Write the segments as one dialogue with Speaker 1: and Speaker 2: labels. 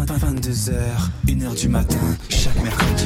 Speaker 1: 22h, 1h du matin, chaque mercredi.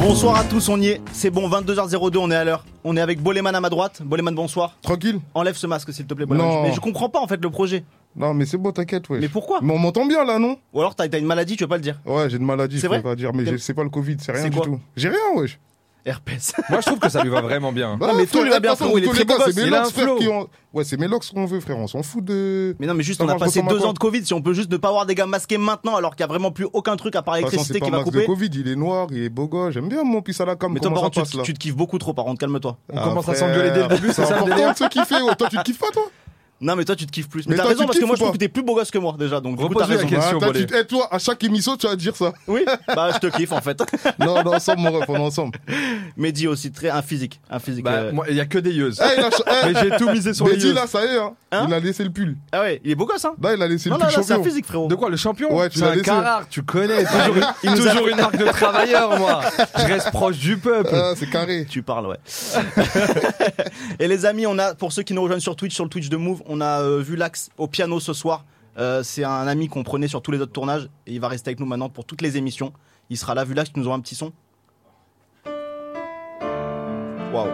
Speaker 2: Bonsoir à tous, on y est. C'est bon, 22h02, on est à l'heure. On est avec Boleman à ma droite. Boleman, bonsoir.
Speaker 3: Tranquille
Speaker 2: Enlève ce masque, s'il te plaît, Boleman.
Speaker 3: Non.
Speaker 2: Mais je comprends pas en fait le projet.
Speaker 3: Non, mais c'est beau, t'inquiète, ouais.
Speaker 2: Mais pourquoi
Speaker 3: Mais on m'entend bien là, non
Speaker 2: Ou alors t'as t'as une maladie, tu veux pas le dire
Speaker 3: Ouais, j'ai une maladie,
Speaker 2: C'est
Speaker 3: je
Speaker 2: vrai
Speaker 3: peux pas dire, mais
Speaker 2: T'es-
Speaker 3: j'ai- c'est pas le Covid, c'est rien
Speaker 2: C'est
Speaker 3: du
Speaker 2: quoi
Speaker 3: tout. J'ai rien, wesh.
Speaker 2: Herpès.
Speaker 4: Moi, je trouve que ça lui va vraiment bien.
Speaker 3: Bah,
Speaker 2: mais tout
Speaker 3: frère,
Speaker 2: lui va
Speaker 3: de
Speaker 2: bien,
Speaker 3: toute façon,
Speaker 2: frérot, il est
Speaker 3: tous les
Speaker 2: très
Speaker 3: gars,
Speaker 2: beau
Speaker 3: c'est
Speaker 2: gosse,
Speaker 4: il a
Speaker 3: Mélox,
Speaker 4: un
Speaker 3: frère,
Speaker 4: flow.
Speaker 3: qui ont- Ouais, c'est Mélox qu'on veut, frère, on s'en fout de.
Speaker 2: Mais non, mais juste,
Speaker 3: Ça
Speaker 2: on a
Speaker 3: marche
Speaker 2: passé
Speaker 3: ressemble à
Speaker 2: deux
Speaker 3: quoi
Speaker 2: ans de Covid. Si on peut juste ne pas avoir des gars masqués maintenant, alors qu'il y a vraiment plus aucun truc à part
Speaker 3: De toute façon, c'est
Speaker 2: l'électricité
Speaker 3: pas
Speaker 2: qui va
Speaker 3: Max de
Speaker 2: couper.
Speaker 3: Covid, il est noir, il est beau gosse. J'aime bien mon pisse à la cam.
Speaker 2: Mais toi,
Speaker 3: comment
Speaker 2: par
Speaker 3: ça
Speaker 2: contre,
Speaker 3: passe
Speaker 2: tu,
Speaker 3: là
Speaker 2: tu te kiffes beaucoup trop, par contre, calme-toi.
Speaker 4: On
Speaker 3: Ah,
Speaker 4: commence à
Speaker 3: frère,
Speaker 4: s'engueler dès le début, c'est ça le
Speaker 3: important
Speaker 4: délire
Speaker 3: de se kiffer. ouais. Toi, tu te kiffes pas, toi
Speaker 2: Non, mais toi, tu te kiffes plus. Mais,
Speaker 3: Mais
Speaker 2: t'as
Speaker 3: toi,
Speaker 2: raison,
Speaker 3: tu
Speaker 2: parce que
Speaker 3: kiffes
Speaker 2: moi,
Speaker 3: ou
Speaker 2: je trouve
Speaker 3: pas
Speaker 2: que t'es plus beau gosse que moi, déjà. Donc, du coup,
Speaker 4: Repose-lui
Speaker 2: t'as
Speaker 4: la
Speaker 2: raison.
Speaker 4: question.
Speaker 3: Ah, toi,
Speaker 4: Bolé.
Speaker 3: tu- eh, toi, à chaque émission, tu vas dire ça.
Speaker 2: Oui, bah, je te kiffe, en fait.
Speaker 3: Non, non, ensemble, mon ref, on est ensemble.
Speaker 2: Mehdi aussi, très, un physique. Un physique.
Speaker 4: Bah,
Speaker 2: euh,
Speaker 4: moi, il y a que des yeuses.
Speaker 3: Eh, il a cha- eh,
Speaker 4: Mais j'ai tout misé sur les
Speaker 3: Betty,
Speaker 4: yeux.
Speaker 3: là, ça y est, hein.
Speaker 2: Hein
Speaker 3: il a laissé le pull.
Speaker 2: Ah ouais, il est beau gosse, hein.
Speaker 3: Là, il a laissé
Speaker 2: Non,
Speaker 3: le
Speaker 2: non,
Speaker 3: pull
Speaker 2: non, c'est un
Speaker 3: champion.
Speaker 2: physique, frérot.
Speaker 4: De quoi le champion
Speaker 3: Ouais, tu
Speaker 4: C'est
Speaker 3: l'as
Speaker 4: un
Speaker 3: laissé.
Speaker 4: carrard, tu
Speaker 2: Ah,
Speaker 4: connais. Toujours, une- toujours une marque de travailleur, moi. Je reste proche du peuple.
Speaker 3: Ah, c'est carré.
Speaker 2: Tu parles, ouais. et les amis, on a, pour ceux qui nous rejoignent sur Twitch, sur le Twitch de Move, on a euh, vu Lax au piano ce soir. Euh, c'est un ami qu'on prenait sur tous les autres tournages et il va rester avec nous maintenant pour toutes les émissions. Il sera là, vu Lax, tu nous auras un petit son. Waouh.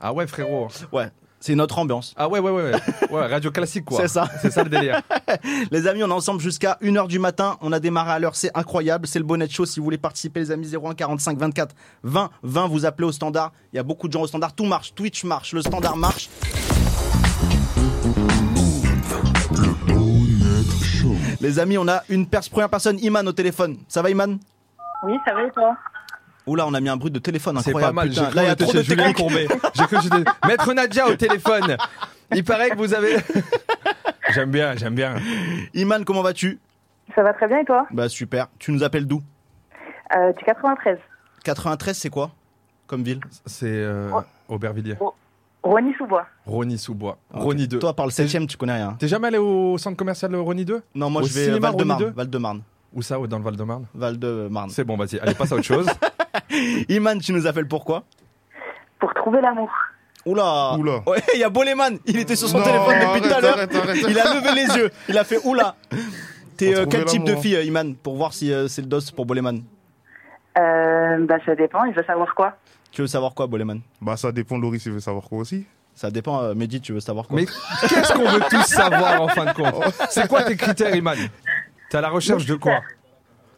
Speaker 4: Ah ouais, frérot.
Speaker 2: Ouais, c'est notre ambiance.
Speaker 4: Ah ouais, ouais, ouais. Ouais, Ouais, radio classique, quoi.
Speaker 2: C'est ça.
Speaker 4: C'est ça le délire.
Speaker 2: Les amis, on est ensemble jusqu'à 1h du matin. On a démarré à l'heure, c'est incroyable. C'est le bonnet show. Si vous voulez participer, les amis, 01 45 24 20 20, vous appelez au standard. Il y a beaucoup de gens au standard. Tout marche. Twitch marche, le standard marche. Les amis, on a une pers- première personne, Iman, au téléphone. Ça va, Iman
Speaker 5: Oui, ça va et toi
Speaker 2: Oula, on a mis un bruit de téléphone
Speaker 4: C'est
Speaker 2: incroyable.
Speaker 4: pas mal. J'ai
Speaker 2: putain.
Speaker 4: cru
Speaker 2: Là, il y
Speaker 4: qu'on
Speaker 2: a
Speaker 4: était
Speaker 2: trop
Speaker 4: chez
Speaker 2: de
Speaker 4: Julien
Speaker 2: technique.
Speaker 4: Courbet. J'ai cru que j'étais. Maître Nadia au téléphone. Il paraît que vous avez. J'aime bien, j'aime bien.
Speaker 2: Iman, comment vas-tu
Speaker 5: Ça va très bien et toi
Speaker 2: Bah, super. Tu nous appelles d'où
Speaker 5: euh, Du 93.
Speaker 2: 93, c'est quoi Comme ville Oh.
Speaker 4: C'est euh, Aubervilliers.
Speaker 5: Rony-sous-Bois.
Speaker 4: Ronny Sous-Bois.
Speaker 2: Ah, Ok.
Speaker 4: Ronny 2.
Speaker 2: Toi, par le 7ème, tu connais rien.
Speaker 4: T'es jamais allé au centre commercial Ronny 2
Speaker 2: Non, moi,
Speaker 4: Au
Speaker 2: je vais euh,
Speaker 4: cinéma,
Speaker 2: Val-de-Marne.
Speaker 4: Rony deux
Speaker 2: Val-de-Marne.
Speaker 4: Ou ça, ou dans le Val-de-Marne
Speaker 2: Val-de-Marne.
Speaker 4: C'est bon, vas-y, allez, passe à autre chose.
Speaker 2: Iman, tu nous appelles pourquoi
Speaker 5: Pour trouver l'amour.
Speaker 2: Oula
Speaker 3: Oula.
Speaker 2: Ouais, il y a Boleman, il était sur son
Speaker 3: Non,
Speaker 2: téléphone depuis tout à
Speaker 3: arrête,
Speaker 2: l'heure.
Speaker 3: arrête, arrête.
Speaker 2: Il a levé les yeux, il a fait oula T'es
Speaker 3: On
Speaker 2: euh,
Speaker 3: trouvait
Speaker 2: quel type de
Speaker 3: l'amour.
Speaker 2: fille, euh, Iman, pour voir si euh, c'est le dos pour Boleman
Speaker 5: Euh, bah, ça dépend, il veut savoir quoi
Speaker 2: Tu veux savoir quoi, Boleman
Speaker 3: Bah, ça dépend, Loris, il veut savoir quoi aussi.
Speaker 2: Ça dépend, euh, Mehdi, tu veux savoir quoi
Speaker 4: Mais qu'est-ce qu'on veut tous savoir en fin de compte
Speaker 2: Oh.
Speaker 4: C'est quoi tes critères, Iman T'es à la recherche de quoi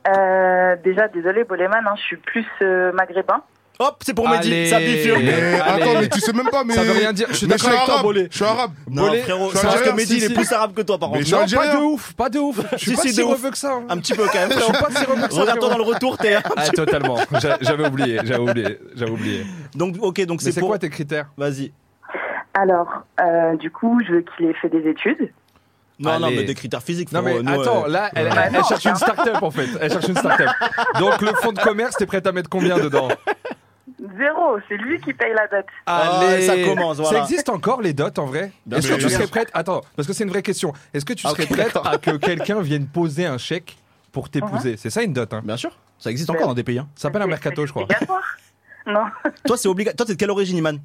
Speaker 5: euh, Déjà, désolé, Boleman, hein, je suis plus euh, maghrébin.
Speaker 2: Hop, c'est pour Mehdi, ça
Speaker 4: Allez.
Speaker 2: bifurque
Speaker 3: Mais
Speaker 4: Allez.
Speaker 3: attends, mais oh. tu sais même pas, mais. euh,
Speaker 4: Ça veut rien dire. Je suis
Speaker 3: Mais je
Speaker 4: d'accord
Speaker 3: suis
Speaker 4: avec toi,
Speaker 3: arabe.
Speaker 4: Bolé.
Speaker 3: Je suis arabe.
Speaker 2: Non,
Speaker 4: Bolé,
Speaker 2: frérot,
Speaker 4: je
Speaker 2: je pense
Speaker 4: suis
Speaker 2: que
Speaker 4: algérien,
Speaker 2: Mehdi,
Speaker 4: si,
Speaker 2: il est
Speaker 4: si.
Speaker 2: plus arabe que toi, par
Speaker 3: Mais
Speaker 2: contre.
Speaker 3: je suis
Speaker 4: Non, pas de
Speaker 3: algérien.
Speaker 4: ouf, pas de ouf. Je suis
Speaker 2: Si,
Speaker 4: pas
Speaker 2: si,
Speaker 4: si,
Speaker 2: de ouf.
Speaker 4: reveux que ça. hein.
Speaker 2: Un petit peu quand même,
Speaker 4: Je suis
Speaker 2: frérot.
Speaker 4: pas si reveux que ça.
Speaker 2: Regarde-toi dans
Speaker 4: frérot.
Speaker 2: le retour, t'es.
Speaker 4: Ah, totalement. J'a- J'avais oublié, j'avais oublié, j'avais oublié.
Speaker 2: Donc, ok, donc
Speaker 4: Mais
Speaker 2: c'est
Speaker 4: c'est
Speaker 2: pour.
Speaker 4: quoi tes critères
Speaker 2: Vas-y.
Speaker 5: Alors, euh, du coup, je veux qu'il ait fait des études.
Speaker 2: Non, non,
Speaker 4: Allez.
Speaker 2: mais des critères physiques,
Speaker 4: Non mais
Speaker 2: frérot, nous,
Speaker 4: attends,
Speaker 2: euh,
Speaker 4: là, elle,
Speaker 5: Bah
Speaker 4: elle
Speaker 5: non,
Speaker 4: cherche une start-up en fait. Elle cherche une start-up. Donc le fonds de commerce, t'es prête à mettre combien dedans
Speaker 5: Zéro, c'est lui qui paye la dot.
Speaker 2: Ah, ça commence, voilà.
Speaker 4: Ça existe encore les dots en vrai
Speaker 2: Bien
Speaker 4: Est-ce que
Speaker 3: sûr,
Speaker 4: tu
Speaker 3: bien
Speaker 4: serais prête Attends, parce que c'est une vraie question. Est-ce que tu
Speaker 2: Ah,
Speaker 4: serais
Speaker 2: ok,
Speaker 4: prête à que quelqu'un vienne poser un chèque pour t'épouser C'est ça une dot hein
Speaker 2: Bien sûr, ça existe encore dans des pays. hein.
Speaker 4: Ça s'appelle un mercato, je crois.
Speaker 5: Obligatoire
Speaker 4: hein
Speaker 5: Non,
Speaker 2: Toi, c'est obligatoire. Toi, t'es de quelle origine, Iman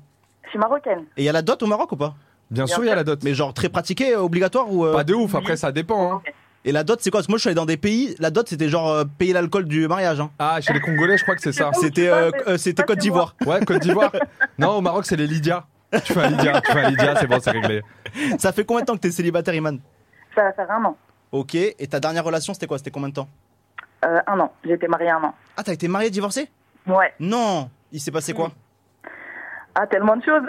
Speaker 5: je suis marocaine.
Speaker 2: Et il y a la dot au Maroc ou pas
Speaker 4: Bien sûr, il y a la dot.
Speaker 2: Mais genre très pratiqué, euh, obligatoire ou euh,
Speaker 4: Pas de ouf, après ça dépend. hein.
Speaker 2: Et la dot, c'est quoi Parce que moi, je suis allé dans des pays, la dot, c'était genre euh, payer l'alcool du mariage. hein.
Speaker 4: Ah, chez les Congolais, je crois que c'est ça.
Speaker 5: C'est-
Speaker 2: C'était
Speaker 5: pas,
Speaker 2: euh,
Speaker 5: mais-
Speaker 2: euh, c'était
Speaker 5: pas
Speaker 2: Côte
Speaker 5: chez
Speaker 2: d'Ivoire.
Speaker 4: Ouais, Côte d'Ivoire.
Speaker 2: Uh-huh.
Speaker 4: Non, au Maroc, c'est les Lydia. Tu fais un Lydia, tu fais un Lydia, c'est bon, c'est réglé.
Speaker 2: Ça fait combien de temps que t'es célibataire, Iman
Speaker 5: Ça va faire un an.
Speaker 2: Ok, et ta dernière relation, c'était quoi C'était combien de temps
Speaker 5: Euh, un an, j'ai été mariée un an.
Speaker 2: Ah, t'as été marié, divorcé
Speaker 5: Ouais.
Speaker 2: Non Il s'est passé quoi
Speaker 5: Ah, tellement de choses.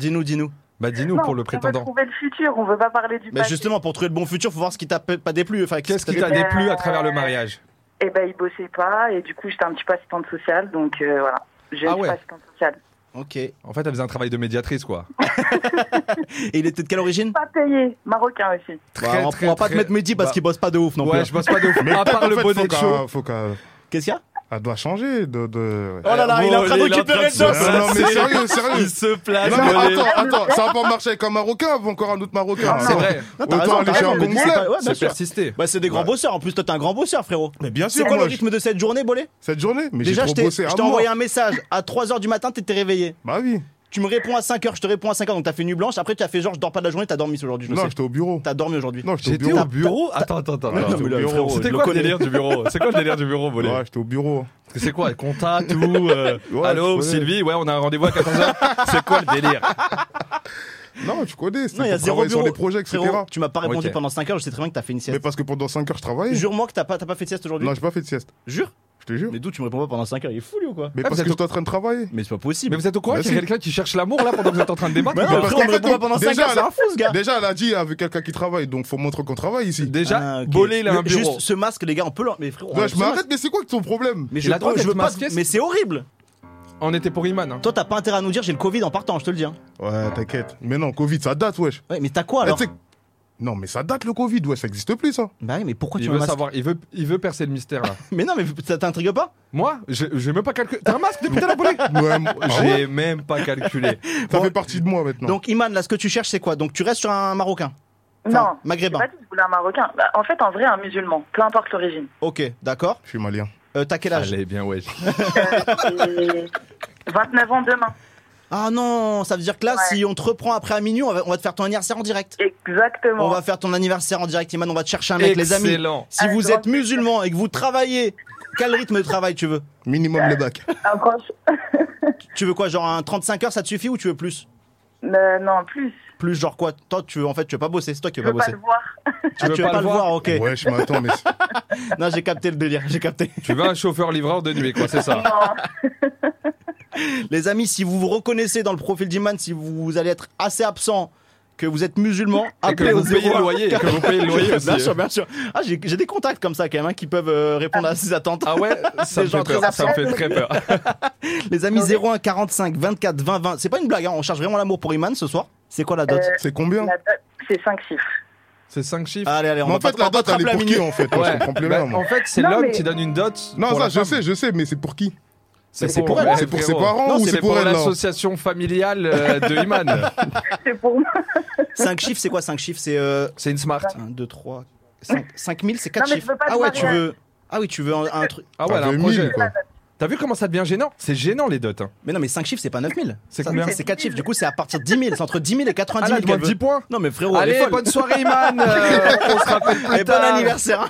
Speaker 2: Dis-nous, dis-nous.
Speaker 4: Bah dis-nous
Speaker 5: Non,
Speaker 4: pour le
Speaker 5: On veut
Speaker 4: prétendant.
Speaker 5: trouver le futur, on veut pas parler du
Speaker 2: Mais
Speaker 5: passé.
Speaker 2: justement, pour trouver le bon futur, faut voir ce qui t'a pe- pas déplu. Bah, Enfin,
Speaker 4: Qu'est-ce qui
Speaker 2: t'a-
Speaker 4: t'a déplu à travers le mariage
Speaker 5: Eh ben, il bossait pas, et du coup, j'étais un petit peu assistante sociale, donc euh, voilà. Je
Speaker 4: Ah
Speaker 5: ne suis
Speaker 4: ouais.
Speaker 5: pas assistante sociale.
Speaker 2: Ok. Et
Speaker 4: En fait, elle faisait un travail de médiatrice, quoi.
Speaker 2: il était de quelle origine
Speaker 5: Pas payé, marocain aussi.
Speaker 2: Bah, On
Speaker 4: très,
Speaker 2: on va pas
Speaker 4: très-
Speaker 2: te mettre Mehdi parce
Speaker 4: Bah,
Speaker 2: qu'il bosse pas de ouf non
Speaker 4: Ouais,
Speaker 2: plus.
Speaker 4: je pense pas de ouf. À part
Speaker 3: En
Speaker 4: le
Speaker 3: fait,
Speaker 4: bonnet
Speaker 3: faut
Speaker 4: de show.
Speaker 3: qu'elle- faut qu'elle
Speaker 2: Qu'est-ce qu'il y a
Speaker 3: elle doit changer de. de...
Speaker 2: Oh là là,
Speaker 4: bon,
Speaker 2: il est en train de
Speaker 4: il est en train
Speaker 2: récupérer
Speaker 4: de
Speaker 2: le
Speaker 4: se
Speaker 2: dos.
Speaker 4: faire.
Speaker 3: Non, mais
Speaker 4: c'est-
Speaker 3: sérieux, sérieux.
Speaker 4: se place.
Speaker 3: Non,
Speaker 4: Bolé.
Speaker 3: attends, attends, ça va pas marcher avec un Marocain ou encore un autre Marocain.
Speaker 4: C'est vrai.
Speaker 2: Non, t'as raison,
Speaker 3: Ah, Autant aller
Speaker 2: t'as
Speaker 3: chez
Speaker 2: raison,
Speaker 3: un
Speaker 2: mais dis- c'est pas-
Speaker 3: Congolais.
Speaker 2: ouais, bien
Speaker 4: C'est
Speaker 2: sûr.
Speaker 4: persister.
Speaker 2: Bah, c'est des grands bosseurs. En plus, toi, t'es un grand bosseur, frérot.
Speaker 3: Mais bien
Speaker 2: C'est
Speaker 3: sûr,
Speaker 2: quoi le
Speaker 3: moi, je-
Speaker 2: rythme de cette journée, Bolé
Speaker 3: cette journée, mais j'ai
Speaker 2: Déjà,
Speaker 3: trop
Speaker 2: je t'ai
Speaker 3: bossé. Ah
Speaker 2: je
Speaker 3: à
Speaker 2: t'ai
Speaker 3: mort.
Speaker 2: envoyé un message. À 3h du matin, t'étais réveillé.
Speaker 3: Bah oui.
Speaker 2: Tu me réponds à 5h, je te réponds à 5h, donc t'as fait nuit blanche. Après, tu as fait genre, je dors pas de la journée, t'as dormi ce aujourd'hui, je
Speaker 3: Non,
Speaker 2: sais.
Speaker 3: j'étais au bureau.
Speaker 2: T'as dormi aujourd'hui.
Speaker 3: Non, j'étais au
Speaker 4: J'étais
Speaker 3: bureau.
Speaker 4: au bureau. Attends, attends, attends.
Speaker 3: Non,
Speaker 4: attends.
Speaker 3: mais
Speaker 2: le
Speaker 3: bureau,
Speaker 2: frérot,
Speaker 4: C'était
Speaker 2: je le
Speaker 4: quoi le
Speaker 2: connais.
Speaker 4: délire du bureau C'est quoi le délire du bureau, volé
Speaker 3: Ouais, j'étais au bureau.
Speaker 4: C'est quoi Compta, tout euh,
Speaker 3: Ouais,
Speaker 4: Allô,
Speaker 3: je connais.
Speaker 4: Sylvie, ouais, on a un rendez-vous à 14h. C'est quoi le délire
Speaker 3: Non, tu connais. c'était
Speaker 2: Non, il y a
Speaker 3: pour
Speaker 2: zéro bureau.
Speaker 3: travailler sur les projets, etc.
Speaker 2: Frérot, tu m'as pas répondu
Speaker 4: Ok.
Speaker 2: pendant 5 heures, je sais très bien que t'as fait une
Speaker 3: Mais
Speaker 2: sieste.
Speaker 3: parce que pendant 5 heures, je travaillais.
Speaker 2: Jure-moi que t'as pas, t'as pas fait de sieste aujourd'hui.
Speaker 3: Non, j'ai pas fait de sieste.
Speaker 2: Jure
Speaker 3: Je te jure.
Speaker 2: Mais d'où tu me réponds pas pendant 5 heures Il est fou lui ou quoi
Speaker 3: Mais
Speaker 4: Ah,
Speaker 3: parce
Speaker 4: vous
Speaker 3: que
Speaker 4: êtes-
Speaker 3: j'étais en train de travailler.
Speaker 2: Mais c'est pas
Speaker 4: Mais
Speaker 2: possible.
Speaker 4: vous êtes au courant
Speaker 3: Bah,
Speaker 4: qu'il y
Speaker 3: si.
Speaker 4: a quelqu'un qui cherche l'amour là pendant que vous êtes en train de débattre
Speaker 2: Mais
Speaker 4: ou
Speaker 2: non,
Speaker 4: pas
Speaker 3: parce
Speaker 2: après, on me
Speaker 3: qu'en fait,
Speaker 2: répond pas
Speaker 3: on-
Speaker 2: pendant 5
Speaker 3: déjà,
Speaker 2: heures, c'est
Speaker 3: là-
Speaker 2: un fou ce gars.
Speaker 3: Déjà, elle a dit avec quelqu'un qui travaille, donc faut montrer qu'on travaille ici.
Speaker 4: Déjà,
Speaker 2: Ah, ok.
Speaker 4: Bolé, il a un
Speaker 2: Mais
Speaker 4: bureau.
Speaker 2: Juste ce masque, les gars, on peut l'en- Mais frérot,
Speaker 3: Ouais,
Speaker 2: enlève
Speaker 3: je
Speaker 2: ce
Speaker 3: m'arrête,
Speaker 2: masque.
Speaker 3: mais c'est quoi ton problème
Speaker 2: Mais
Speaker 4: Il
Speaker 2: je,
Speaker 4: a le droit
Speaker 2: je
Speaker 4: d'être
Speaker 2: veux pas.
Speaker 4: masqué, ce-
Speaker 2: Mais c'est horrible.
Speaker 4: On était pour Iman. hein.
Speaker 2: Toi, t'as pas intérêt à nous dire j'ai le Covid en partant, je te le dis. hein.
Speaker 3: Ouais, t'inquiète. Mais non, Covid, ça date, wesh.
Speaker 2: Ouais, mais t'as quoi
Speaker 3: Eh,
Speaker 2: alors
Speaker 3: tu sais que- Non, mais ça date le Covid, ouais, ça existe plus, hein. ça.
Speaker 2: Bah oui, mais pourquoi tu
Speaker 4: Il
Speaker 2: veux
Speaker 4: veut
Speaker 2: masque
Speaker 4: savoir, il veut, il veut percer le mystère là.
Speaker 2: Mais non, mais ça t'intrigue pas
Speaker 4: Moi, je je vais même pas calculer. T'as un masque depuis tout à l'heure, Bolé
Speaker 3: Ouais, m- ah ouais,
Speaker 4: J'ai même pas calculé.
Speaker 3: ça
Speaker 2: bon.
Speaker 3: fait partie de moi maintenant.
Speaker 2: Donc, Iman, là, ce que tu cherches, c'est quoi Donc, tu restes sur un Marocain Enfin,
Speaker 5: Non, j'ai
Speaker 2: Maghrébin.
Speaker 5: pas dit que je voulais un Marocain. Bah, en fait, en vrai, un musulman, peu importe l'origine.
Speaker 2: Ok, d'accord.
Speaker 3: Je suis malien.
Speaker 2: Euh, t'as quel âge
Speaker 4: Allez, bien, wesh.
Speaker 5: Et 29 Euh, ans demain.
Speaker 2: Ah non, ça veut dire que là,
Speaker 5: Ouais.
Speaker 2: si on te reprend après à minuit, on va, on va te faire ton anniversaire en direct.
Speaker 5: Exactement.
Speaker 2: On va faire ton anniversaire en direct, Iman, on va te chercher un mec, les amis.
Speaker 4: Excellent.
Speaker 2: Si
Speaker 5: Ah,
Speaker 2: vous
Speaker 5: je
Speaker 2: êtes
Speaker 5: vois.
Speaker 2: musulman et que vous travaillez, quel rythme de travail tu veux
Speaker 3: Minimum le bac.
Speaker 5: Un proche.
Speaker 2: Tu veux quoi, genre un 35 heures, ça te suffit ou tu veux plus
Speaker 5: Euh, non, en plus,
Speaker 2: Plus genre quoi Toi, tu veux en fait, tu veux pas bosser, c'est toi qui
Speaker 5: je
Speaker 2: veux pas
Speaker 5: veux pas
Speaker 4: bah,
Speaker 2: bosser.
Speaker 5: le voir.
Speaker 2: Ah, tu veux pas le voir, ok.
Speaker 3: Wesh, mais attends, mais c'est-
Speaker 2: Non, j'ai capté le délire, j'ai capté.
Speaker 4: Tu veux un chauffeur-livreur de nuit, quoi, c'est ça
Speaker 5: Non.
Speaker 2: Les amis, si vous vous reconnaissez dans le profil d'Iman, si vous allez être assez absent, que vous êtes musulman,
Speaker 4: Et que
Speaker 2: appelez au
Speaker 4: vous payez le
Speaker 2: 01.
Speaker 4: loyer, et que vous payez le loyer aussi.
Speaker 2: Bien sûr, bien sûr. Ah, j'ai j'ai des contacts comme ça quand même hein, qui peuvent euh, répondre à ces attentes.
Speaker 4: Ah ouais, ça me,
Speaker 2: gens
Speaker 4: fait
Speaker 2: très
Speaker 4: peur, ça me fait
Speaker 5: sympas.
Speaker 4: très peur.
Speaker 2: Les amis,
Speaker 5: Ok.
Speaker 2: 01 45 24 20 20. C'est pas une blague, hein, on cherche vraiment l'amour pour Iman ce soir. C'est quoi la dot
Speaker 5: Euh,
Speaker 3: c'est combien
Speaker 5: La date, c'est 5 chiffres.
Speaker 4: C'est 5 chiffres.
Speaker 2: Allez, allez, on
Speaker 3: Mais
Speaker 2: va
Speaker 3: en
Speaker 2: pas
Speaker 3: fait, la
Speaker 2: on va
Speaker 3: dot,
Speaker 2: pas te
Speaker 3: elle
Speaker 2: rappeler
Speaker 3: est
Speaker 2: à
Speaker 3: pour qui,
Speaker 2: minuit.
Speaker 3: en fait Ouais, Je comprends plus
Speaker 4: bah,
Speaker 3: rien, moi.
Speaker 4: en fait, c'est
Speaker 5: Non,
Speaker 4: l'homme
Speaker 5: mais-
Speaker 4: qui donne une dot.
Speaker 3: Non,
Speaker 4: pour
Speaker 3: ça,
Speaker 4: la
Speaker 3: je
Speaker 4: femme.
Speaker 3: sais, je sais, mais c'est pour qui
Speaker 4: C'est
Speaker 2: c'est
Speaker 4: pour,
Speaker 2: pour elle,
Speaker 4: elle,
Speaker 3: c'est pour ses
Speaker 4: frérot.
Speaker 3: parents
Speaker 4: Non,
Speaker 3: ou c'est pour elle, là
Speaker 4: l'association familiale euh, de Iman.
Speaker 5: C'est pour moi.
Speaker 2: 5 chiffres, c'est quoi 5 chiffres C'est euh,
Speaker 4: C'est une smart.
Speaker 2: 1, 2, 3, 5, 5000, c'est 4
Speaker 5: Non, mais je
Speaker 2: chiffres.
Speaker 5: veux pas te
Speaker 2: ah ouais, tu
Speaker 5: marier.
Speaker 2: veux. Ah oui, tu veux un, un truc.
Speaker 4: Ah ouais, elle a
Speaker 3: Ça
Speaker 4: un
Speaker 3: fait
Speaker 4: projet.
Speaker 3: 1000, quoi.
Speaker 4: T'as vu comment ça devient gênant C'est gênant les dots. hein.
Speaker 2: Mais non, mais 5 chiffres, c'est pas 9000.
Speaker 4: C'est
Speaker 2: Ça,
Speaker 4: combien
Speaker 2: C'est 4 chiffres, du coup, c'est à partir de 10 000. C'est entre 10 000 et 90
Speaker 4: Ah
Speaker 2: 000.
Speaker 4: là, elle demande
Speaker 2: qu'elle veut.
Speaker 4: 10 points.
Speaker 2: Non, mais frérot, elle est
Speaker 4: Allez,
Speaker 2: folle.
Speaker 4: bonne soirée Iman. Euh, on se rappelle plus
Speaker 2: Et bon
Speaker 4: tard.
Speaker 2: anniversaire. hein.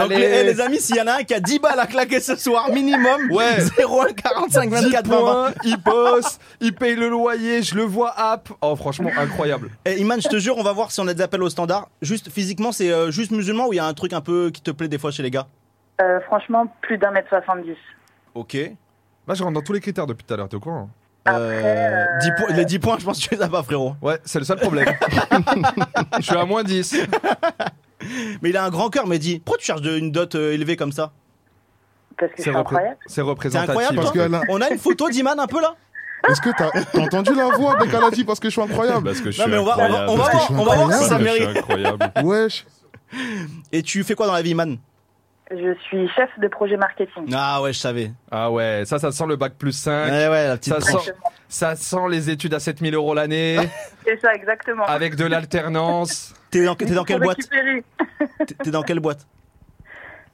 Speaker 2: Donc,
Speaker 4: Allez.
Speaker 2: les, eh, les amis, s'il y en a un qui a 10 balles à claquer ce soir, minimum,
Speaker 4: Ouais.
Speaker 2: 0 45
Speaker 4: 10
Speaker 2: 24 20, 20.
Speaker 4: points, il bosse, il paye le loyer, je le vois app. Oh franchement incroyable.
Speaker 2: Eh, Iman, je te jure, on va voir si on a des appels au standard. Juste physiquement, c'est euh, juste musulman ou il y a un truc un peu qui te plaît des fois chez les gars
Speaker 5: Euh, franchement, plus d'un mètre 70.
Speaker 2: Ok.
Speaker 4: Là je rentre dans tous les critères depuis tout à l'heure, t'es au courant hein.
Speaker 2: Euh, 10 points- les 10 points, je pense que tu les as pas, frérot.
Speaker 4: Ouais, c'est le seul problème. je suis à moins 10.
Speaker 2: Mais il a un grand cœur, Mehdi. Pourquoi tu cherches de- une dot euh, élevée comme ça
Speaker 5: Parce que
Speaker 4: C'est
Speaker 5: c'est
Speaker 4: repré-
Speaker 5: incroyable.
Speaker 4: c'est
Speaker 2: C'est
Speaker 4: représentatif.
Speaker 2: incroyable,
Speaker 3: Parce
Speaker 2: toi.
Speaker 3: que Alain-
Speaker 2: On a une photo d'Iman un peu là
Speaker 3: Est-ce que t'as t'as entendu la voix dès qu'elle a dit parce que je suis incroyable
Speaker 4: Parce que je
Speaker 2: Non, mais on va, on va, on va
Speaker 3: parce
Speaker 2: voir,
Speaker 3: que je suis
Speaker 2: on va voir
Speaker 3: incroyable.
Speaker 2: si ça mérite.
Speaker 4: incroyable.
Speaker 3: Wesh.
Speaker 2: Et tu fais quoi dans la vie, Iman
Speaker 5: Je suis chef de projet marketing.
Speaker 2: Ah ouais, je savais.
Speaker 4: Ah ouais, ça, ça sent le bac plus 5.
Speaker 2: Ouais, ouais, la petite.
Speaker 4: Ça
Speaker 2: tranche.
Speaker 4: sent, ça sent les études à 7000 euros l'année,
Speaker 5: C'est ça, exactement.
Speaker 4: avec de l'alternance.
Speaker 2: T'es dans, t'es dans
Speaker 5: Pour
Speaker 2: quelle boîte
Speaker 5: récupérer.
Speaker 2: T'es- T'es dans quelle boîte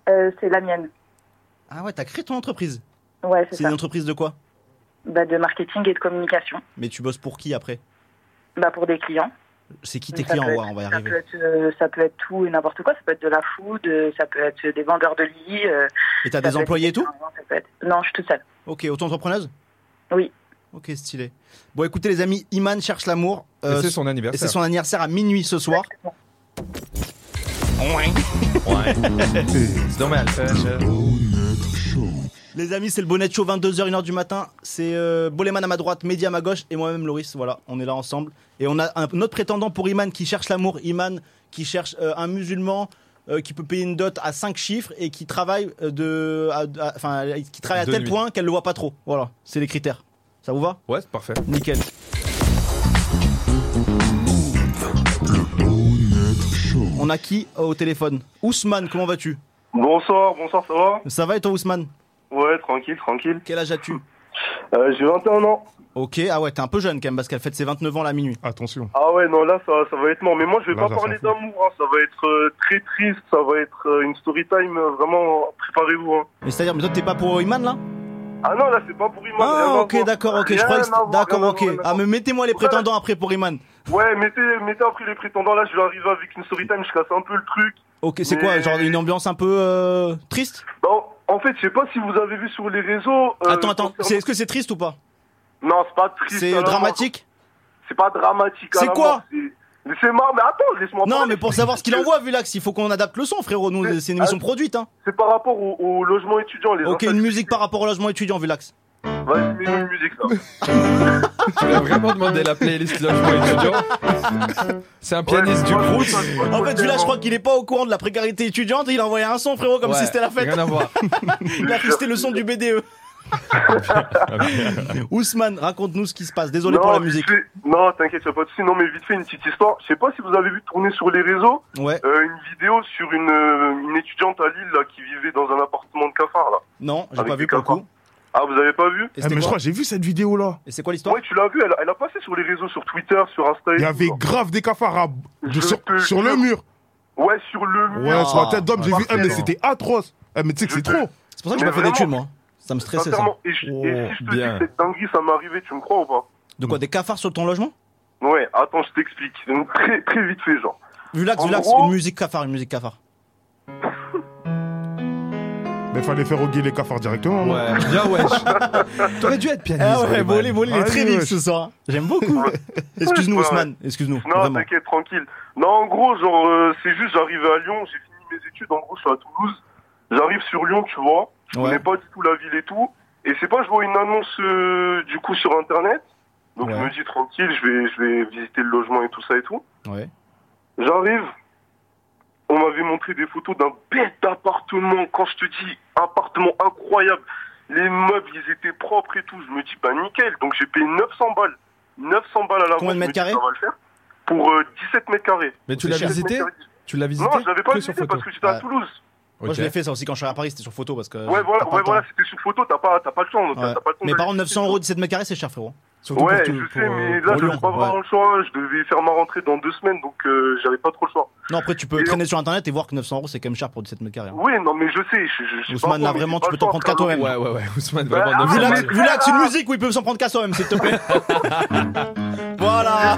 Speaker 5: Euh, C'est la mienne.
Speaker 2: Ah ouais, t'as créé ton entreprise.
Speaker 5: Ouais, c'est
Speaker 2: C'est une
Speaker 5: ça.
Speaker 2: entreprise de quoi
Speaker 5: Bah, de marketing et de communication.
Speaker 2: Mais tu bosses pour qui après
Speaker 5: Bah, pour des clients.
Speaker 2: C'est qui tes
Speaker 5: Ça
Speaker 2: clients
Speaker 5: peut
Speaker 2: ouais, On va y
Speaker 5: Ça peut,
Speaker 2: arriver.
Speaker 5: être, euh, ça peut être tout et n'importe quoi. Ça peut être de la food, euh, ça peut être des vendeurs de lits. euh,
Speaker 2: Et t'as
Speaker 5: ça
Speaker 2: des
Speaker 5: peut
Speaker 2: employés et
Speaker 5: être-
Speaker 2: tout
Speaker 5: ça peut être- Non, je suis toute seule.
Speaker 2: Ok, auto-entrepreneuse
Speaker 5: Oui.
Speaker 2: Ok, stylé. Bon, écoutez, les amis, Iman cherche l'amour. euh,
Speaker 4: et c'est son
Speaker 2: et c'est
Speaker 4: anniversaire.
Speaker 2: son anniversaire à minuit ce soir.
Speaker 4: Ouais. c'est normal.
Speaker 2: Les amis, c'est le bonnet show 22h, 1h du matin. C'est euh, Boleman à ma droite, Mehdi à ma gauche et moi-même Loris. Voilà, on est là ensemble. Et on a un autre prétendant pour Iman qui cherche l'amour. Iman qui cherche euh, un musulman euh, qui peut payer une dot à 5 chiffres et qui travaille euh, de, à- à- enfin, qui travaille à
Speaker 4: De
Speaker 2: tel
Speaker 4: nuit.
Speaker 2: point qu'elle le voit pas trop. Voilà, c'est les critères. Ça vous va
Speaker 4: Ouais, c'est parfait.
Speaker 2: Nickel. On a qui euh, au téléphone Ousmane, comment vas-tu
Speaker 6: Bonsoir, bonsoir, ça va
Speaker 2: Ça va et toi Ousmane
Speaker 6: Ouais, tranquille, tranquille.
Speaker 2: Quel âge as-tu
Speaker 6: Euh, j'ai 21 ans.
Speaker 2: Ok, ah ouais, t'es un peu jeune quand même parce qu'elle fête ses 29 ans la minuit.
Speaker 3: Attention.
Speaker 6: Ah ouais, non, là, ça, ça va être mort. Mais moi, je vais
Speaker 3: Là, ça
Speaker 6: pas parler
Speaker 3: s'en fout.
Speaker 6: d'amour, hein. ça va être euh, très triste, ça va être euh, une story time, euh, vraiment, préparez-vous. Hein.
Speaker 2: Mais c'est-à-dire, mais toi t'es pas pour Iman là
Speaker 6: Ah non, là, c'est pas pour Iman. rien
Speaker 2: Ah,
Speaker 6: à
Speaker 2: ok,
Speaker 6: voir.
Speaker 2: d'accord, ok. Je
Speaker 6: Rien
Speaker 2: crois que
Speaker 6: à voir,
Speaker 2: c'était- D'accord,
Speaker 6: rien à
Speaker 2: ok.
Speaker 6: voir, rien à
Speaker 2: Ah, mais mettez-moi les
Speaker 6: Voilà.
Speaker 2: prétendants après pour Iman.
Speaker 6: voir. Ouais, mettez, mettez après les prétendants. Là, je vais arriver avec une story time, je casse un peu le truc.
Speaker 2: Ok, c'est
Speaker 6: Mais-
Speaker 2: quoi Genre une ambiance un peu euh, triste
Speaker 6: Bon, en fait, je sais pas si vous avez vu sur les réseaux. euh,
Speaker 2: Attends, attends.
Speaker 6: concernant-
Speaker 2: c'est- Est-ce que c'est triste ou pas
Speaker 6: Non, c'est pas triste. à
Speaker 2: C'est
Speaker 6: la mort.
Speaker 2: dramatique
Speaker 6: C'est pas dramatique. à
Speaker 2: C'est
Speaker 6: la
Speaker 2: quoi
Speaker 6: mort, c'est- mais c'est marrant, mais attends, laisse-moi
Speaker 2: Non,
Speaker 6: parler.
Speaker 2: mais pour savoir ce qu'il envoie, Vulax, il faut qu'on adapte le son, frérot. Nous,
Speaker 6: Mais- ah,
Speaker 2: c'est une émission produite, hein.
Speaker 6: C'est par rapport au, au logement étudiant, les
Speaker 2: Ok,
Speaker 6: enfants.
Speaker 2: une musique par rapport au logement étudiant, Vulax.
Speaker 6: Vas-y, mets-nous une musique, là.
Speaker 4: Tu m'as vraiment demandé la playlist logement étudiant. C'est un pianiste du
Speaker 6: groupe.
Speaker 4: Crous.
Speaker 2: En fait, Vulax, je crois qu'il est pas au courant de la précarité étudiante et il a envoyé un son, frérot, comme
Speaker 4: Ouais,
Speaker 2: si c'était la fête.
Speaker 4: Rien à voir.
Speaker 2: Il a testé le son du E. BDE. Ousmane, raconte-nous ce qui se passe. Désolé pour la musique.
Speaker 6: vite fait- Non, t'inquiète, y a pas de soucis. Non, mais vite fait, une petite histoire. Je sais pas si vous avez vu tourner sur les réseaux
Speaker 2: Ouais,
Speaker 6: euh, une vidéo sur une, euh, une étudiante à Lille là, qui vivait dans un appartement de cafard. Là.
Speaker 2: non, j'ai
Speaker 6: Avec
Speaker 2: pas vu
Speaker 6: des
Speaker 2: pour le coup.
Speaker 6: Ah, vous avez pas vu
Speaker 2: Et
Speaker 3: Eh,
Speaker 2: c'était
Speaker 3: mais je
Speaker 2: quoi
Speaker 3: crois que j'ai vu cette vidéo là.
Speaker 2: Et c'est quoi l'histoire
Speaker 6: Ouais, tu l'as vu, elle, elle a passé sur les réseaux, sur Twitter, sur Insta. et
Speaker 3: Il y
Speaker 6: tout,
Speaker 3: avait
Speaker 6: genre.
Speaker 3: grave des cafards à- de-
Speaker 6: Je
Speaker 3: sur,
Speaker 6: te
Speaker 3: sur le
Speaker 6: jure.
Speaker 3: mur.
Speaker 6: Ouais, sur le mur.
Speaker 3: Ouais, sur la tête d'homme, j'ai vu. Eh,
Speaker 6: Ah. parfait,
Speaker 3: mais
Speaker 6: hein.
Speaker 3: c'était atroce. Eh, mais tu sais que
Speaker 6: Je
Speaker 3: c'est
Speaker 6: te-
Speaker 3: trop.
Speaker 2: C'est pour ça que j'ai pas
Speaker 6: Mais
Speaker 2: fait d'études,
Speaker 6: vraiment.
Speaker 2: moi. Ça me stressait, ça. Oh,
Speaker 6: Sincèrement, et, je- et si je te
Speaker 4: bien.
Speaker 6: dis que cette dinguerie, ça m'est arrivé, tu me crois ou pas
Speaker 2: De quoi Des cafards sur ton logement
Speaker 6: Ouais, attends, je t'explique. Donc, très, très vite fait, genre.
Speaker 2: Vulax,
Speaker 6: En
Speaker 2: Vulax,
Speaker 6: gros-
Speaker 2: une musique cafard, une musique cafard.
Speaker 3: Mais fallait faire roguer les cafards directement. non
Speaker 4: Ouais, bien wesh. T'aurais dû être pianiste.
Speaker 2: Ah ouais,
Speaker 4: Iman.
Speaker 2: volé, volé, il est
Speaker 3: Ah
Speaker 2: très
Speaker 3: oui,
Speaker 2: vif
Speaker 3: ouais.
Speaker 2: ce soir. J'aime beaucoup. Excuse-nous,
Speaker 6: Ah Ouais,
Speaker 2: Ousmane, excuse-nous.
Speaker 6: Non,
Speaker 2: Vraiment.
Speaker 6: t'inquiète, tranquille. Non, en gros, genre, euh, c'est juste, j'arrive à Lyon, j'ai fini mes études, en gros, je suis à Toulouse. J'arrive sur Lyon, tu vois. Je
Speaker 2: Ouais.
Speaker 6: connais pas du tout la ville et tout. Et c'est pas, je vois une annonce, euh, du coup, sur Internet. Donc,
Speaker 2: Ouais.
Speaker 6: je me dis, tranquille, je vais, je vais visiter le logement et tout ça et tout.
Speaker 2: Ouais.
Speaker 6: J'arrive. On m'avait montré des photos d'un bête d'appartement. Quand je te dis appartement incroyable, les meubles, ils étaient propres et tout. Je me dis, bah nickel. Donc j'ai payé 900 balles. 900 balles à la
Speaker 2: Combien de
Speaker 6: vente, je me dis,
Speaker 2: mètres carrés
Speaker 6: Ça va le faire. Pour euh, 17 mètres carrés.
Speaker 4: Mais tu
Speaker 2: C'est
Speaker 4: l'as
Speaker 2: cher.
Speaker 6: 17 mètres
Speaker 4: visité
Speaker 6: carrés.
Speaker 4: Tu l'as visité
Speaker 6: Non, je l'avais pas
Speaker 4: Que
Speaker 6: visité
Speaker 4: sur photo.
Speaker 6: parce que j'étais à
Speaker 2: Ouais.
Speaker 6: Toulouse.
Speaker 2: Moi, je l'ai
Speaker 4: Ok.
Speaker 2: fait ça aussi quand je suis à Paris, c'était sur photo parce que.
Speaker 6: Ouais,
Speaker 2: t'as
Speaker 6: voilà,
Speaker 2: pas
Speaker 6: ouais,
Speaker 2: le temps.
Speaker 6: voilà c'était sur photo. T'as pas, t'as pas le temps. t'as-
Speaker 2: Ouais.
Speaker 6: t'as pas le temps
Speaker 2: Mais
Speaker 6: d'aller
Speaker 2: par contre,
Speaker 6: visiter
Speaker 2: 900 euros 17 mètres carrés, c'est cher, frérot. Surtout
Speaker 6: Ouais,
Speaker 2: pour
Speaker 6: je
Speaker 2: tout-
Speaker 6: sais,
Speaker 2: pour-
Speaker 6: mais
Speaker 2: pour
Speaker 6: là, j'avais
Speaker 2: Lyon,
Speaker 6: pas
Speaker 2: ouais.
Speaker 6: vraiment le choix. hein. Je devais faire ma rentrée dans deux semaines, donc euh, j'avais pas trop le choix.
Speaker 2: Non, après, tu peux
Speaker 6: Et-
Speaker 2: traîner sur internet et voir que 900 euros, c'est quand même cher pour 17 mètres carrés. hein.
Speaker 6: Oui, non, mais je sais. Je, je- je sais
Speaker 2: Ousmane,
Speaker 6: pas,
Speaker 2: là,
Speaker 6: mais
Speaker 2: vraiment,
Speaker 6: j'ai
Speaker 2: tu
Speaker 6: pas
Speaker 2: peux
Speaker 6: le
Speaker 2: t'en
Speaker 6: temps,
Speaker 2: prendre qu'à
Speaker 6: frère.
Speaker 2: toi-même.
Speaker 4: Ouais, ouais, ouais. Ousmane,
Speaker 6: Bah,
Speaker 4: vraiment.
Speaker 6: ah,
Speaker 4: neuf cents
Speaker 2: Vulax,
Speaker 4: balles.
Speaker 6: mais-
Speaker 2: Vulax, une musique où il peut s'en prendre qu'à soi-même, s'il te plaît. voilà.
Speaker 6: Ah,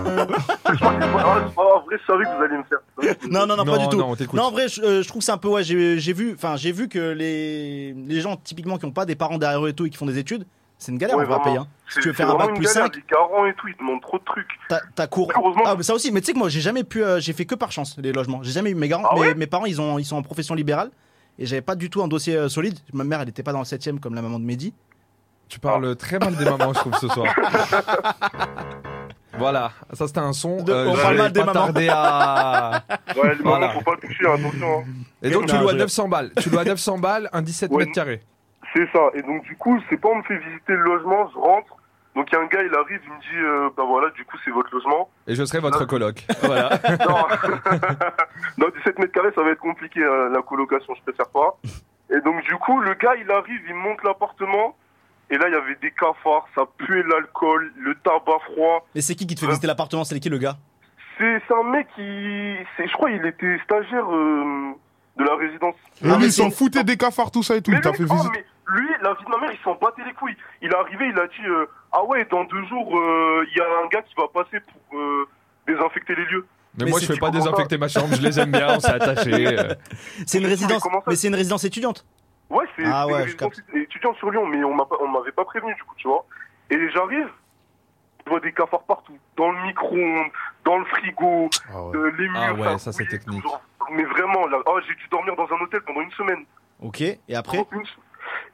Speaker 6: c'est pas- en vrai, je savais que vous alliez me faire. ça.
Speaker 2: Non, non, non, pas du tout.
Speaker 4: Non, on t'écoute.
Speaker 2: Non, en vrai, je, euh, je trouve que c'est un peu. Ouais, j'ai j'ai vu, enfin, j'ai vu que les, les gens typiquement qui n'ont pas des parents derrière eux et tout et qui font des études, c'est une galère
Speaker 6: Ouais,
Speaker 2: on va
Speaker 6: vraiment.
Speaker 2: payer. Hein. Si
Speaker 6: C'est-
Speaker 2: tu veux faire
Speaker 6: c'est
Speaker 2: un bac
Speaker 6: vraiment une
Speaker 2: plus
Speaker 6: galère,
Speaker 2: 5,
Speaker 6: Les garants et tout, ils demandent trop de trucs.
Speaker 2: t'as t'as cours.
Speaker 6: Heureusement.
Speaker 2: Ah, mais ça aussi. Mais tu sais que moi, j'ai jamais pu. euh, j'ai fait que par chance les logements. J'ai jamais eu mes garants.
Speaker 6: Ah
Speaker 2: mes,
Speaker 6: ouais
Speaker 2: mes parents, ils ont, ils sont en profession libérale et j'avais pas du tout un dossier euh, solide. Ma mère, elle était pas dans le 7 comme la maman de Mehdi.
Speaker 4: Tu
Speaker 6: Ah.
Speaker 4: parles très mal des mamans, je trouve, ce soir. Voilà, ça c'était un son.
Speaker 2: De-
Speaker 4: euh,
Speaker 2: on
Speaker 4: je
Speaker 2: parle
Speaker 4: vais
Speaker 2: mal des
Speaker 4: pas
Speaker 2: mamans.
Speaker 4: tarder à-
Speaker 6: Ouais, les
Speaker 4: Voilà.
Speaker 6: mamans, faut pas toucher, attention. hein.
Speaker 4: Ah. Et donc tu
Speaker 2: Non,
Speaker 4: loues à
Speaker 2: je-
Speaker 4: 900 balles. Tu loues à 900 balles, un 17
Speaker 6: Ouais.
Speaker 4: mètres carrés.
Speaker 6: C'est ça. Et donc, du coup, c'est pas, on me fait visiter le logement, je rentre. Donc, il y a un gars, il arrive, il me dit, euh, bah voilà, du coup, c'est votre logement.
Speaker 4: Et je serai votre coloc. Voilà.
Speaker 6: Non, non 17 mètres carrés, ça va être compliqué, euh, la colocation, je préfère pas. Et donc, du coup, le gars, il arrive, il monte l'appartement. Et là, il y avait des cafards, ça puait l'alcool, le tabac froid.
Speaker 2: Et c'est qui qui te fait visiter l'appartement C'est qui le gars
Speaker 6: C'est c'est un mec qui. c'est- Je crois il était stagiaire euh, de la résidence.
Speaker 3: Et
Speaker 2: Ah, mais
Speaker 3: lui, ils s'en
Speaker 2: c'est-
Speaker 3: foutaient des cafards, tout ça et tout.
Speaker 6: Mais
Speaker 3: T'as
Speaker 6: lui,
Speaker 3: fait
Speaker 6: oh,
Speaker 3: visite.
Speaker 6: mais lui, la vie de ma mère, il s'en battait les couilles. Il est arrivé, il a dit euh, Ah ouais, dans deux jours, euh, il y a un gars qui va passer pour euh, désinfecter les lieux.
Speaker 4: Mais,
Speaker 2: Mais
Speaker 4: moi
Speaker 2: si
Speaker 4: je fais
Speaker 6: tu
Speaker 4: pas
Speaker 6: comprends
Speaker 4: désinfecter ma chambre, je les aime bien, on s'est attachés. euh.
Speaker 2: C'est une
Speaker 6: Mais
Speaker 2: résidence.
Speaker 6: comment ça
Speaker 2: Mais c'est une résidence étudiante.
Speaker 6: Ouais, c'est
Speaker 2: Ah
Speaker 6: c'est
Speaker 2: ouais,
Speaker 6: une
Speaker 2: je
Speaker 6: résidence étudiante sur Lyon, mais on m'a pas- on m'avait pas prévenu, du coup, tu vois. Et j'arrive, je vois des cafards partout, dans le micro-ondes, dans le frigo,
Speaker 3: Ah ouais.
Speaker 6: euh, les murs.
Speaker 4: Ah ouais, ça,
Speaker 6: couillait
Speaker 4: c'est
Speaker 6: tout,
Speaker 4: technique.
Speaker 6: genre. Mais vraiment, là, oh, j'ai dû dormir dans un hôtel pendant une semaine.
Speaker 2: Ok. Et après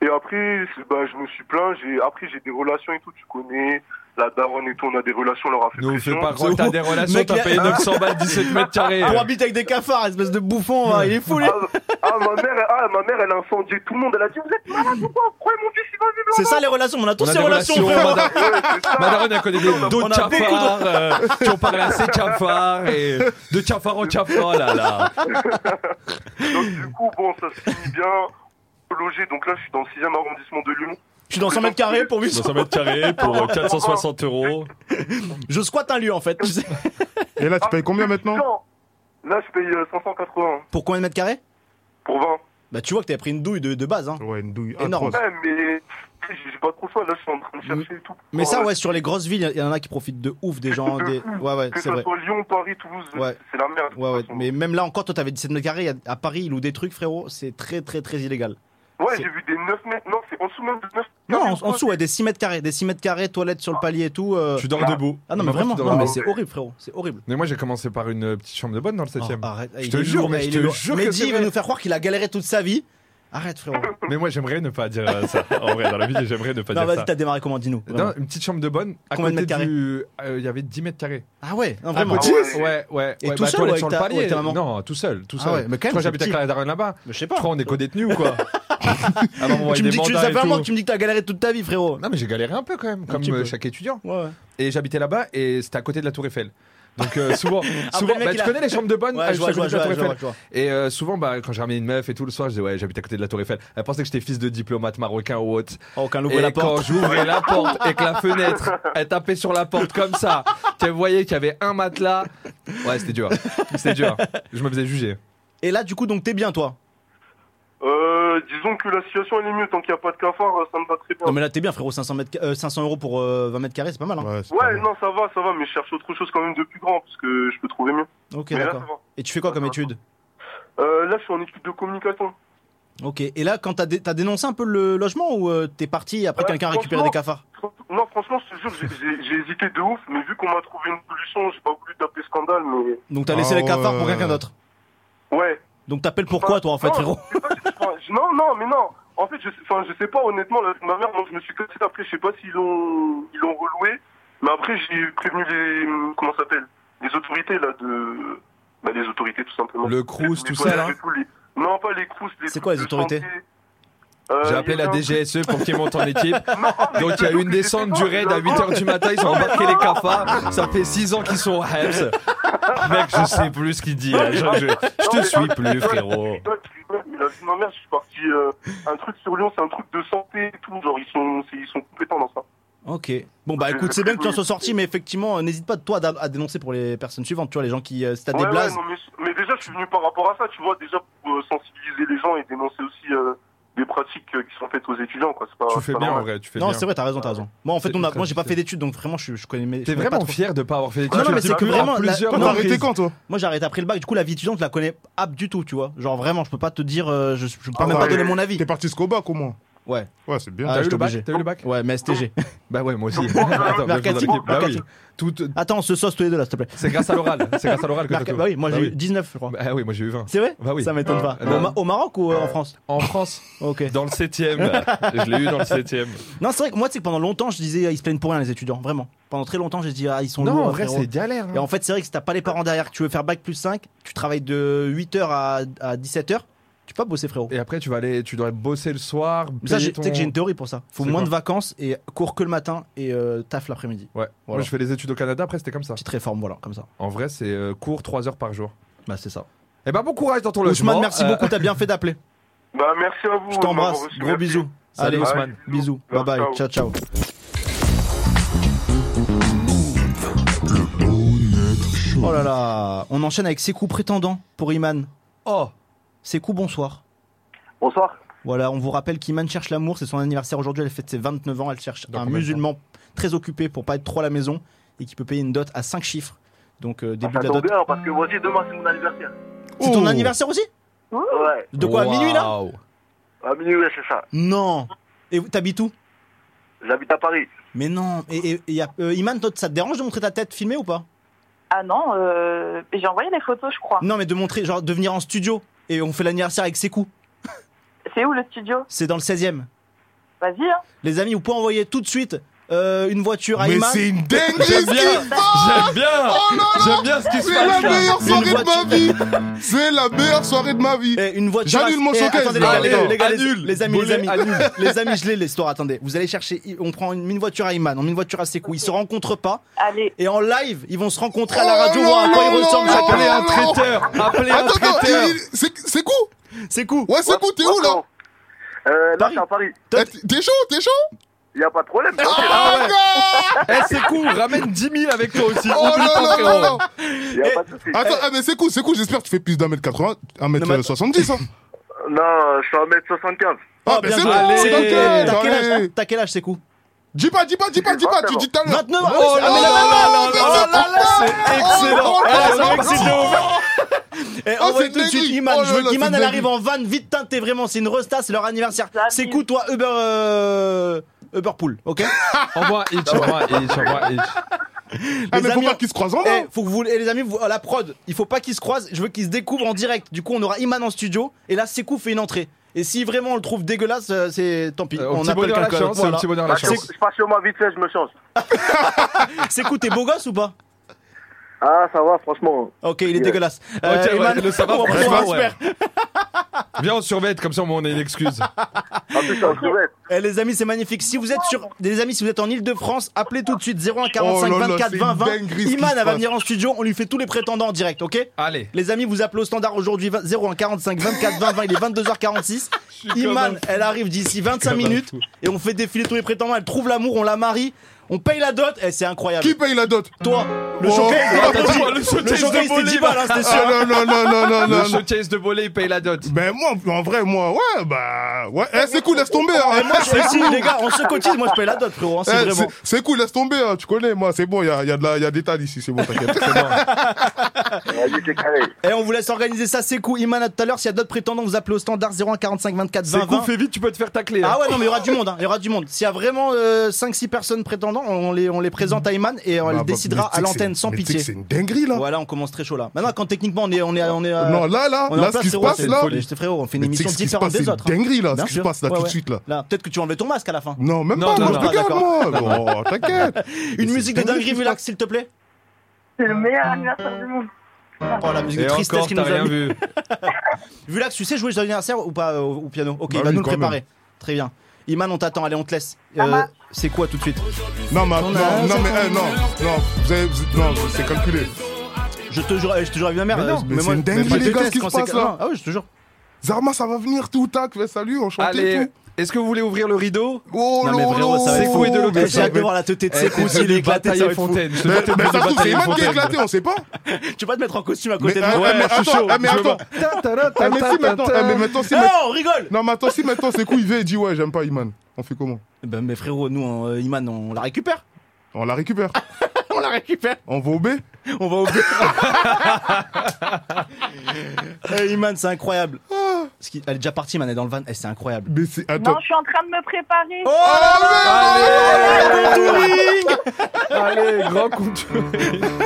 Speaker 6: Et après, c'est- bah, je me suis plaint. J'ai après j'ai des relations et tout. Tu connais la daronne et tout. On a des relations. On leur a fait
Speaker 4: Nous on
Speaker 6: pression.
Speaker 4: fait pas croire que t'as des relations,
Speaker 2: Mec, il
Speaker 4: t'as
Speaker 2: a-
Speaker 4: payé 900 balles, 17 mètres carrés.
Speaker 2: Pour habiter avec des cafards, espèce de bouffon, hein, il est fou lui.
Speaker 6: Ah, ah, ma mère, ah, ma mère, elle a incendié tout le monde. Elle a dit vous êtes malade ou quoi Pourquoi mon fils il va vivre
Speaker 2: C'est ça les relations, on a tous
Speaker 4: On a
Speaker 2: ces
Speaker 4: des
Speaker 2: relations,
Speaker 4: relations,
Speaker 2: frérot.
Speaker 4: madame. Madaron a connu des
Speaker 2: On
Speaker 4: d'autres
Speaker 2: a beaucoup de-
Speaker 4: cafards euh, qui ont parlé assez cafard et de cafard en cafard là là.
Speaker 6: Donc du coup, bon, ça se finit bien. Logé. Donc là, je suis dans le 6e arrondissement de Lyon.
Speaker 2: Je suis dans 100 mètres carrés pour 800.
Speaker 4: 200 mètres carrés pour euh, 460 euros.
Speaker 2: Je squatte un lieu en fait. tu sais.
Speaker 3: Et
Speaker 2: Ah,
Speaker 3: là, tu payes combien maintenant
Speaker 6: Là, je paye euh, 580
Speaker 2: Pour combien de mètres carrés
Speaker 6: pour 20.
Speaker 2: Bah, tu vois que t'avais pris une douille de, de base. Hein.
Speaker 3: Ouais, une douille
Speaker 2: Énorme.
Speaker 3: atroce.
Speaker 6: Ouais, mais j'ai pas trop ça, là, je suis en train de chercher et tout. euh,
Speaker 2: Mais ça, ouais, sur les grosses villes, il y en a qui profitent de ouf des gens. Des... Ouais, ouais,
Speaker 6: Que
Speaker 2: c'est
Speaker 6: ce
Speaker 2: vrai.
Speaker 6: soit Lyon, Paris, Toulouse,
Speaker 2: Ouais.
Speaker 6: c'est la merde. de
Speaker 2: Ouais,
Speaker 6: toute
Speaker 2: ouais.
Speaker 6: façon.
Speaker 2: Mais même là encore, toi, t'avais 17 mètres carrés. il y a- À Paris, ils louent des trucs, frérot. C'est très, très, très illégal.
Speaker 6: Ouais,
Speaker 2: c'est-
Speaker 6: j'ai vu des 9 mètres. Non, c'est en dessous même de 9
Speaker 2: Non, en, en dessous, ouais, des 6 mètres carrés. Des 6 mètres carrés, toilettes
Speaker 6: Ah.
Speaker 2: sur le palier et tout. euh,
Speaker 4: Tu dors debout.
Speaker 2: Ah non, mais
Speaker 4: Ma meuf,
Speaker 2: vraiment,
Speaker 4: tu dors
Speaker 2: non, mais
Speaker 4: debout.
Speaker 2: c'est horrible, frérot. C'est horrible.
Speaker 4: Mais moi, j'ai commencé par une euh, petite chambre de bonne dans le 7ème.
Speaker 2: Oh, arrête.
Speaker 4: Je
Speaker 2: Il
Speaker 4: te
Speaker 2: est
Speaker 4: jure,
Speaker 2: lourd,
Speaker 4: mais
Speaker 2: eh,
Speaker 4: je
Speaker 2: il
Speaker 4: te
Speaker 2: est lourd.
Speaker 4: jure que
Speaker 2: Mehdi,
Speaker 4: c'est
Speaker 2: il veut
Speaker 4: vrai.
Speaker 2: nous faire croire qu'il a galéré toute sa vie. Arrête, frérot.
Speaker 4: Mais moi, j'aimerais ne pas dire euh, ça. En vrai, dans la vie, j'aimerais ne pas
Speaker 2: non,
Speaker 4: dire
Speaker 2: vas-y,
Speaker 4: ça.
Speaker 2: t'as démarré comment Dis-nous.
Speaker 4: Non,
Speaker 2: vraiment.
Speaker 4: une petite chambre de bonne. À
Speaker 2: Combien de
Speaker 4: côté
Speaker 2: mètres
Speaker 4: du- euh, Il y avait 10 mètres carrés.
Speaker 2: Ah ouais, non, vraiment.
Speaker 6: Ah ouais.
Speaker 4: Ouais, ouais.
Speaker 2: Et
Speaker 4: ouais,
Speaker 2: tout
Speaker 4: bah,
Speaker 2: seul
Speaker 4: toilette
Speaker 2: ou
Speaker 4: sur le
Speaker 2: avec ta- ou
Speaker 4: palier.
Speaker 2: avec ta maman
Speaker 4: Non, tout seul, tout
Speaker 2: Ah
Speaker 4: seul.
Speaker 2: ouais, mais quand même,
Speaker 4: Toi,
Speaker 2: c'est
Speaker 4: j'habite à
Speaker 2: petit.
Speaker 4: Clara là-bas.
Speaker 2: Mais Je sais
Speaker 4: Je
Speaker 2: pas.
Speaker 4: crois on est codétenus ou quoi Ah non, on voit
Speaker 2: Tu me
Speaker 4: des
Speaker 2: dis que tu-
Speaker 4: mandats
Speaker 2: ça
Speaker 4: et
Speaker 2: fait un
Speaker 4: tout.
Speaker 2: mois que tu me dis que t'as galéré toute ta vie, frérot.
Speaker 4: Non, mais j'ai galéré un peu quand même, comme
Speaker 2: petit
Speaker 4: euh,
Speaker 2: peu.
Speaker 4: chaque étudiant.
Speaker 2: Ouais, ouais.
Speaker 4: Et j'habitais là-bas et c'était à côté de la Tour Eiffel. Donc euh, souvent,
Speaker 2: Après,
Speaker 4: souvent
Speaker 2: le mec,
Speaker 4: bah,
Speaker 2: il
Speaker 4: tu
Speaker 2: a-
Speaker 4: connais les chambres de bonne
Speaker 2: Ouais,
Speaker 4: Ah,
Speaker 2: je
Speaker 4: je
Speaker 2: vois,
Speaker 4: suis
Speaker 2: je vois,
Speaker 4: à
Speaker 2: je
Speaker 4: côté de la
Speaker 2: vois, je
Speaker 4: Tour
Speaker 2: vois,
Speaker 4: Eiffel.
Speaker 2: je vois.
Speaker 4: Et euh, souvent, bah, quand j'ai ramené une meuf et tout le soir, je disais ouais, j'habite à côté de la Tour Eiffel. Elle pensait que j'étais fils de diplomate marocain ou autre.
Speaker 2: Oh, quand
Speaker 4: Et
Speaker 2: l'ouvre la
Speaker 4: quand
Speaker 2: porte.
Speaker 4: j'ouvrais la porte et que la fenêtre, elle tapait sur la porte comme ça, tu voyais qu'il y avait un matelas. Ouais, c'était dur. C'était dur. Je me faisais juger.
Speaker 2: Et là, du coup, donc t'es bien, toi.
Speaker 6: Euh, disons que la situation elle est mieux, tant qu'il n'y a pas de cafard, euh, ça me va très bien.
Speaker 2: Non, mais là, t'es bien, frérot. 500, mètres, euh, 500 euros pour euh, 20 mètres carrés, c'est pas mal. Hein.
Speaker 3: Ouais, c'est pas
Speaker 6: Ouais,
Speaker 3: mal.
Speaker 6: non, ça va, ça va, mais je cherche autre chose quand même de plus grand, parce que je peux trouver mieux.
Speaker 2: Ok,
Speaker 6: mais là, ça
Speaker 2: d'accord.
Speaker 6: va.
Speaker 2: Et tu fais quoi comme étude
Speaker 6: Euh, là, je suis en étude de communication.
Speaker 2: Ok. Et là, quand t'as dé- t'as dénoncé un peu le logement ou euh, t'es parti et après
Speaker 6: Ouais,
Speaker 2: quelqu'un a récupéré des
Speaker 6: franchement-
Speaker 2: cafards
Speaker 6: Non, franchement, je te jure, j'ai- j'ai j'ai hésité de ouf, mais vu qu'on m'a trouvé une solution, j'ai pas voulu taper scandale, mais
Speaker 2: Donc t'as
Speaker 3: Ah
Speaker 2: laissé les cafards
Speaker 3: ouais.
Speaker 2: pour quelqu'un d'autre.
Speaker 6: ouais.
Speaker 2: Donc t'appelles pourquoi, toi, en fait,
Speaker 6: Non,
Speaker 2: frérot
Speaker 6: je sais pas, je- enfin, je- Non, non, mais non. En fait, je, sais- enfin, je sais pas, honnêtement, là, avec ma mère, moi, je me suis cassé après, je sais pas s'ils l'ont, ils l'ont reloué. Mais après, j'ai prévenu les, comment ça s'appelle, les autorités, là, de, bah, les autorités, tout simplement.
Speaker 4: Le Crous, tout
Speaker 6: Les
Speaker 4: ça, là.
Speaker 6: toilettes et tout, les- Non, pas les Crous, les
Speaker 2: C'est quoi, les
Speaker 6: trucs de
Speaker 2: autorités
Speaker 6: santé. Euh,
Speaker 4: J'ai
Speaker 6: il
Speaker 4: appelé
Speaker 6: y
Speaker 4: la
Speaker 6: avait un-
Speaker 4: DGSE E pour qu'ils montent en équipe.
Speaker 6: Non, ah, mais
Speaker 4: Donc il y a
Speaker 6: je te jure
Speaker 4: eu une
Speaker 6: que j'étais
Speaker 4: descente
Speaker 6: pas,
Speaker 4: du raid à
Speaker 6: j'étais
Speaker 4: 8h du matin, ils ont embarqué les cafards. Ça fait 6 ans qu'ils sont au Habs. Mec, je sais plus ce qu'il dit. là. Je, je- je te suis plus, frérot.
Speaker 6: Ouais, mais la vie de ma mère, je suis parti. euh, un truc sur Lyon, c'est un truc de santé et tout. Genre, ils sont, c'est- ils sont compétents dans ça.
Speaker 2: Ok. Bon bah écoute, c'est bien que tu en sois sorti, mais effectivement, euh, n'hésite pas toi d'a- à dénoncer pour les personnes suivantes. Tu vois, les gens qui, euh, si t'as des
Speaker 6: Ouais, ouais,
Speaker 2: blases,
Speaker 6: non, mais, mais déjà, je suis venu par rapport à ça, tu vois, déjà pour euh, sensibiliser les gens et dénoncer aussi euh, des pratiques euh, qui sont faites aux étudiants, quoi. C'est pas,
Speaker 4: Tu
Speaker 6: c'est
Speaker 4: fais
Speaker 6: pas
Speaker 4: bien en
Speaker 6: normal.
Speaker 4: vrai, tu fais
Speaker 2: Non,
Speaker 4: bien.
Speaker 2: c'est vrai, t'as raison, t'as raison. Moi, en fait,
Speaker 4: C'est
Speaker 2: on a-
Speaker 4: très
Speaker 2: moi, j'ai pas
Speaker 4: difficile.
Speaker 2: fait d'études, donc vraiment, je, je connais. mais je
Speaker 4: T'es
Speaker 2: connais pas
Speaker 4: vraiment
Speaker 2: trop.
Speaker 4: fier de pas avoir fait des
Speaker 2: Non, non, mais c'est que vraiment, la-
Speaker 4: plusieurs
Speaker 3: Toi, t'as
Speaker 4: reprises.
Speaker 3: arrêté quand, toi
Speaker 2: Moi, j'ai arrêté après le bac. Du coup, la vie étudiante, je la connais ab du tout, tu vois. Genre vraiment, je peux pas te dire, euh, je, je peux
Speaker 6: Ah
Speaker 2: même pas
Speaker 6: ouais.
Speaker 2: donner mon avis.
Speaker 3: T'es parti scobac au moins
Speaker 2: Ouais.
Speaker 3: Ouais, c'est bien.
Speaker 2: Ah,
Speaker 4: T'as eu
Speaker 2: j'étais
Speaker 4: le bac
Speaker 2: obligé.
Speaker 4: T'as eu le bac
Speaker 2: Ouais, mais STG.
Speaker 4: Bah ouais, moi aussi.
Speaker 6: Mercati,
Speaker 2: Mercati.
Speaker 4: Bah oui. Tout- tout-
Speaker 2: Attends, on se sauce tous les deux là, s'il te plaît.
Speaker 4: C'est grâce à l'oral. C'est grâce à l'oral que t'as
Speaker 2: Merc-
Speaker 4: tout.
Speaker 2: Bah oui, moi
Speaker 4: Bah
Speaker 2: j'ai eu 19, je crois.
Speaker 4: Bah oui, moi j'ai eu 20.
Speaker 2: C'est vrai
Speaker 4: Bah oui.
Speaker 2: Ça m'étonne pas.
Speaker 4: Non.
Speaker 2: Au, Ma- au Maroc ou euh, en France
Speaker 4: En France,
Speaker 2: Ok.
Speaker 4: dans le 7ème. Je l'ai eu dans le 7ème.
Speaker 2: Non, c'est vrai que moi, tu sais que pendant longtemps, je disais, ah, ils se plaignent pour rien, les étudiants, vraiment. Pendant très longtemps, j'ai dit, ah, ils sont
Speaker 4: Non,
Speaker 2: lourds,
Speaker 4: en vrai,
Speaker 2: frérot.
Speaker 4: c'est galère. hein.
Speaker 2: Et en fait, c'est vrai que si t'as pas les parents derrière, que tu veux faire bac plus 5, tu travailles de 8h à, à 17h, tu peux pas bosser, frérot.
Speaker 4: Et après, tu vas aller, tu dois bosser le soir.
Speaker 2: Mais ça,
Speaker 4: payer
Speaker 2: j'ai- tu sais que
Speaker 4: ton-
Speaker 2: j'ai une théorie pour ça. Faut
Speaker 4: C'est
Speaker 2: moins
Speaker 4: quoi
Speaker 2: de vacances et cours que le matin et euh, taf l'après-midi.
Speaker 4: Ouais. Moi,
Speaker 2: Voilà.
Speaker 4: je fais les études au Canada. Après, c'était comme ça.
Speaker 2: Petite réforme, voilà, comme ça.
Speaker 4: En vrai, c'est euh, court 3 heures par jour.
Speaker 2: Bah, c'est ça.
Speaker 4: Eh ben, bon courage dans ton logement.
Speaker 2: Ousmane, merci
Speaker 4: Euh,
Speaker 2: beaucoup, t'as bien fait d'appeler.
Speaker 6: Bah, merci à vous. de
Speaker 2: Je
Speaker 6: m'avoir
Speaker 2: t'embrasse,
Speaker 6: reçu,
Speaker 2: gros
Speaker 6: merci.
Speaker 2: bisous.
Speaker 4: Salut,
Speaker 2: Allez,
Speaker 4: Ousmane.
Speaker 6: Allez,
Speaker 2: Bisous, bye bye, ciao ciao. Oh là là, on enchaîne avec ses coups prétendants pour Iman.
Speaker 4: Oh,
Speaker 2: Ses coups bonsoir.
Speaker 5: Bonsoir.
Speaker 2: Voilà, on vous rappelle qu'Iman cherche l'amour, c'est son anniversaire aujourd'hui, elle fête ses 29 ans, elle cherche
Speaker 4: Dans
Speaker 2: un
Speaker 4: combien de
Speaker 2: musulman très occupé pour pas être trop à la maison et qui peut payer une dot à 5 chiffres. Donc euh, début
Speaker 5: Ça
Speaker 2: de la
Speaker 5: tombe
Speaker 2: dot.
Speaker 6: hein,
Speaker 5: bien, parce que moi aussi, demain, c'est mon anniversaire.
Speaker 2: C'est ton
Speaker 3: Oh.
Speaker 2: anniversaire aussi
Speaker 5: Ouais,
Speaker 2: De quoi à minuit là
Speaker 4: waouh.
Speaker 5: à minuit, c'est ça.
Speaker 2: Non. Et t'habites où
Speaker 5: J'habite à Paris.
Speaker 2: Mais non. Et, et- et y a- euh, Iman, toi, ça te dérange de montrer ta tête filmée ou pas
Speaker 5: Ah non, euh, j'ai envoyé les photos, je crois.
Speaker 2: Non, mais de montrer, genre de venir en studio et on fait l'anniversaire avec ses coups.
Speaker 5: C'est où le studio
Speaker 2: C'est dans le 16 e
Speaker 5: Vas-y, hein.
Speaker 2: Les amis, vous pouvez envoyer tout de suite euh, une voiture à
Speaker 3: Mais
Speaker 2: Iman.
Speaker 3: c'est une dinguerie
Speaker 4: J'aime
Speaker 3: ce
Speaker 4: bien,
Speaker 3: qui-
Speaker 4: j'aime bien, j'aime bien ce qui se
Speaker 3: C'est la
Speaker 4: passe. là.
Speaker 3: meilleure soirée de ma
Speaker 2: voiture.
Speaker 3: vie C'est la meilleure soirée de ma vie
Speaker 2: Eh, une voiture.
Speaker 3: J'annule
Speaker 2: à-
Speaker 3: mon
Speaker 2: eh,
Speaker 3: showcase.
Speaker 2: Attendez, les gars,
Speaker 4: Allez,
Speaker 2: les gars, les gars, les-
Speaker 4: annule.
Speaker 2: les amis, les
Speaker 4: Bolet,
Speaker 2: amis, les amis, je l'ai l'histoire. Attendez, vous allez chercher. On prend une, une voiture à Iman, on met une voiture à ses coups. Ils se rencontrent pas
Speaker 5: allez.
Speaker 2: et en live, ils vont se rencontrer à la radio.
Speaker 3: Oh
Speaker 2: voir à
Speaker 3: non,
Speaker 2: quoi
Speaker 3: non,
Speaker 2: ils ressemblent
Speaker 3: non,
Speaker 2: chacun.
Speaker 4: Appelez un
Speaker 3: non.
Speaker 4: traiteur, appelez un
Speaker 3: Oh. Attends, attends,
Speaker 4: traiteur.
Speaker 3: il- il- c'est c'est cool
Speaker 2: C'est cool.
Speaker 3: Ouais, c'est cool, t'es où là
Speaker 5: Euh, là,
Speaker 2: Paris.
Speaker 5: je suis à Paris.
Speaker 2: Toi,
Speaker 3: Eh, T'es chaud, t'es chaud
Speaker 5: Il a pas de problème.
Speaker 3: Ah, gars
Speaker 4: Eh, c'est cool, ramène 10 000 avec toi aussi.
Speaker 3: Oh
Speaker 4: Oublie
Speaker 3: non,
Speaker 4: pas,
Speaker 3: non, non,
Speaker 4: frérot.
Speaker 3: non
Speaker 4: Eh,
Speaker 5: Il a pas de souci.
Speaker 6: Eh,
Speaker 3: Attends, ah, mais c'est cool, c'est cool, j'espère que tu fais plus d'un mètre 80, un
Speaker 2: Non, mais
Speaker 3: mètre
Speaker 2: attends.
Speaker 4: euh,
Speaker 3: 70 hein.
Speaker 6: Non, je suis à 1m75.
Speaker 3: Ah,
Speaker 2: Oh,
Speaker 3: ben
Speaker 2: bien
Speaker 3: c'est
Speaker 2: joué.
Speaker 3: bon,
Speaker 4: Allez.
Speaker 3: donc, euh,
Speaker 2: T'as quel âge-
Speaker 3: allez.
Speaker 2: T'as quel âge, c'est coup
Speaker 3: Dis pas, dis pas, dis pas, dis pas, tu dis tout à l'heure.
Speaker 2: 29 ans
Speaker 4: Oh là là là là là là, c'est excellent.
Speaker 3: Oh là
Speaker 4: Eh,
Speaker 3: là
Speaker 4: c'est
Speaker 3: là.
Speaker 4: vrai que c'est de ouf.
Speaker 2: Et
Speaker 3: Oh,
Speaker 2: Eh, envoie
Speaker 3: c'est
Speaker 2: tout de suite
Speaker 3: dingue.
Speaker 2: Iman.
Speaker 3: Oh là
Speaker 2: je veux
Speaker 3: là,
Speaker 2: qu'Iman
Speaker 3: c'est
Speaker 2: elle
Speaker 3: dingue.
Speaker 2: arrive en van, vite teinté vraiment, c'est une resta, c'est leur anniversaire.
Speaker 5: Salut.
Speaker 2: C'est coup toi Uber euh, Uberpool, OK
Speaker 4: Envoie un Hitch, envoie un Hitch, envoie un Hitch.
Speaker 3: Ah,
Speaker 2: Les
Speaker 3: mais faut
Speaker 2: amis,
Speaker 3: pas qu'ils se croisent en
Speaker 2: Eh,
Speaker 3: bas.
Speaker 2: faut que vous et les amis, vous- oh, la prod, il faut pas qu'ils se croisent, je veux qu'ils se découvrent en direct. Du coup, on aura Iman en studio et là Sekou fait une entrée. Et si vraiment on le trouve dégueulasse, euh, c'est tant pis.
Speaker 4: Euh, Au
Speaker 2: on
Speaker 4: petit bonheur la
Speaker 2: quelqu'un,
Speaker 4: chance, au
Speaker 2: voilà.
Speaker 4: petit bonheur la
Speaker 6: Je
Speaker 4: chance.
Speaker 6: Bah, je passe chez moi vite fait, je me change.
Speaker 2: Sekou, t'es beau gosse ou pas
Speaker 6: Ah, ça va, franchement.
Speaker 2: Ok, il est
Speaker 6: Yeah.
Speaker 2: dégueulasse. Euh,
Speaker 4: ouais, le ça va,
Speaker 2: on
Speaker 4: franchement,
Speaker 2: reprend,
Speaker 4: ouais.
Speaker 2: j'espère.
Speaker 4: Viens, on survête, comme ça au moins, on a une excuse.
Speaker 6: En plus, ça se bête.
Speaker 2: Eh, les amis, c'est magnifique. Si vous êtes sur, les amis, si vous êtes en Ile-de-France, appelez tout de suite 01
Speaker 3: Oh
Speaker 2: 45
Speaker 3: là là,
Speaker 2: 24
Speaker 3: c'est
Speaker 2: 20 20.
Speaker 3: une dinguerie ce qui
Speaker 2: Iman,
Speaker 3: se
Speaker 2: elle va
Speaker 3: passe.
Speaker 2: venir en studio. On lui fait tous les prétendants en direct, ok?
Speaker 4: Allez.
Speaker 2: Les amis, vous appelez au standard aujourd'hui 20 01 45 24 20 20. Il est 22h46. Iman, elle arrive d'ici 25 minutes et on fait défiler tous les prétendants. Elle trouve l'amour, on la marie, on paye la dot. Eh, c'est incroyable.
Speaker 3: Qui paye la dot
Speaker 2: Toi, le
Speaker 3: Oh,
Speaker 2: showcase,
Speaker 3: oh,
Speaker 2: t'as
Speaker 3: t'as
Speaker 2: dit.
Speaker 3: dit,
Speaker 4: le
Speaker 2: le
Speaker 4: showcase
Speaker 2: showcase,
Speaker 4: de
Speaker 2: c'était 10 balles, hein, c'était sûr.
Speaker 3: Ah non, non, non, non, non,
Speaker 4: Le
Speaker 3: non, non.
Speaker 4: showcase de voler, il paye la dot.
Speaker 3: Ben moi, en vrai, moi, ouais, bah... Ouais, eh, c'est cool, laisse tomber. hein.
Speaker 2: Eh, moi, je suis ici, les gars, on se cotise. Moi, je paye la dot, frérot. hein,
Speaker 3: Eh,
Speaker 2: C'est
Speaker 3: c'est-
Speaker 2: vraiment.
Speaker 3: c'est cool, laisse tomber, hein, tu connais, moi, c'est bon, il y a, il y, a de la- il y a des tas ici, c'est bon, t'inquiète. C'est bon.
Speaker 6: Vas-y, c'est carré.
Speaker 2: Et on vous laisse organiser ça, c'est cool. Iman, à tout à l'heure, s'il y a d'autres prétendants, vous appelez au standard 01 45 24 20
Speaker 4: C'est cool,
Speaker 2: 20.
Speaker 4: fais vite, tu peux te faire tacler. hein.
Speaker 2: Ah ouais, non, mais il y aura du monde, hein, il y aura du monde. S'il y a vraiment 5-6 personnes prétendants, on les, on les présente à Iman et on
Speaker 3: Bah,
Speaker 2: le
Speaker 3: bah,
Speaker 2: décidera
Speaker 3: mais tu
Speaker 2: à
Speaker 3: sais que
Speaker 2: l'antenne
Speaker 3: c'est-
Speaker 2: sans
Speaker 3: mais tu sais que
Speaker 2: pitié.
Speaker 3: C'est une dinguerie, là.
Speaker 2: Voilà, on commence très chaud là. Maintenant, quand techniquement on est, on est, on est, euh,
Speaker 3: Non, là, là,
Speaker 2: on est en
Speaker 3: là, ce
Speaker 2: place,
Speaker 3: qui se
Speaker 2: frérot,
Speaker 3: passe,
Speaker 2: c'est-
Speaker 3: là...
Speaker 2: faut les- Frérot, on fait une
Speaker 3: Mais tu sais
Speaker 2: émission
Speaker 3: que ce qui se
Speaker 2: différente
Speaker 3: passe, c'est
Speaker 2: des
Speaker 3: une
Speaker 2: autres. hein.
Speaker 3: dinguerie, là,
Speaker 2: Bien
Speaker 3: ce qui se
Speaker 2: sûr.
Speaker 3: passe, là,
Speaker 2: Ouais,
Speaker 3: tout de
Speaker 2: ouais.
Speaker 3: suite, là.
Speaker 2: Là, peut-être que tu vas enlever ton masque à la fin.
Speaker 3: Non, même
Speaker 4: Non,
Speaker 3: pas,
Speaker 4: non,
Speaker 3: moi,
Speaker 4: non,
Speaker 3: je regarde,
Speaker 2: d'accord.
Speaker 3: moi. Bon, t'inquiète. Mais
Speaker 2: Une
Speaker 3: c'est
Speaker 2: musique de
Speaker 3: dingue,
Speaker 2: dinguerie,
Speaker 3: ce qui se
Speaker 2: Vulax, s'il te plaît.
Speaker 5: C'est le meilleur
Speaker 2: Mmh.
Speaker 5: anniversaire du monde.
Speaker 2: Oh, la musique de
Speaker 4: Et
Speaker 2: tristesse
Speaker 4: encore,
Speaker 2: qui
Speaker 4: t'as
Speaker 2: nous a
Speaker 4: rien
Speaker 2: mis.
Speaker 4: vu.
Speaker 2: Vulax, tu sais jouer les anniversaires ou pas euh, au, au piano Ok,
Speaker 3: Bah
Speaker 2: il va
Speaker 3: oui,
Speaker 2: nous le
Speaker 3: quand même.
Speaker 2: préparer. Très bien. Iman, on t'attend, allez, on te laisse. Euh,
Speaker 5: marche.
Speaker 2: c'est quoi tout de suite
Speaker 3: Non, mais, non,
Speaker 2: On a-
Speaker 3: non, mais, eh, non, non, vous avez, vous- non, c'est calculé.
Speaker 2: Je te jure, euh, je te jure avec ma mère.
Speaker 3: Mais non,
Speaker 2: euh,
Speaker 3: mais c'est
Speaker 2: moi,
Speaker 3: une dinguerie,
Speaker 2: moi, je
Speaker 3: les gars, ce
Speaker 2: déteste
Speaker 3: qui
Speaker 2: quand
Speaker 3: se
Speaker 2: c'est
Speaker 3: passe,
Speaker 2: que-
Speaker 3: là.
Speaker 2: Non, Ah ouais, je te jure.
Speaker 3: Zarma, ça va venir, tout, tac, eh, salut, enchanté,
Speaker 4: Allez,
Speaker 3: tout.
Speaker 4: est-ce que vous voulez ouvrir le rideau
Speaker 3: Oh,
Speaker 2: Non mais
Speaker 3: lolo.
Speaker 2: vraiment ça va être
Speaker 4: Sekou et
Speaker 2: fou.
Speaker 4: Delobé,
Speaker 2: Eh,
Speaker 4: ça
Speaker 2: J'ai
Speaker 4: va
Speaker 2: hâte de
Speaker 4: être-
Speaker 2: voir la teuté de
Speaker 4: Eh,
Speaker 2: Sekou
Speaker 4: c'est
Speaker 2: s'il
Speaker 4: une
Speaker 2: est éclaté,
Speaker 4: bataille
Speaker 2: ça va être fou.
Speaker 4: fontaine. Je te
Speaker 3: Mais,
Speaker 4: jure,
Speaker 3: mais ça
Speaker 4: une
Speaker 3: se trouve, c'est
Speaker 4: bataille
Speaker 3: Iman qui est
Speaker 4: fontaine.
Speaker 3: éclaté, on sait pas.
Speaker 2: Tu vas te mettre en costume à
Speaker 3: Mais,
Speaker 2: côté de
Speaker 3: eh,
Speaker 2: moi.
Speaker 3: eh, mais
Speaker 4: je suis
Speaker 3: attends,
Speaker 4: chaud,
Speaker 3: eh, mais
Speaker 4: je veux
Speaker 3: attends. Eh, mais si maintenant, eh, mais maintenant, si
Speaker 2: Eh,
Speaker 3: maintenant.
Speaker 2: on rigole
Speaker 3: Non, mais attends, si maintenant, c'est cool, il vient et dit, ouais, j'aime pas Iman. On fait comment
Speaker 2: Ben mais frérot, nous on, euh, Iman on la récupère.
Speaker 3: On la récupère.
Speaker 2: On la récupère.
Speaker 3: On va au B.
Speaker 2: On va au Eh, Iman, c'est incroyable. Ce qui- Elle est déjà partie, Iman, elle est dans le van. Eh, c'est incroyable.
Speaker 3: Mais c'est. Attends.
Speaker 5: Non, je suis en train de me préparer.
Speaker 2: Oh là
Speaker 4: Allez, Allez, grand contouring.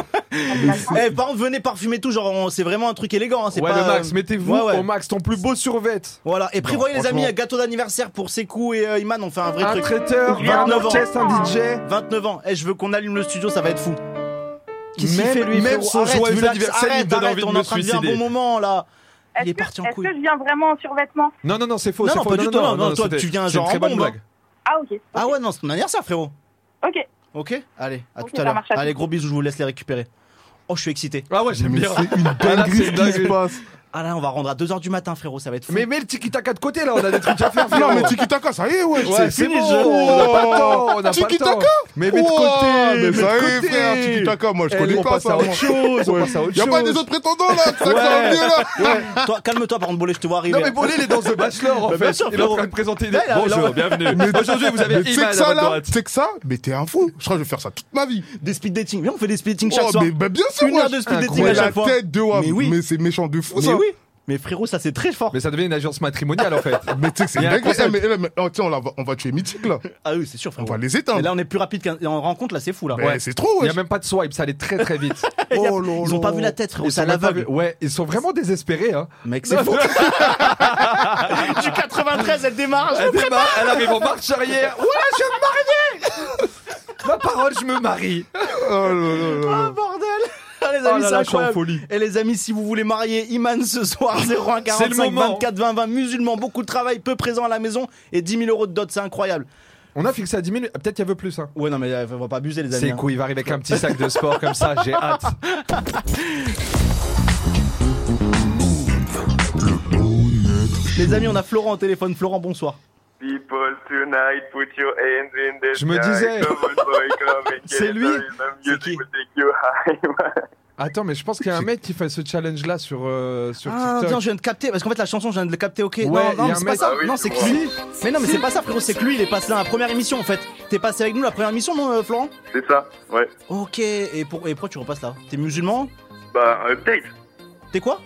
Speaker 2: Eh, par contre, venez parfumer tout, genre on- c'est vraiment un truc élégant. hein, c'est
Speaker 4: Ouais,
Speaker 2: pas,
Speaker 4: le max,
Speaker 2: euh,
Speaker 4: mettez-vous
Speaker 2: ouais, ouais.
Speaker 4: au max ton plus beau survêt.
Speaker 2: Voilà, et prévoyez les amis,
Speaker 3: franchement.
Speaker 2: un gâteau d'anniversaire pour Sekou et euh, Iman, on fait un vrai
Speaker 4: Un
Speaker 2: truc.
Speaker 4: traiteur,
Speaker 2: Viens
Speaker 4: un
Speaker 2: en avant.
Speaker 4: orchestre, un DJ.
Speaker 2: 29 ans. Eh, je veux qu'on allume le studio, ça va être fou. Qu'est-ce qu'il
Speaker 4: Même-
Speaker 2: fait lui frérot
Speaker 4: même son
Speaker 2: Arrête,
Speaker 4: joyeux
Speaker 2: Vulax,
Speaker 4: anniversaire, il me
Speaker 2: arrête,
Speaker 4: donne
Speaker 2: arrête,
Speaker 4: envie de
Speaker 2: on est
Speaker 4: me
Speaker 2: en train de vivre un bon
Speaker 4: suicider.
Speaker 2: moment là.
Speaker 5: Est-ce
Speaker 2: Il est
Speaker 5: que-
Speaker 2: parti en
Speaker 5: Est-ce
Speaker 2: couille.
Speaker 5: que je viens vraiment en survêtement
Speaker 4: Non, non, non, c'est faux,
Speaker 2: Non,
Speaker 4: c'est
Speaker 2: non,
Speaker 4: faux.
Speaker 2: pas du tout, non, non, toi,
Speaker 4: c'était-
Speaker 2: tu viens
Speaker 4: c'est
Speaker 2: genre
Speaker 4: une très
Speaker 2: en
Speaker 4: bonne
Speaker 2: bombe, hein.
Speaker 4: blague.
Speaker 5: Ah, ok.
Speaker 2: Ah ouais, non, c'est ton anniversaire, frérot.
Speaker 5: Ok.
Speaker 2: Ok Allez, à
Speaker 5: Ok,
Speaker 2: tout à
Speaker 5: ça
Speaker 2: l'heure.
Speaker 5: marche, à
Speaker 2: Allez,
Speaker 5: tout.
Speaker 2: gros bisous, je vous laisse les récupérer. Oh, je suis excité.
Speaker 4: Ah ouais, j'aime
Speaker 3: Mais
Speaker 4: bien.
Speaker 3: c'est une
Speaker 4: Ah, là,
Speaker 3: dinguerie
Speaker 4: c'est
Speaker 3: ce qui se
Speaker 4: dingue.
Speaker 3: passe.
Speaker 2: Ah là, on va rendre à 2h du matin, frérot, ça va être fou.
Speaker 4: Mais mets le tiki-taka de côté, là, on a des trucs à faire.
Speaker 3: Non,
Speaker 4: frérot.
Speaker 3: mais Tiki Taka, ça y est, ouais.
Speaker 4: Ouais, c'est
Speaker 2: fini,
Speaker 4: bon,
Speaker 2: je-
Speaker 4: on n'a pas le temps, Oh, on n'a pas le
Speaker 3: Tiki
Speaker 4: temps.
Speaker 3: Taka
Speaker 4: Mais mets de
Speaker 3: Ouah,
Speaker 4: côté, mets
Speaker 3: Oh, Mais
Speaker 4: de
Speaker 3: ça y est,
Speaker 4: côté.
Speaker 3: frère, Tiki Taka, moi, je
Speaker 4: Eh,
Speaker 3: connais
Speaker 4: on
Speaker 3: pas
Speaker 4: passe
Speaker 3: ça.
Speaker 4: à
Speaker 3: moi.
Speaker 4: autre chose, on passe à autre
Speaker 3: Y a
Speaker 4: chose.
Speaker 3: pas des autres prétendants, là. C'est ça que ça
Speaker 4: Ouais.
Speaker 3: en vient, là.
Speaker 2: Toi, calme-toi, par contre, Bolet, je te vois arriver.
Speaker 4: Non mais Bonnet il est dans The Bachelor en
Speaker 2: Bah, bien
Speaker 4: fait.
Speaker 2: sûr,
Speaker 4: il est en
Speaker 2: frérot.
Speaker 4: train de présenter des...
Speaker 2: Là, il a- il a-
Speaker 4: Bonjour, bienvenue. Aujourd'hui vous avez
Speaker 3: Mais tu sais
Speaker 4: Iman à
Speaker 3: que ça,
Speaker 4: votre
Speaker 3: là,
Speaker 4: droite.
Speaker 3: tu sais que ça, mais t'es un fou. Je crois que je vais faire ça toute ma vie.
Speaker 2: Des speed dating. Viens, on fait des speed dating chaque
Speaker 3: Oh,
Speaker 2: soir.
Speaker 3: mais bah, bien sûr,
Speaker 2: Une heure
Speaker 3: ouais.
Speaker 2: de speed dating
Speaker 3: Mais
Speaker 2: à
Speaker 3: la
Speaker 2: chaque fois.
Speaker 3: tête de
Speaker 2: Mais oui.
Speaker 3: Wab, mais c'est méchant de fou,
Speaker 2: Mais
Speaker 3: ça.
Speaker 2: oui. Mais frérot, ça c'est très fort.
Speaker 4: Mais ça devient une agence matrimoniale en fait.
Speaker 3: Mais tu sais que c'est
Speaker 4: Il y a un
Speaker 3: dingue.
Speaker 4: concept.
Speaker 3: Eh, mais, eh, mais, oh, tiens, on, la va- on va tuer Mythique, là.
Speaker 2: Ah oui, c'est sûr,
Speaker 3: On
Speaker 2: frérot.
Speaker 3: va les
Speaker 2: Et
Speaker 3: éteindre.
Speaker 2: là, on est plus rapide qu'en rencontre, là, c'est fou, là.
Speaker 3: Mais c'est trop,
Speaker 4: Il n'y
Speaker 3: ouais.
Speaker 4: a même pas de swipe, ça allait très très vite.
Speaker 2: Ils
Speaker 3: Oh, là,
Speaker 2: ont
Speaker 3: là.
Speaker 2: pas vu la tête, frérot,
Speaker 4: Ils
Speaker 2: c'est à
Speaker 4: sont même pas
Speaker 2: l'aveugle.
Speaker 4: vu- Ouais, ils sont vraiment désespérés. Hein.
Speaker 2: Mec, c'est fou. Du 93, elle démarre.
Speaker 4: Elle démarre, elle arrive en marche arrière. Ouais, je vais me marier Ma parole, je me marie.
Speaker 3: Oh, là, là, là, là.
Speaker 2: Ah, bordel Ah, les
Speaker 4: Oh
Speaker 2: amis,
Speaker 4: là
Speaker 2: c'est
Speaker 4: là, je suis en
Speaker 2: incroyable.
Speaker 4: folie.
Speaker 2: Et les amis, si vous voulez marier Iman ce soir, 01
Speaker 4: C'est
Speaker 2: 45
Speaker 4: le moment.
Speaker 2: 24 20 20, musulman, beaucoup de travail, peu présent à la maison et 10 000 euros de dot, c'est incroyable.
Speaker 4: On a fixé à 10 minutes, peut-être qu'il y avait plus. Hein.
Speaker 2: Ouais, non, mais euh, on va pas abuser, les amis.
Speaker 4: C'est
Speaker 2: hein.
Speaker 4: cool, il va arriver avec un petit sac de sport comme ça, j'ai hâte.
Speaker 2: Les amis, on a Florent au téléphone. Florent, bonsoir.
Speaker 6: People tonight, put your hands in the
Speaker 4: Je me
Speaker 6: sky,
Speaker 4: disais.
Speaker 6: come on, boy, come and
Speaker 4: C'est
Speaker 6: get
Speaker 4: lui.
Speaker 6: it, the
Speaker 2: C'est
Speaker 6: music
Speaker 2: qui
Speaker 6: will take you high.
Speaker 4: Attends, mais je pense qu'il y a un mec qui fait ce challenge-là sur, euh, sur
Speaker 2: Ah
Speaker 4: TikTok.
Speaker 2: tiens, je viens de capter, parce qu'en fait la chanson, je viens de la capter, ok.
Speaker 4: Ouais,
Speaker 2: non, non,
Speaker 4: y a
Speaker 2: mais
Speaker 4: un
Speaker 2: c'est
Speaker 4: mec-
Speaker 2: pas ça,
Speaker 7: Ah oui,
Speaker 2: non,
Speaker 7: je
Speaker 2: c'est que
Speaker 7: vois.
Speaker 2: lui. Mais non, mais
Speaker 4: Si.
Speaker 2: c'est pas ça, frérot, c'est que lui, il est passé là à la première émission en fait. T'es passé avec nous la première émission, non, euh, Florent
Speaker 7: C'est ça, ouais.
Speaker 2: Ok, et, pour... et pourquoi tu repasses là T'es musulman
Speaker 7: Bah, un update.
Speaker 2: T'es quoi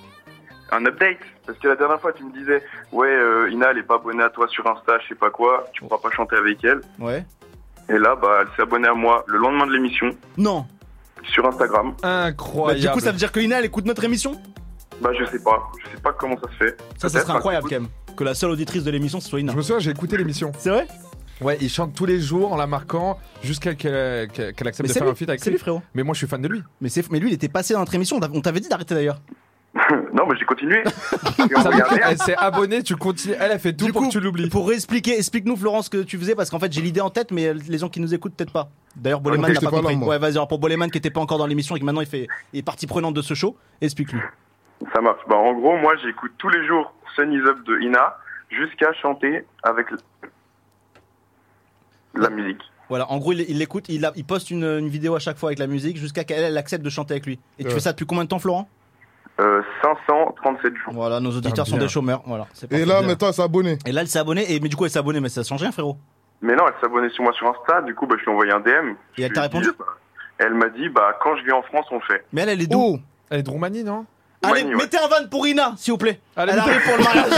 Speaker 7: Un update. Parce que la dernière fois, tu me disais, ouais, euh, Ina, elle est pas abonnée à toi sur Insta, je sais pas quoi, tu pourras pas chanter avec elle.
Speaker 2: Ouais.
Speaker 7: Et là, bah, elle s'est abonnée à moi le lendemain de l'émission,
Speaker 2: Non.
Speaker 7: sur Instagram.
Speaker 2: Bah,
Speaker 4: Incroyable.
Speaker 2: du coup, ça veut dire que Lina, elle écoute notre émission
Speaker 7: Bah, je sais pas. Je sais pas comment ça se fait.
Speaker 2: Ça, ça
Speaker 7: Peut-être,
Speaker 2: serait incroyable quand même. Que la seule auditrice de l'émission, ce soit Lina.
Speaker 4: Je me souviens, j'ai écouté l'émission.
Speaker 2: C'est vrai
Speaker 4: Ouais, il chante tous les jours en la marquant jusqu'à qu'elle qu'elle- qu'elle accepte
Speaker 2: Mais
Speaker 4: de
Speaker 2: c'est
Speaker 4: faire
Speaker 2: lui,
Speaker 4: un feat avec
Speaker 2: c'est lui,
Speaker 4: lui.
Speaker 2: frérot.
Speaker 4: Mais moi, je suis fan de lui.
Speaker 2: Mais, c'est... mais lui, il était passé dans notre émission, on t'a- on t'avait dit d'arrêter d'ailleurs.
Speaker 7: non, mais j'ai continué.
Speaker 3: Ah,
Speaker 7: J'ai
Speaker 4: Ça
Speaker 7: envoyé
Speaker 4: veut
Speaker 7: un
Speaker 4: dire
Speaker 7: mail.
Speaker 4: qu'elle s'est abonnée, tu continues. Elle a fait tout
Speaker 2: Du
Speaker 4: pour
Speaker 2: coup,
Speaker 4: que tu l'oublies.
Speaker 2: Pour réexpliquer, explique-nous, Florence, ce que tu faisais, parce qu'en fait, j'ai l'idée en tête, mais euh, les gens qui nous écoutent, peut-être pas. D'ailleurs, Boleman
Speaker 3: Ah,
Speaker 2: n'a
Speaker 3: j'étais
Speaker 2: pas
Speaker 3: pas là,
Speaker 2: compris.
Speaker 3: moi.
Speaker 2: ouais, vas-y, alors pour Boleman qui était pas encore dans l'émission et qui maintenant il fait il est partie prenante de ce show, explique-lui.
Speaker 7: Ça marche. Bah, en gros, moi, j'écoute tous les jours Sunny's Up de Ina jusqu'à chanter avec l- la musique.
Speaker 2: Voilà, en gros, il il l'écoute, il, a- il poste une, une vidéo à chaque fois avec la musique jusqu'à qu'elle elle accepte de chanter avec lui. Et tu
Speaker 4: Ouais.
Speaker 2: fais ça depuis combien de temps, Florent
Speaker 7: Euh, 537 jours.
Speaker 2: Voilà, nos auditeurs
Speaker 4: Putain,
Speaker 2: sont
Speaker 4: Ah, bien.
Speaker 2: des chômeurs. Voilà, c'est
Speaker 3: Et
Speaker 2: parti,
Speaker 3: là,
Speaker 2: bien.
Speaker 3: maintenant, elle s'est abonnée.
Speaker 2: Et là, elle s'est abonnée, et, mais du coup, elle s'est abonnée, mais ça change rien, frérot.
Speaker 7: Mais non, elle s'abonnait sur moi sur Insta, du coup, bah, je lui ai envoyé un DM.
Speaker 2: Et
Speaker 7: Je
Speaker 2: elle t'a
Speaker 7: lui ai
Speaker 2: répondu
Speaker 7: dit, bah, Elle m'a dit, bah, quand je viens en France, on le fait.
Speaker 2: Mais elle, elle est d'où
Speaker 3: Oh
Speaker 4: Elle est de Roumanie, non
Speaker 2: Allez,
Speaker 7: Mani, ouais.
Speaker 2: mettez un van pour Ina, s'il vous plaît.
Speaker 4: Allez,
Speaker 2: elle
Speaker 4: mettez-
Speaker 2: arrive pour le mariage.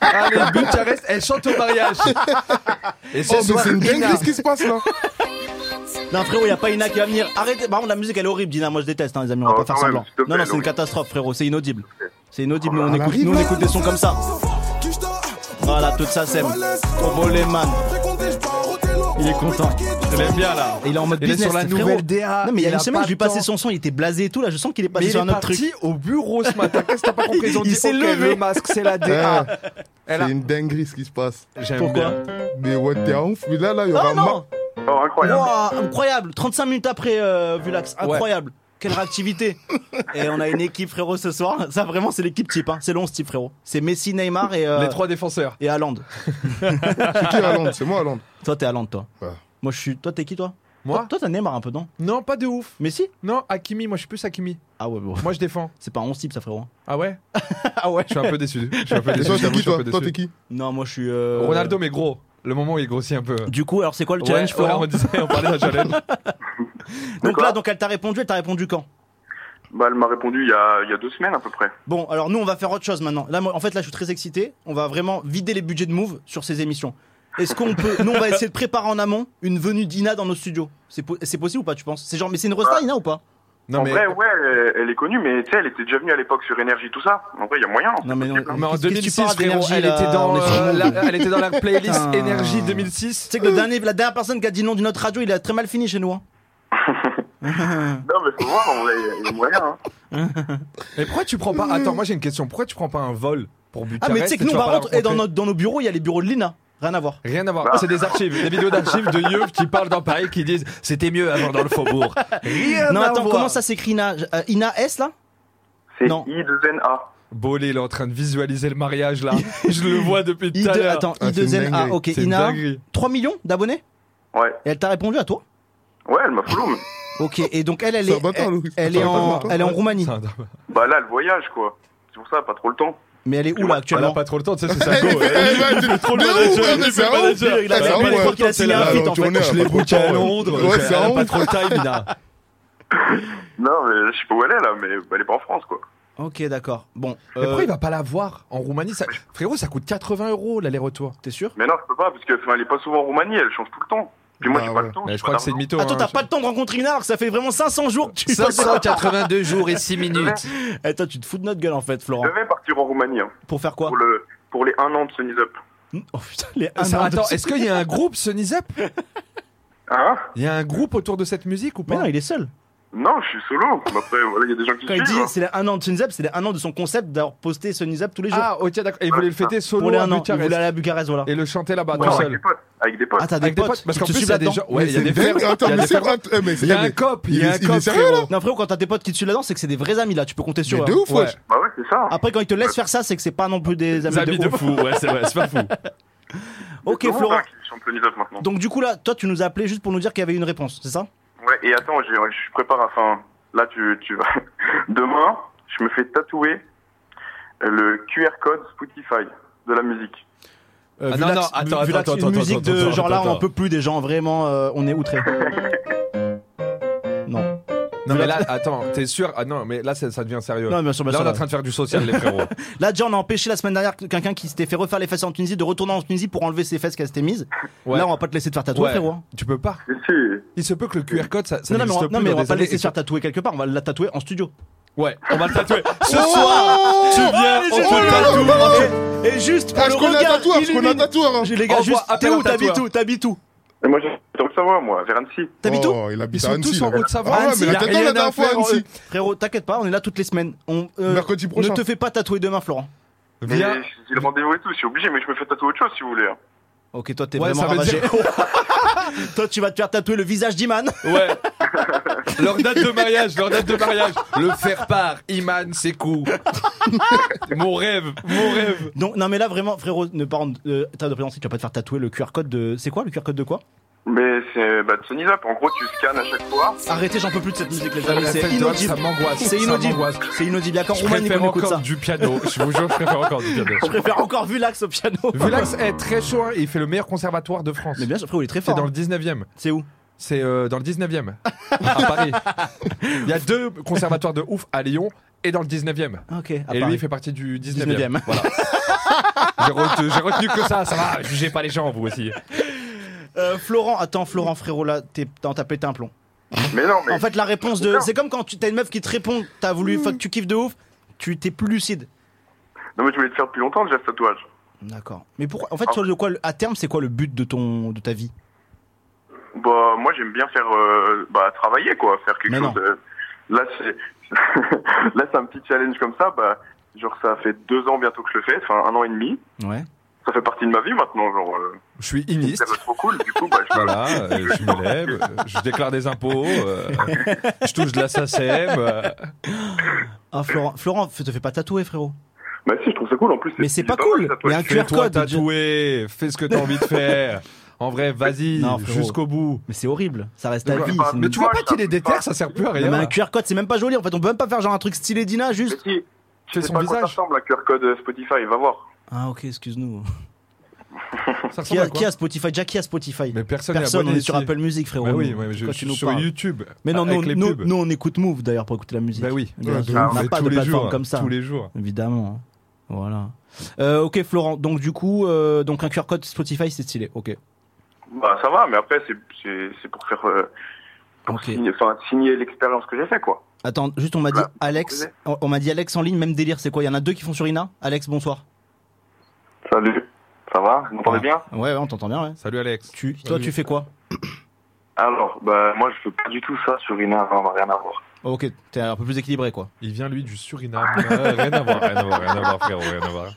Speaker 4: Allez, Bucarest, elle chante au mariage. Et
Speaker 3: Oh,
Speaker 4: ce
Speaker 3: mais
Speaker 4: soir,
Speaker 3: c'est une
Speaker 4: Ina.
Speaker 3: dinguerie ce qui se passe là
Speaker 2: non, frérot, il a pas Ina qui va venir. Arrêtez. Par contre, la musique, elle est horrible, Dina. Moi, je déteste, hein, les amis, on va
Speaker 7: Oh,
Speaker 2: pas faire
Speaker 7: quand même,
Speaker 2: semblant.
Speaker 7: s'il te plaît,
Speaker 2: Non, non, c'est une
Speaker 7: Laurie.
Speaker 2: catastrophe, frérot, c'est inaudible. C'est inaudible, nous on,
Speaker 3: Ah, elle
Speaker 2: écoute,
Speaker 3: arrive,
Speaker 2: nous, on
Speaker 3: là.
Speaker 2: écoute des sons comme ça. Voilà, toute ça sème. Pour Boleman. Il est content.
Speaker 4: Je l'aime bien là.
Speaker 2: Et il est en mode
Speaker 4: Il est
Speaker 2: business,
Speaker 4: sur la
Speaker 2: frérot.
Speaker 4: nouvelle DA.
Speaker 2: Non, mais il y a une
Speaker 4: pas
Speaker 2: semaine, je lui
Speaker 4: le temps.
Speaker 2: passais son son, il était blasé et tout, là, je sens qu'il est
Speaker 4: Mais
Speaker 2: passé
Speaker 4: il
Speaker 2: sur
Speaker 4: est
Speaker 2: un autre truc.
Speaker 4: parti au bureau ce matin. Qu'est-ce que t'as pas compris Ils ont
Speaker 2: Il
Speaker 4: dit
Speaker 2: s'est
Speaker 4: OK,
Speaker 2: levé.
Speaker 4: le masque, c'est la DA.
Speaker 3: Hein,
Speaker 4: Elle a-
Speaker 3: C'est une dinguerie ce qui se passe.
Speaker 4: J'aime
Speaker 2: Pourquoi
Speaker 4: bien.
Speaker 3: Mais ouais, t'es un ouf. Mais là, là, il y
Speaker 2: Ah
Speaker 3: aura ma-
Speaker 2: non
Speaker 7: Oh, incroyable.
Speaker 2: Ouah, Incroyable 35 minutes après, euh, Vulax, incroyable Quelle réactivité Et on a une équipe, frérot, ce soir. Ça, vraiment, c'est l'équipe type, hein. c'est long, ce type, frérot. C'est Messi, Neymar et, euh,
Speaker 4: Les trois défenseurs.
Speaker 2: et Haaland.
Speaker 3: C'est qui à Londres C'est moi à Londres.
Speaker 2: Toi, t'es Haaland, toi.
Speaker 3: Ouais.
Speaker 2: Moi, je suis. Toi, t'es qui, toi
Speaker 4: Moi
Speaker 2: Toi, toi, t'as Neymar un peu, non
Speaker 4: Non, pas de ouf.
Speaker 2: Messi
Speaker 4: Non, Hakimi, moi je suis plus Hakimi.
Speaker 2: Ah ouais, bon.
Speaker 4: Moi je défends.
Speaker 2: C'est pas un 11 type, ça, frérot. hein.
Speaker 4: Ah ouais
Speaker 2: Ah ouais
Speaker 4: Je suis un peu déçu. Je suis un peu
Speaker 3: Et
Speaker 4: déçu.
Speaker 3: toi, t'es
Speaker 4: j'avoue, je
Speaker 3: qui
Speaker 4: suis un
Speaker 3: toi
Speaker 4: peu
Speaker 3: Toi, t'es
Speaker 4: déçu.
Speaker 3: qui
Speaker 2: Non, moi, je suis. euh,
Speaker 4: Ronaldo, mais gros. Le moment où il grossit un peu.
Speaker 2: Du coup, alors, c'est quoi le
Speaker 4: Ouais,
Speaker 2: challenge,
Speaker 4: ouais,
Speaker 2: Florent
Speaker 4: on, disait, on parlait d'un challenge.
Speaker 2: Donc
Speaker 7: D'accord.
Speaker 2: là, donc elle t'a répondu, elle t'a répondu quand
Speaker 7: Bah, elle m'a répondu il y, a, il y a deux semaines à peu près.
Speaker 2: Bon, alors nous, on va faire autre chose maintenant. Là, moi, en fait, là, je suis très excité. On va vraiment vider les budgets de Move sur ces émissions. Est-ce qu'on peut. Nous, on va essayer de préparer en amont une venue d'Ina dans nos studios. C'est po- c'est possible ou pas, tu penses C'est genre, mais c'est une resta, Ina, ou pas
Speaker 4: Non,
Speaker 7: en
Speaker 4: mais,
Speaker 7: vrai, ouais, elle, elle est connue, mais tu sais, elle était déjà venue à l'époque sur Énergie, tout ça. En vrai, il y a moyen. hein.
Speaker 2: Non, mais non.
Speaker 4: mais en
Speaker 2: qu'est-ce que tu
Speaker 4: 2006,
Speaker 2: parles
Speaker 4: frérot,
Speaker 2: d'énergie,
Speaker 4: elle
Speaker 2: là
Speaker 4: était,
Speaker 2: On
Speaker 4: dans,
Speaker 2: est sur
Speaker 4: euh,
Speaker 2: Move.
Speaker 4: la, elle était dans la playlist
Speaker 2: Putain.
Speaker 4: Énergie
Speaker 2: Tu
Speaker 4: 2006.
Speaker 2: sais que le dernier, la dernière personne qui a dit le nom d'une autre radio, il a très mal fini chez nous. hein.
Speaker 7: Non, mais faut voir, en vrai, il y a- il y a moyen. hein.
Speaker 4: Mais pourquoi tu prends pas. Attends, moi j'ai une question. Pourquoi tu prends pas un vol pour
Speaker 2: ah,
Speaker 4: Bucarest
Speaker 2: mais tu sais que
Speaker 4: et
Speaker 2: nous,
Speaker 4: vas
Speaker 2: par
Speaker 4: pas la
Speaker 2: contre, et dans,
Speaker 4: rencontrer
Speaker 2: notre, dans nos bureaux, il y a les bureaux de Lina. Rien à voir.
Speaker 4: Rien à voir,
Speaker 7: Bah.
Speaker 4: c'est des archives, des vidéos d'archives de Yves qui parlent dans Paris qui disent c'était mieux avant dans le faubourg. Rien
Speaker 2: non,
Speaker 4: à
Speaker 2: attends,
Speaker 4: voir.
Speaker 2: comment ça s'écrit Ina Euh, Ina S, là
Speaker 7: C'est
Speaker 2: Non.
Speaker 7: I2NA.
Speaker 4: Bolé, il est en train de visualiser le mariage là. Je le vois depuis tout
Speaker 2: I2,
Speaker 4: à l'heure.
Speaker 2: attends,
Speaker 3: Ah, c'est une
Speaker 2: I2N, ah,
Speaker 3: dinguerie.
Speaker 2: ok,
Speaker 4: C'est une
Speaker 2: Ina,
Speaker 4: dinguerie.
Speaker 2: 3 millions d'abonnés
Speaker 7: Ouais,
Speaker 2: Et elle t'a répondu à toi
Speaker 7: ouais, elle m'a follow. mais-
Speaker 2: Ok, et donc elle, elle
Speaker 3: C'est
Speaker 2: est,
Speaker 3: un bâtard,
Speaker 2: elle,
Speaker 3: Louis.
Speaker 2: elle
Speaker 3: C'est
Speaker 2: est
Speaker 3: un
Speaker 2: en,
Speaker 3: bâtard.
Speaker 2: elle est en Roumanie.
Speaker 4: C'est un drame.
Speaker 7: Bah là, elle voyage, quoi. C'est pour ça, pas trop le temps.
Speaker 2: Mais elle est où là
Speaker 4: Elle a
Speaker 2: actuellement
Speaker 4: pas trop le temps, tu sais, c'est
Speaker 3: Eh,
Speaker 4: ça. go,
Speaker 3: eh,
Speaker 4: ouais.
Speaker 3: eh, bah, t'es-
Speaker 4: Trop le
Speaker 3: de ouf,
Speaker 4: manager,
Speaker 3: ouais,
Speaker 4: il
Speaker 3: mais
Speaker 4: est
Speaker 3: c'est un
Speaker 4: le
Speaker 3: ouf.
Speaker 4: manager.
Speaker 2: Il a
Speaker 4: Elle
Speaker 3: c'est
Speaker 4: a
Speaker 3: un
Speaker 4: pas
Speaker 3: ouf,
Speaker 4: trop
Speaker 3: ouais.
Speaker 4: le temps,
Speaker 2: Il a signé
Speaker 4: c'est
Speaker 2: un
Speaker 4: la-
Speaker 2: feat, en
Speaker 3: Alors, tu
Speaker 2: fait.
Speaker 3: connais,
Speaker 4: Je
Speaker 3: elle a
Speaker 4: l'ai
Speaker 3: pas trop le
Speaker 4: bouqué à
Speaker 3: temps, ouais.
Speaker 4: Londres,
Speaker 3: Ouais,
Speaker 4: elle
Speaker 3: c'est
Speaker 4: a
Speaker 3: un
Speaker 4: pas
Speaker 3: ouf.
Speaker 4: trop le time, Ina.
Speaker 7: Non, mais je sais pas où elle est là, mais elle est pas en France, quoi.
Speaker 2: Ok, d'accord. Bon,
Speaker 4: Mais
Speaker 2: euh,
Speaker 4: pourquoi il va pas la voir en Roumanie ça... Frérot, ça coûte 80 euros l'aller-retour.
Speaker 2: t'es sûr
Speaker 7: Mais non, je peux pas, parce que enfin, elle est pas souvent en Roumanie, elle change tout le temps. Puis moi,
Speaker 3: Bah,
Speaker 7: j'ai pas
Speaker 3: ouais.
Speaker 7: le temps.
Speaker 4: Mais
Speaker 7: j'ai
Speaker 4: je
Speaker 7: pas
Speaker 4: crois que c'est une
Speaker 7: d'argent.
Speaker 2: Attends,
Speaker 4: mytho. hein.
Speaker 2: t'as pas le temps de rencontrer Ina alors que ça fait vraiment 500 jours que tu.
Speaker 4: 582 jours et 6 minutes.
Speaker 2: Eh, toi, tu te fous de notre gueule en fait, Florent.
Speaker 7: Je devais partir en Roumanie hein,
Speaker 2: Pour faire quoi
Speaker 7: pour, le, pour les un an de Sunny's Up.
Speaker 2: Oh putain, les
Speaker 4: Ah,
Speaker 2: un
Speaker 4: ça-
Speaker 2: an de-
Speaker 4: attends, est-ce qu'il y a un groupe Sunny's Up
Speaker 7: Hein
Speaker 4: Il y a un groupe autour de cette musique ou
Speaker 2: Mais non,
Speaker 4: pas
Speaker 2: il est seul.
Speaker 7: Non, je suis solo. Mais Bah, Après, voilà, il y a des gens qui
Speaker 2: Quand il
Speaker 7: suivent.
Speaker 2: dit
Speaker 7: hein.
Speaker 2: c'est les un an de Sunny Zap, c'est les un an de son concept d'avoir posté Sunny Zap tous les jours.
Speaker 4: Ah, ok, d'accord. Et il voulait le fêter
Speaker 2: pour
Speaker 4: solo
Speaker 2: les
Speaker 4: à
Speaker 2: un an, il voulait
Speaker 4: Bucarest
Speaker 2: aller à Bucarest, voilà.
Speaker 4: et le chanter là-bas
Speaker 7: Non,
Speaker 4: tout
Speaker 7: avec des
Speaker 4: seul.
Speaker 7: potes. Avec des potes.
Speaker 2: Ah, t'as des,
Speaker 4: Avec des potes,
Speaker 2: qui
Speaker 4: parce qu'en
Speaker 2: te
Speaker 4: plus, il
Speaker 2: suivent
Speaker 4: y a des
Speaker 2: là-dedans.
Speaker 4: gens. Ouais,
Speaker 3: Mais
Speaker 4: il y a
Speaker 3: c'est
Speaker 4: des
Speaker 3: dingue.
Speaker 4: frères.
Speaker 3: Attends,
Speaker 4: Il y a
Speaker 3: mais
Speaker 4: des
Speaker 3: c'est
Speaker 4: frères.
Speaker 3: attends, eh, mais c'est-
Speaker 4: Il y a un cop, il y
Speaker 3: il
Speaker 4: a un
Speaker 3: est- il
Speaker 4: cop.
Speaker 3: est sérieux,
Speaker 4: frérot.
Speaker 2: Non, frérot, quand t'as des potes qui te suivent là-dedans, c'est que c'est des vrais amis là, tu peux compter sur
Speaker 3: Mais de
Speaker 2: eux. hein.
Speaker 3: ouf,
Speaker 4: Ouais.
Speaker 3: wesh.
Speaker 7: Bah ouais, c'est ça.
Speaker 2: Après, quand ils te laissent faire ça, c'est que c'est pas non plus des amis,
Speaker 4: Des amis
Speaker 2: de
Speaker 4: de
Speaker 2: ouf.
Speaker 4: fou, ouais, c'est vrai, c'est pas fou.
Speaker 2: Ok,
Speaker 7: Tout le monde,
Speaker 2: Florent.
Speaker 7: hein, qui chante Sunny's Up maintenant.
Speaker 2: Donc du coup là, toi tu nous as appelé juste pour nous dire qu'il y avait une réponse, c'est ça
Speaker 7: Ouais, et attends, j'ai- ouais, je prépare, enfin,
Speaker 8: Là, tu, tu vas. Demain, je me fais tatouer le QR code Spotify de la musique.
Speaker 7: Euh,
Speaker 4: Ah, non,
Speaker 7: Vulax-
Speaker 4: non, attends,
Speaker 7: Vulax,
Speaker 4: attends,
Speaker 7: une
Speaker 4: attends,
Speaker 2: musique
Speaker 7: attends,
Speaker 2: de
Speaker 7: attends,
Speaker 2: genre là,
Speaker 7: attends,
Speaker 2: on en peut plus des gens, vraiment, euh, on est outrés. non.
Speaker 4: Non, mais là, attends, t'es sûr Ah non, mais là, ça, ça devient sérieux.
Speaker 2: Non, bien sûr, bien
Speaker 4: là,
Speaker 2: sûr.
Speaker 4: on est en train de faire du social, les frérots.
Speaker 2: Là, déjà, on a empêché la semaine dernière quelqu'un qui s'était fait refaire les fesses en Tunisie de retourner en Tunisie pour enlever ses fesses qu'elle s'était mise.
Speaker 4: Ouais.
Speaker 2: Là, on va pas te laisser te faire tatouer,
Speaker 4: Ouais.
Speaker 2: frérot. hein.
Speaker 4: tu peux pas.
Speaker 8: Et c'est-
Speaker 4: Il se peut que le QR code, ça, ça
Speaker 2: non, non, mais
Speaker 4: n'existe
Speaker 2: on,
Speaker 4: plus
Speaker 2: non, mais on
Speaker 4: dans
Speaker 2: va
Speaker 4: des
Speaker 2: pas
Speaker 4: années,
Speaker 2: laisser
Speaker 4: et
Speaker 2: se faire tatouer quelque part, on va la tatouer en studio. Oh
Speaker 4: sur- Ouais, on va le tatouer. Ce soir, tu viens, on
Speaker 3: oh là là,
Speaker 4: te
Speaker 3: oh là
Speaker 4: tatoue.
Speaker 2: Et, et juste pour
Speaker 3: Est-ce
Speaker 2: le
Speaker 3: qu'on a Ah, un
Speaker 2: regard
Speaker 3: tatoueur Est-ce qu'on a un
Speaker 2: illumine-
Speaker 3: tatoueur hein
Speaker 2: J'ai- Les gars,
Speaker 4: Envoie,
Speaker 2: juste, t'es
Speaker 4: appelle
Speaker 2: où
Speaker 4: un
Speaker 2: T'habites
Speaker 4: tatoueur.
Speaker 2: où T'habites où
Speaker 8: Et moi, j'ai donc ça va, moi, vers Annecy.
Speaker 2: T'habites où
Speaker 3: Oh, il
Speaker 4: Ils
Speaker 3: habite à
Speaker 4: sont tous
Speaker 3: Annecy.
Speaker 4: en
Speaker 3: là.
Speaker 4: route de Savoie.
Speaker 3: Ah ouais, mais
Speaker 4: Annecy,
Speaker 3: la
Speaker 4: y a
Speaker 3: tête, on
Speaker 4: rien
Speaker 3: la
Speaker 4: à
Speaker 3: dernière fois,
Speaker 4: faire.
Speaker 3: Annecy.
Speaker 2: Frérot, t'inquiète pas, on est là toutes les semaines. On, euh,
Speaker 3: Mercredi prochain.
Speaker 2: Ne te fais pas tatouer demain, Florent.
Speaker 8: Mais
Speaker 4: Viens.
Speaker 8: j'ai le rendez-vous et tout, je suis obligé, mais je me fais tatouer autre chose si vous voulez. hein.
Speaker 2: Ok, toi, t'es
Speaker 4: Ouais,
Speaker 2: vraiment
Speaker 4: ça veut
Speaker 2: ravagé.
Speaker 4: dire-
Speaker 2: toi, tu vas te faire tatouer le visage d'Iman.
Speaker 4: Ouais. leur date de mariage, leur date de mariage. Le faire part, Iman, ses coups. mon rêve, mon rêve.
Speaker 2: Donc, non, mais là, vraiment, frérot, ne pas rendre. euh, t'as de présence, tu vas pas te faire tatouer le QR code de. C'est quoi le QR code de quoi
Speaker 8: Mais c'est bah, de Sony Zap. En gros, tu scannes à chaque fois.
Speaker 2: Arrêtez, j'en peux plus de cette musique, les amis.
Speaker 4: Faites
Speaker 2: C'est
Speaker 4: de rap, Ça
Speaker 2: inaudible.
Speaker 4: m'angoisse.
Speaker 2: C'est
Speaker 4: ça
Speaker 2: inaudible.
Speaker 4: m'angoisse.
Speaker 2: C'est inaudible. Il y a qu'en
Speaker 4: Je
Speaker 2: Roumanie
Speaker 4: préfère
Speaker 2: qu'on écoute
Speaker 4: encore
Speaker 2: ça.
Speaker 4: du piano. Je vous jure, je préfère encore du piano.
Speaker 2: Je préfère encore Vulax au piano.
Speaker 4: Vulax est très chaud. hein, Il fait le meilleur conservatoire de France.
Speaker 2: Mais bien sûr, frérot, il est très
Speaker 4: C'est
Speaker 2: fort.
Speaker 4: dans
Speaker 2: hein.
Speaker 4: le 19e.
Speaker 2: C'est où
Speaker 4: C'est euh, dans le 19e, à Paris. Il y a deux conservatoires de ouf à Lyon et dans le 19e.
Speaker 2: Ok, à
Speaker 4: et lui,
Speaker 2: Paris.
Speaker 4: il fait partie du 19e.
Speaker 2: 19e.
Speaker 4: Voilà. J'ai retenu, j'ai retenu que ça, ça va, jugez pas les gens, vous aussi.
Speaker 2: Euh, Florent, attends, Florent, frérot, là, t'es- t'as t'as pété un plomb.
Speaker 8: Mais non, mais.
Speaker 2: En fait, la réponse de.
Speaker 8: Non.
Speaker 2: C'est comme quand tu t'as une meuf qui te répond, t'as voulu. Faut que tu kiffes de ouf, tu t'es plus lucide.
Speaker 8: Non, mais je voulais te faire depuis longtemps déjà ce tatouage.
Speaker 2: D'accord. Mais pourquoi
Speaker 4: Ah.
Speaker 2: En fait, sur le quoi, le- à terme, c'est quoi le but de ton, de ta vie
Speaker 8: Bah, moi, j'aime bien faire. euh, bah, travailler, quoi. Faire quelque
Speaker 2: Mais
Speaker 8: chose.
Speaker 2: non.
Speaker 8: euh, Là, c'est. Là, c'est un petit challenge comme ça. Bah, genre, ça fait deux ans bientôt que je le fais. Enfin, un an et demi.
Speaker 2: Ouais.
Speaker 8: Ça fait partie de ma vie maintenant. Genre, euh,
Speaker 4: Je suis
Speaker 8: ça
Speaker 4: iniste.
Speaker 8: va trop cool. Du coup, bah, je
Speaker 4: Voilà, euh, je me lève, euh, je déclare des impôts, euh, je touche de la SACEM. euh.
Speaker 2: Ah Florent, Florent, f- te fais pas tatouer, frérot.
Speaker 8: Bah, si, je trouve ça cool en plus.
Speaker 2: Mais c'est pas
Speaker 8: pas mal,
Speaker 2: cool.
Speaker 8: le tatouage.
Speaker 2: Mais un QR
Speaker 4: Fais-toi
Speaker 2: code.
Speaker 4: tatouer, fais ce que t'as envie de faire. En vrai, vas-y,
Speaker 2: Non, frérot.
Speaker 4: jusqu'au bout.
Speaker 2: Mais c'est horrible. Ça reste ta
Speaker 8: Mais
Speaker 2: vie.
Speaker 8: pas-
Speaker 2: c'est une-
Speaker 4: Mais tu vois pas
Speaker 8: Moi,
Speaker 4: qu'il est
Speaker 8: je t'avoue
Speaker 4: déter,
Speaker 8: pas.
Speaker 4: ça sert plus à
Speaker 2: Non, mais un
Speaker 4: rien.
Speaker 2: QR code, c'est même pas joli. En fait, on peut même pas faire genre un truc stylé Dina,
Speaker 8: Mais
Speaker 2: juste.
Speaker 8: si, c'est
Speaker 4: Fais son
Speaker 8: pas quoi ça
Speaker 4: visage.
Speaker 8: ressemble, un QR code Spotify, va voir.
Speaker 2: Ah ok, excuse-nous.
Speaker 4: Ça
Speaker 2: Qui
Speaker 4: ressemble
Speaker 2: a,
Speaker 4: à quoi
Speaker 2: qui a Spotify Déjà, qui a Spotify
Speaker 4: Mais personne, n'est
Speaker 2: Personne. On
Speaker 4: abonné
Speaker 2: est sur
Speaker 4: ici.
Speaker 2: Apple Music, frérot.
Speaker 4: Bah oui,
Speaker 2: nous.
Speaker 4: ouais, mais je,
Speaker 2: Pourquoi tu
Speaker 4: je suis
Speaker 2: nous
Speaker 4: sur
Speaker 2: parles
Speaker 4: YouTube.
Speaker 2: Mais non,
Speaker 4: avec
Speaker 2: nous,
Speaker 4: les
Speaker 2: nous,
Speaker 4: pubs.
Speaker 2: nous, on écoute Move d'ailleurs pour écouter la musique. Eh
Speaker 4: Bah oui.
Speaker 2: Bien
Speaker 3: Ouais,
Speaker 2: sûr.
Speaker 3: de ouf.
Speaker 2: on n'a
Speaker 4: Mais
Speaker 2: pas
Speaker 4: tous
Speaker 2: de
Speaker 4: les
Speaker 2: plateforme
Speaker 4: jours,
Speaker 3: hein,
Speaker 2: comme ça.
Speaker 4: Tous les jours.
Speaker 2: Évidemment. hein. Voilà. Euh, ok Florent, donc du coup, euh, donc un QR code Spotify c'est stylé, ok.
Speaker 8: Bah ça va, mais après c'est- c'est c'est pour faire euh, pour
Speaker 2: Ok.
Speaker 8: signer, enfin, signer l'expérience que j'ai fait quoi.
Speaker 2: Attends, juste on m'a dit
Speaker 8: Voilà.
Speaker 2: Alex, on on m'a dit Alex en ligne, même délire, c'est quoi Il y en a deux qui font sur Ina Alex, bonsoir.
Speaker 8: Salut, ça va Vous m'entendez bien
Speaker 2: Ouais, ouais, on t'entend bien, ouais.
Speaker 4: Salut Alex.
Speaker 2: Tu, toi,
Speaker 4: Salut.
Speaker 2: tu fais quoi
Speaker 8: Alors, bah moi je fais pas du tout ça sur Ina, on va rien à voir.
Speaker 2: Oh, Ok, t'es un peu plus équilibré, quoi.
Speaker 4: Il vient lui du Suriname. Euh, rien à voir, rien à voir, rien à voir, frérot, rien à voir.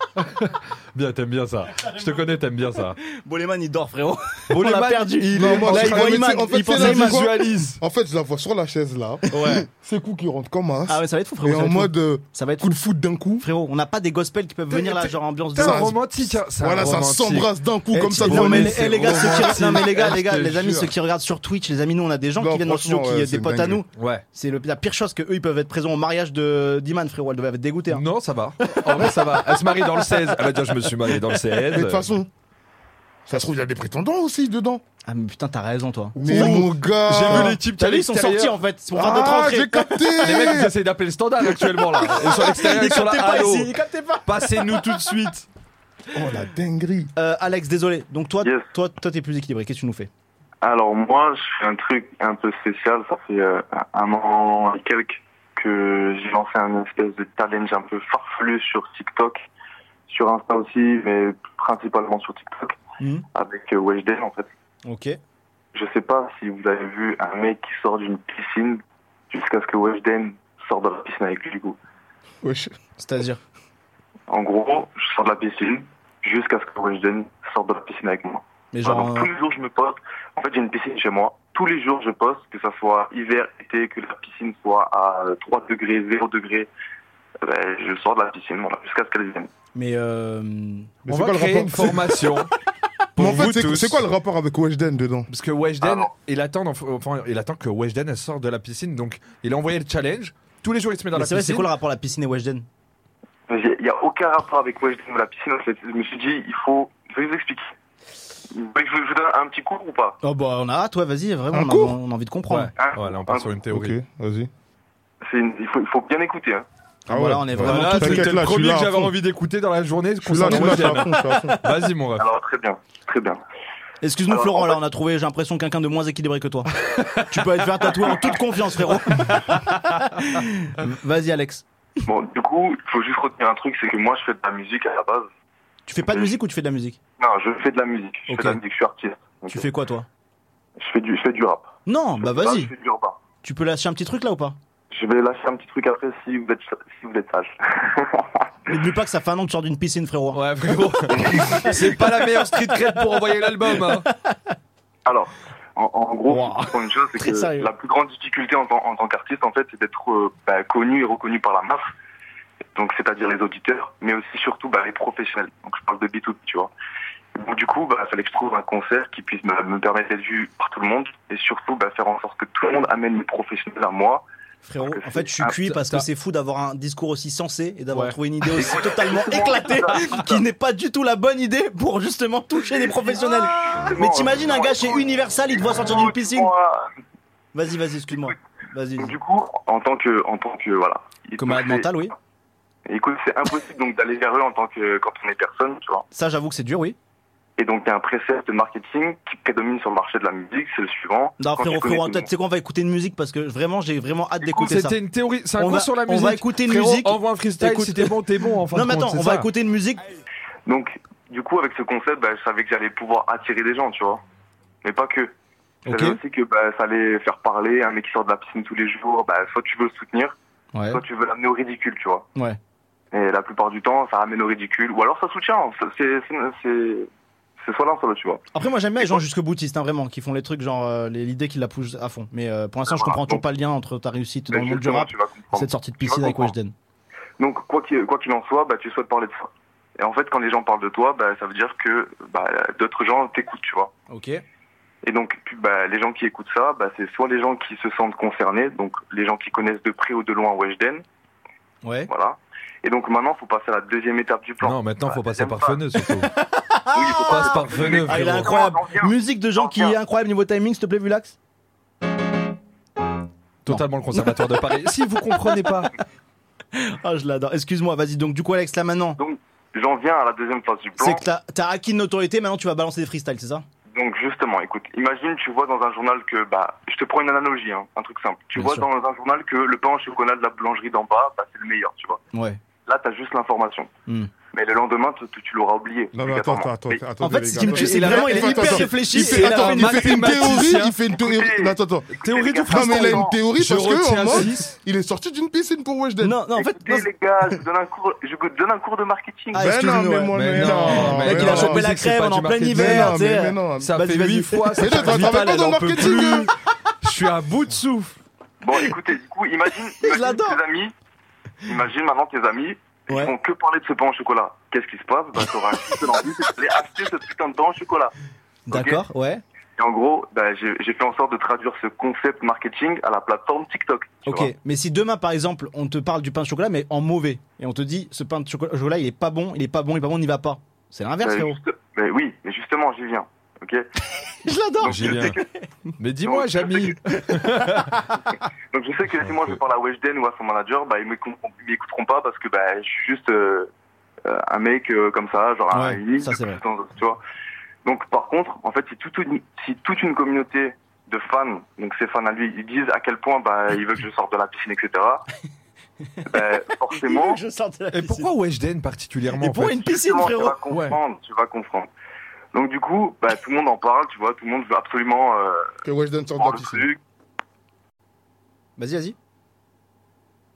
Speaker 4: bien, t'aimes bien ça. Je te connais, t'aimes bien ça.
Speaker 2: Boleman, il dort, frérot.
Speaker 4: Bon,
Speaker 2: l'a
Speaker 4: man,
Speaker 2: perdu.
Speaker 4: Il
Speaker 3: Non,
Speaker 4: est
Speaker 3: moi,
Speaker 4: là,
Speaker 3: je-
Speaker 4: il
Speaker 3: ah,
Speaker 4: voit
Speaker 3: mais
Speaker 4: Iman,
Speaker 3: tu- en fait,
Speaker 4: il pense
Speaker 3: c'est
Speaker 4: à
Speaker 3: là,
Speaker 4: Iman,
Speaker 3: tu vois.
Speaker 4: visualise.
Speaker 3: En fait, je la vois sur la chaise là.
Speaker 4: Ouais.
Speaker 3: Ses coups qui rentrent comme un.
Speaker 2: Ah ouais, ça va être fou, frérot.
Speaker 3: et
Speaker 2: ça va
Speaker 3: en
Speaker 2: être fou.
Speaker 3: mode euh,
Speaker 2: Ça va être
Speaker 3: coup
Speaker 2: fou.
Speaker 3: de foot d'un coup.
Speaker 2: Frérot, on n'a pas des gospels qui peuvent venir là, genre ambiance de.
Speaker 4: C'est un
Speaker 3: Putain,
Speaker 4: romantique. hein, c'est un
Speaker 3: Voilà, ça
Speaker 4: romantique.
Speaker 3: s'embrasse d'un coup
Speaker 4: Eh,
Speaker 3: comme
Speaker 4: tu-
Speaker 3: ça.
Speaker 4: non,
Speaker 2: Non
Speaker 3: devant
Speaker 2: mais,
Speaker 4: mais
Speaker 3: nous.
Speaker 2: les,
Speaker 4: c'est
Speaker 2: eh, les gars, ceux qui
Speaker 4: romantique.
Speaker 2: non, mais les gars, les gars,
Speaker 4: Je te
Speaker 2: les amis,
Speaker 4: jure.
Speaker 2: ceux qui regardent sur Twitch, les amis, nous on a des gens
Speaker 3: Non,
Speaker 2: qui viennent dans le studio,
Speaker 3: franchement,
Speaker 2: qui
Speaker 3: ouais,
Speaker 2: euh, des
Speaker 3: c'est
Speaker 2: potes à
Speaker 3: dingue.
Speaker 2: nous.
Speaker 4: Ouais.
Speaker 2: C'est le- la pire chose que eux ils peuvent être présents au mariage de d'Iman, frérot. Elle devait être dégoûtée. hein.
Speaker 4: Non, ça va. En vrai, ça va. Elle se marie dans le 16. Elle va dire, je me suis marié dans le 16.
Speaker 3: Mais de toute façon, ça se trouve, il y a des prétendants aussi dedans.
Speaker 2: Ah mais putain, t'as raison toi.
Speaker 3: Mais mon gars.
Speaker 4: J'ai vu les types qui
Speaker 2: T'as
Speaker 4: allaient
Speaker 2: vu, ils sont sortis en fait, c'est pour faire d'autres
Speaker 3: Ah,
Speaker 2: entrées.
Speaker 3: j'ai capté.
Speaker 4: Les mecs, ils essayent d'appeler le standard actuellement là. Ils sont à l'extérieur, ils sont là.
Speaker 2: captaient pas
Speaker 4: Allô,
Speaker 2: ici, ils captaient pas.
Speaker 4: passez-nous tout de suite.
Speaker 3: Oh la dinguerie.
Speaker 2: Euh, Alex, désolé. Donc toi,
Speaker 8: Yes.
Speaker 2: toi, toi, t'es plus équilibré. Qu'est-ce que tu nous fais
Speaker 8: Alors moi je fais un truc un peu spécial, ça fait euh, un an et quelques que j'ai lancé un espèce de challenge un peu farfelu sur TikTok, sur Insta aussi, mais principalement sur TikTok,
Speaker 2: Mhm.
Speaker 8: avec euh, Weshden en fait.
Speaker 2: Ok.
Speaker 8: Je sais pas si vous avez vu un mec qui sort d'une piscine jusqu'à ce que Weshden sorte de la piscine avec lui. du coup.
Speaker 3: Wesh.
Speaker 2: C'est-à-dire
Speaker 8: En gros, je sors de la piscine jusqu'à ce que Weshden sorte de la piscine avec moi.
Speaker 2: Mais genre.
Speaker 8: Vraiment, tous
Speaker 2: euh,
Speaker 8: les jours, je me poste. En fait, j'ai une piscine chez moi. Tous les jours, je poste, que ça soit hiver, été, que la piscine soit à 3 degrés, 0 degrés. Eh ben, je sors de la piscine voilà, jusqu'à ce qu'elle vienne.
Speaker 2: Mais euh,
Speaker 3: Mais
Speaker 4: On
Speaker 3: c'est
Speaker 4: va
Speaker 3: quoi le
Speaker 4: créer
Speaker 3: rapport
Speaker 4: une formation.
Speaker 3: Mais en
Speaker 4: Pour vous
Speaker 3: fait, c'est-
Speaker 4: tous.
Speaker 3: c'est quoi le rapport avec Weshden dedans
Speaker 4: Parce que
Speaker 2: Ah
Speaker 4: Weshden,
Speaker 8: Alors.
Speaker 4: il attend, d'enf- enfin, il attend que Weshden elle sorte de la piscine. Donc, il a envoyé le challenge. Tous les jours, il se met dans
Speaker 2: Mais
Speaker 4: la
Speaker 2: C'est vrai,
Speaker 4: piscine.
Speaker 2: c'est quoi le rapport à la piscine et Weshden
Speaker 8: Il n'y a aucun rapport avec moi, je la piscine. en fait. Je me suis dit, il faut. Je vais vous expliquer. Vous voulez que Je vous donne un petit cours ou pas
Speaker 2: Oh bah on a hâte, ouais, vas-y, vraiment,
Speaker 3: Un
Speaker 2: on a,
Speaker 3: cours
Speaker 2: on a envie de
Speaker 4: Ouais,
Speaker 2: comprendre.
Speaker 8: Ah.
Speaker 4: Ouais, là, on part sur une
Speaker 3: Ok,
Speaker 4: théorie.
Speaker 3: vas-y. Ah
Speaker 8: C'est une- il, faut, il faut bien écouter. hein.
Speaker 3: ouais.
Speaker 2: Voilà, on est vraiment
Speaker 4: Voilà,
Speaker 3: tout-
Speaker 4: c'était
Speaker 3: t'inquiète,
Speaker 4: le
Speaker 3: là, je suis
Speaker 4: premier
Speaker 3: là
Speaker 4: que
Speaker 3: à
Speaker 4: j'avais
Speaker 3: fond.
Speaker 4: envie d'écouter dans la journée
Speaker 3: Je suis là, je
Speaker 4: concernant
Speaker 3: suis là, je suis à
Speaker 4: Weshden.
Speaker 3: fond, je suis à fond.
Speaker 4: Vas-y, mon ref.
Speaker 8: Alors, très bien, très bien.
Speaker 2: Excuse-nous
Speaker 8: Alors,
Speaker 2: Florent,
Speaker 8: Euh, en
Speaker 2: là
Speaker 8: fait-
Speaker 2: on a trouvé, j'ai l'impression quelqu'un de moins équilibré que toi. tu peux aller te faire tatouer en toute confiance frérot. Euh, Vas-y Alex.
Speaker 8: Bon, du coup, il faut juste retenir un truc c'est que moi, je fais de la musique à la base.
Speaker 2: Tu fais pas de musique ou tu fais de la musique
Speaker 8: Non, je fais de la musique. Je
Speaker 2: Ok.
Speaker 8: fais de la musique, je suis artiste. Ok.
Speaker 2: Tu fais quoi toi
Speaker 8: je, fais du, je fais du rap.
Speaker 2: Non,
Speaker 8: Là,
Speaker 2: bah vas-y.
Speaker 8: Je fais du rap.
Speaker 2: Tu peux lâcher un petit truc là ou pas
Speaker 8: Je vais lâcher un petit truc après si vous êtes, si vous êtes sage.
Speaker 2: N'oublie pas que ça fait un an que tu sors d'une piscine frérot.
Speaker 4: Ouais, frérot. c'est pas la meilleure street cred pour envoyer l'album. hein.
Speaker 8: Alors, en, en gros,
Speaker 2: Wow.
Speaker 8: faut comprendre une chose, c'est
Speaker 2: Très
Speaker 8: que
Speaker 2: sérieux.
Speaker 8: la plus grande difficulté en, tant- en tant qu'artiste, en fait, c'est d'être euh, bah, connu et reconnu par la masse. Donc, c'est-à-dire les auditeurs, mais aussi surtout bah, les professionnels. Donc, je parle de B2B, tu vois. Donc, du coup, bah, fallait que je trouve un concert qui puisse me, me permettre d'être vu par tout le monde et surtout bah, faire en sorte que tout le monde amène les professionnels à moi.
Speaker 2: Frérot,
Speaker 8: que
Speaker 2: en
Speaker 8: c'est-
Speaker 2: fait je suis
Speaker 8: Ah,
Speaker 2: cuit parce que
Speaker 4: t'as-
Speaker 2: c'est fou d'avoir un discours aussi sensé et d'avoir
Speaker 4: Ouais.
Speaker 2: trouvé une idée aussi totalement éclatée
Speaker 8: Ah,
Speaker 2: qui n'est pas du tout la bonne idée pour justement toucher les professionnels.
Speaker 8: Ah,
Speaker 2: Mais t'imagines un gars chez Universal, il te voit sortir d'une piscine. Vas-y, vas-y, excuse-moi. Vas-y.
Speaker 8: Donc,
Speaker 2: vas-y.
Speaker 8: euh, du coup, en tant que, en tant que voilà.
Speaker 2: Comme
Speaker 8: Donc,
Speaker 2: malade
Speaker 8: c'est-
Speaker 2: mental, oui.
Speaker 8: Écoute, c'est impossible donc d'aller vers eux en tant que quand on est personne, tu vois.
Speaker 2: Ça, j'avoue que c'est dur, oui.
Speaker 8: Et donc, il y a un précepte marketing qui prédomine sur le marché de la musique, c'est le suivant.
Speaker 2: Non,
Speaker 8: Quand
Speaker 2: frérot,
Speaker 8: tu connais
Speaker 2: frérot,
Speaker 8: tout
Speaker 2: attends, tu sais quoi, on va écouter une musique parce que vraiment, j'ai vraiment hâte d'écouter ça.
Speaker 4: C'était une théorie. C'est un
Speaker 2: On
Speaker 4: cours
Speaker 2: va-
Speaker 4: sur la
Speaker 2: on va
Speaker 4: musique.
Speaker 2: écouter une
Speaker 4: Frérot,
Speaker 2: musique.
Speaker 4: Envoie un freestyle.
Speaker 2: Écoute-
Speaker 4: Si t'es bon, t'es bon. En fin
Speaker 2: Non,
Speaker 4: de
Speaker 2: mais
Speaker 4: compte,
Speaker 2: attends,
Speaker 4: c'est
Speaker 2: on va
Speaker 4: ça.
Speaker 2: écouter une musique.
Speaker 8: le monde. Donc, du coup, avec ce concept, bah, je savais que j'allais pouvoir attirer des gens, tu vois. Mais pas que. Je
Speaker 4: Ok.
Speaker 8: savais aussi que bah, ça allait faire parler un mec qui sort de la piscine tous les jours. Bah, soit tu veux le soutenir,
Speaker 2: Ouais.
Speaker 8: soit tu veux l'amener au ridicule, tu vois.
Speaker 2: Ouais.
Speaker 8: Et la plupart du temps, ça ramène au ridicule. Ou alors ça soutient. Ça, C'est c'est- c'est- c'est soit l'un, soit l'autre, tu vois.
Speaker 2: Après, moi, j'aime bien les gens jusque boutistes, hein, vraiment, qui font les trucs, genre, euh, les- l'idée qui la poussent à fond. Mais euh, pour l'instant, je
Speaker 8: Voilà,
Speaker 2: comprends toujours
Speaker 8: donc-
Speaker 2: pas le lien entre ta réussite dans
Speaker 8: Mais
Speaker 2: le monde du
Speaker 8: justement,
Speaker 2: rap
Speaker 8: Ah, tu vas
Speaker 2: et
Speaker 8: comprendre.
Speaker 2: cette sortie de
Speaker 8: Tu vas
Speaker 2: piscine avec
Speaker 8: comprendre.
Speaker 2: Weshden.
Speaker 8: Donc, quoi qu'il quoi qu'il en soit, bah, tu souhaites parler de ça. Et en fait, quand les gens parlent de toi, bah, ça veut dire que bah, d'autres gens t'écoutent, tu vois.
Speaker 2: Ok.
Speaker 8: Et donc, puis, bah, les gens qui écoutent ça, bah, c'est soit les gens qui se sentent concernés, donc les gens qui connaissent de près ou de loin Weshden,
Speaker 2: Ouais.
Speaker 8: voilà. Et donc maintenant, faut passer à la deuxième étape du plan.
Speaker 4: Non, maintenant, faut
Speaker 8: Bah,
Speaker 4: passer par
Speaker 8: j'aime
Speaker 4: Feneux surtout.
Speaker 8: pas. Oui, il faut
Speaker 4: Passe
Speaker 8: passer
Speaker 4: par Feneux,
Speaker 2: Ah, il est
Speaker 4: frérot.
Speaker 2: incroyable.
Speaker 8: J'en viens.
Speaker 2: Musique de gens qui
Speaker 8: J'en
Speaker 2: est
Speaker 8: viens.
Speaker 2: incroyable niveau timing, s'il te plaît, Vulax.
Speaker 4: Totalement le conservatoire de Paris. si vous comprenez pas.
Speaker 2: Ah, je l'adore. Excuse-moi, vas-y. Donc, du coup, Alex, là maintenant,
Speaker 8: Bah, J'en viens à la deuxième phase du plan.
Speaker 2: c'est que t'as- t'as acquis une autorité, maintenant, tu vas balancer des freestyles, c'est ça
Speaker 8: Donc justement, écoute, imagine tu vois dans un journal que, bah, je te prends une analogie, hein, un truc simple. Tu
Speaker 2: Bien
Speaker 8: vois
Speaker 2: sûr.
Speaker 8: dans un journal que le pain au chocolat de la boulangerie d'en bas, bah, c'est le meilleur, tu vois.
Speaker 2: Ouais.
Speaker 8: Là, t'as juste l'information.
Speaker 2: Hmm.
Speaker 8: Mais le lendemain, tu, tu- tu l'auras oublié.
Speaker 3: Non, mais attends, attends, attends.
Speaker 8: Mais-
Speaker 3: attendez,
Speaker 2: En fait,
Speaker 3: les
Speaker 2: ce
Speaker 3: gars.
Speaker 2: qui me tue, c'est
Speaker 4: Il a-
Speaker 2: vraiment, il est
Speaker 4: attends,
Speaker 2: hyper
Speaker 4: attends.
Speaker 2: réfléchi.
Speaker 3: Il
Speaker 2: Il
Speaker 3: fait,
Speaker 2: a
Speaker 3: attends,
Speaker 2: la-
Speaker 3: il fait une théorie,
Speaker 4: mathématicien.
Speaker 3: il fait une théorie.
Speaker 8: Écoutez.
Speaker 3: Non, attends, attends.
Speaker 4: Théorie du
Speaker 3: Non, mais il a une théorie
Speaker 4: Je
Speaker 3: parce que, en
Speaker 4: retiens
Speaker 3: mode,
Speaker 4: 6.
Speaker 3: il est sorti d'une piscine pour Weshden.
Speaker 2: Non, non, en fait,
Speaker 8: Écoutez,
Speaker 2: non,
Speaker 8: les gars, je vous donne un cours, je vous donne un cours de marketing.
Speaker 2: Ah,
Speaker 3: Ben non,
Speaker 2: excuse-nous,
Speaker 3: mais
Speaker 2: ouais.
Speaker 3: moi,
Speaker 4: Mais
Speaker 3: mais
Speaker 4: non,
Speaker 3: non.
Speaker 4: mais
Speaker 2: mec,
Speaker 4: Mais
Speaker 2: il a
Speaker 4: non,
Speaker 2: chopé la
Speaker 4: musique, c'est
Speaker 2: crème
Speaker 4: pas
Speaker 2: on est en
Speaker 4: du
Speaker 2: plein
Speaker 4: marketing.
Speaker 2: hiver, tu sais.
Speaker 3: Mais non, mais
Speaker 4: Ça
Speaker 2: Vas-y,
Speaker 4: fait
Speaker 2: vas-y.
Speaker 4: 8 fois.
Speaker 3: Mais
Speaker 4: Ça
Speaker 3: non,
Speaker 4: fait
Speaker 3: t'as pas dans le marketing, hein.
Speaker 4: Je suis à bout de souffle.
Speaker 8: Bon, écoutez, du coup, imagine, imagine
Speaker 2: l'adore.
Speaker 8: tes amis, imagine maintenant tes amis, ils
Speaker 2: Ouais.
Speaker 8: font que parler de ce pain au chocolat. Qu'est-ce qui se passe Bah, t'auras juste l'envie d'aller acheter ce putain de pain au chocolat.
Speaker 2: D'accord, ouais.
Speaker 8: Et en gros, bah, j'ai j'ai fait en sorte de traduire ce concept marketing à la plateforme TikTok. tu vois.
Speaker 2: Ok, mais si demain, par exemple, on te parle du pain de chocolat, mais en mauvais, et on te dit, ce pain de chocolat, chocolat, il est pas bon, il est pas bon, il est pas bon, on n'y va pas. C'est l'inverse,
Speaker 8: Mais
Speaker 2: frérot.
Speaker 8: juste- mais Bah oui, mais justement, j'y viens. Ok.
Speaker 2: Je l'adore.
Speaker 8: Donc,
Speaker 4: J'y
Speaker 8: je
Speaker 4: viens.
Speaker 8: sais que-
Speaker 4: Mais dis-moi, Jamy.
Speaker 8: Donc je sais que si moi je parle à Weshden ou à son manager, bah ils m'écou- ils m'écouteront pas parce que bah je suis juste euh, euh, un mec euh, comme ça, genre un
Speaker 2: Ouais,
Speaker 8: unique,
Speaker 2: ça, c'est vrai.
Speaker 8: dans- tu vois. Donc par contre, en fait, si toute une, si toute une communauté de fans, donc ses fans à lui, ils disent à quel point bah ils veulent que je sorte de la piscine, etc. bah,
Speaker 2: Il veut
Speaker 8: forcément,
Speaker 2: que je sorte de la
Speaker 4: Et
Speaker 2: piscine.
Speaker 4: pourquoi Weshden particulièrement
Speaker 2: Et
Speaker 4: en
Speaker 2: pour
Speaker 4: fait
Speaker 2: une piscine,
Speaker 8: Justement,
Speaker 2: frérot.
Speaker 8: Tu vas comprendre, tu vas comprendre. Donc du coup, bah tout le monde en parle, tu vois, tout le monde veut absolument euh,
Speaker 3: Que Weshden sorte de
Speaker 8: voir
Speaker 3: la
Speaker 8: le
Speaker 3: piscine.
Speaker 8: truc.
Speaker 2: Vas-y, vas-y.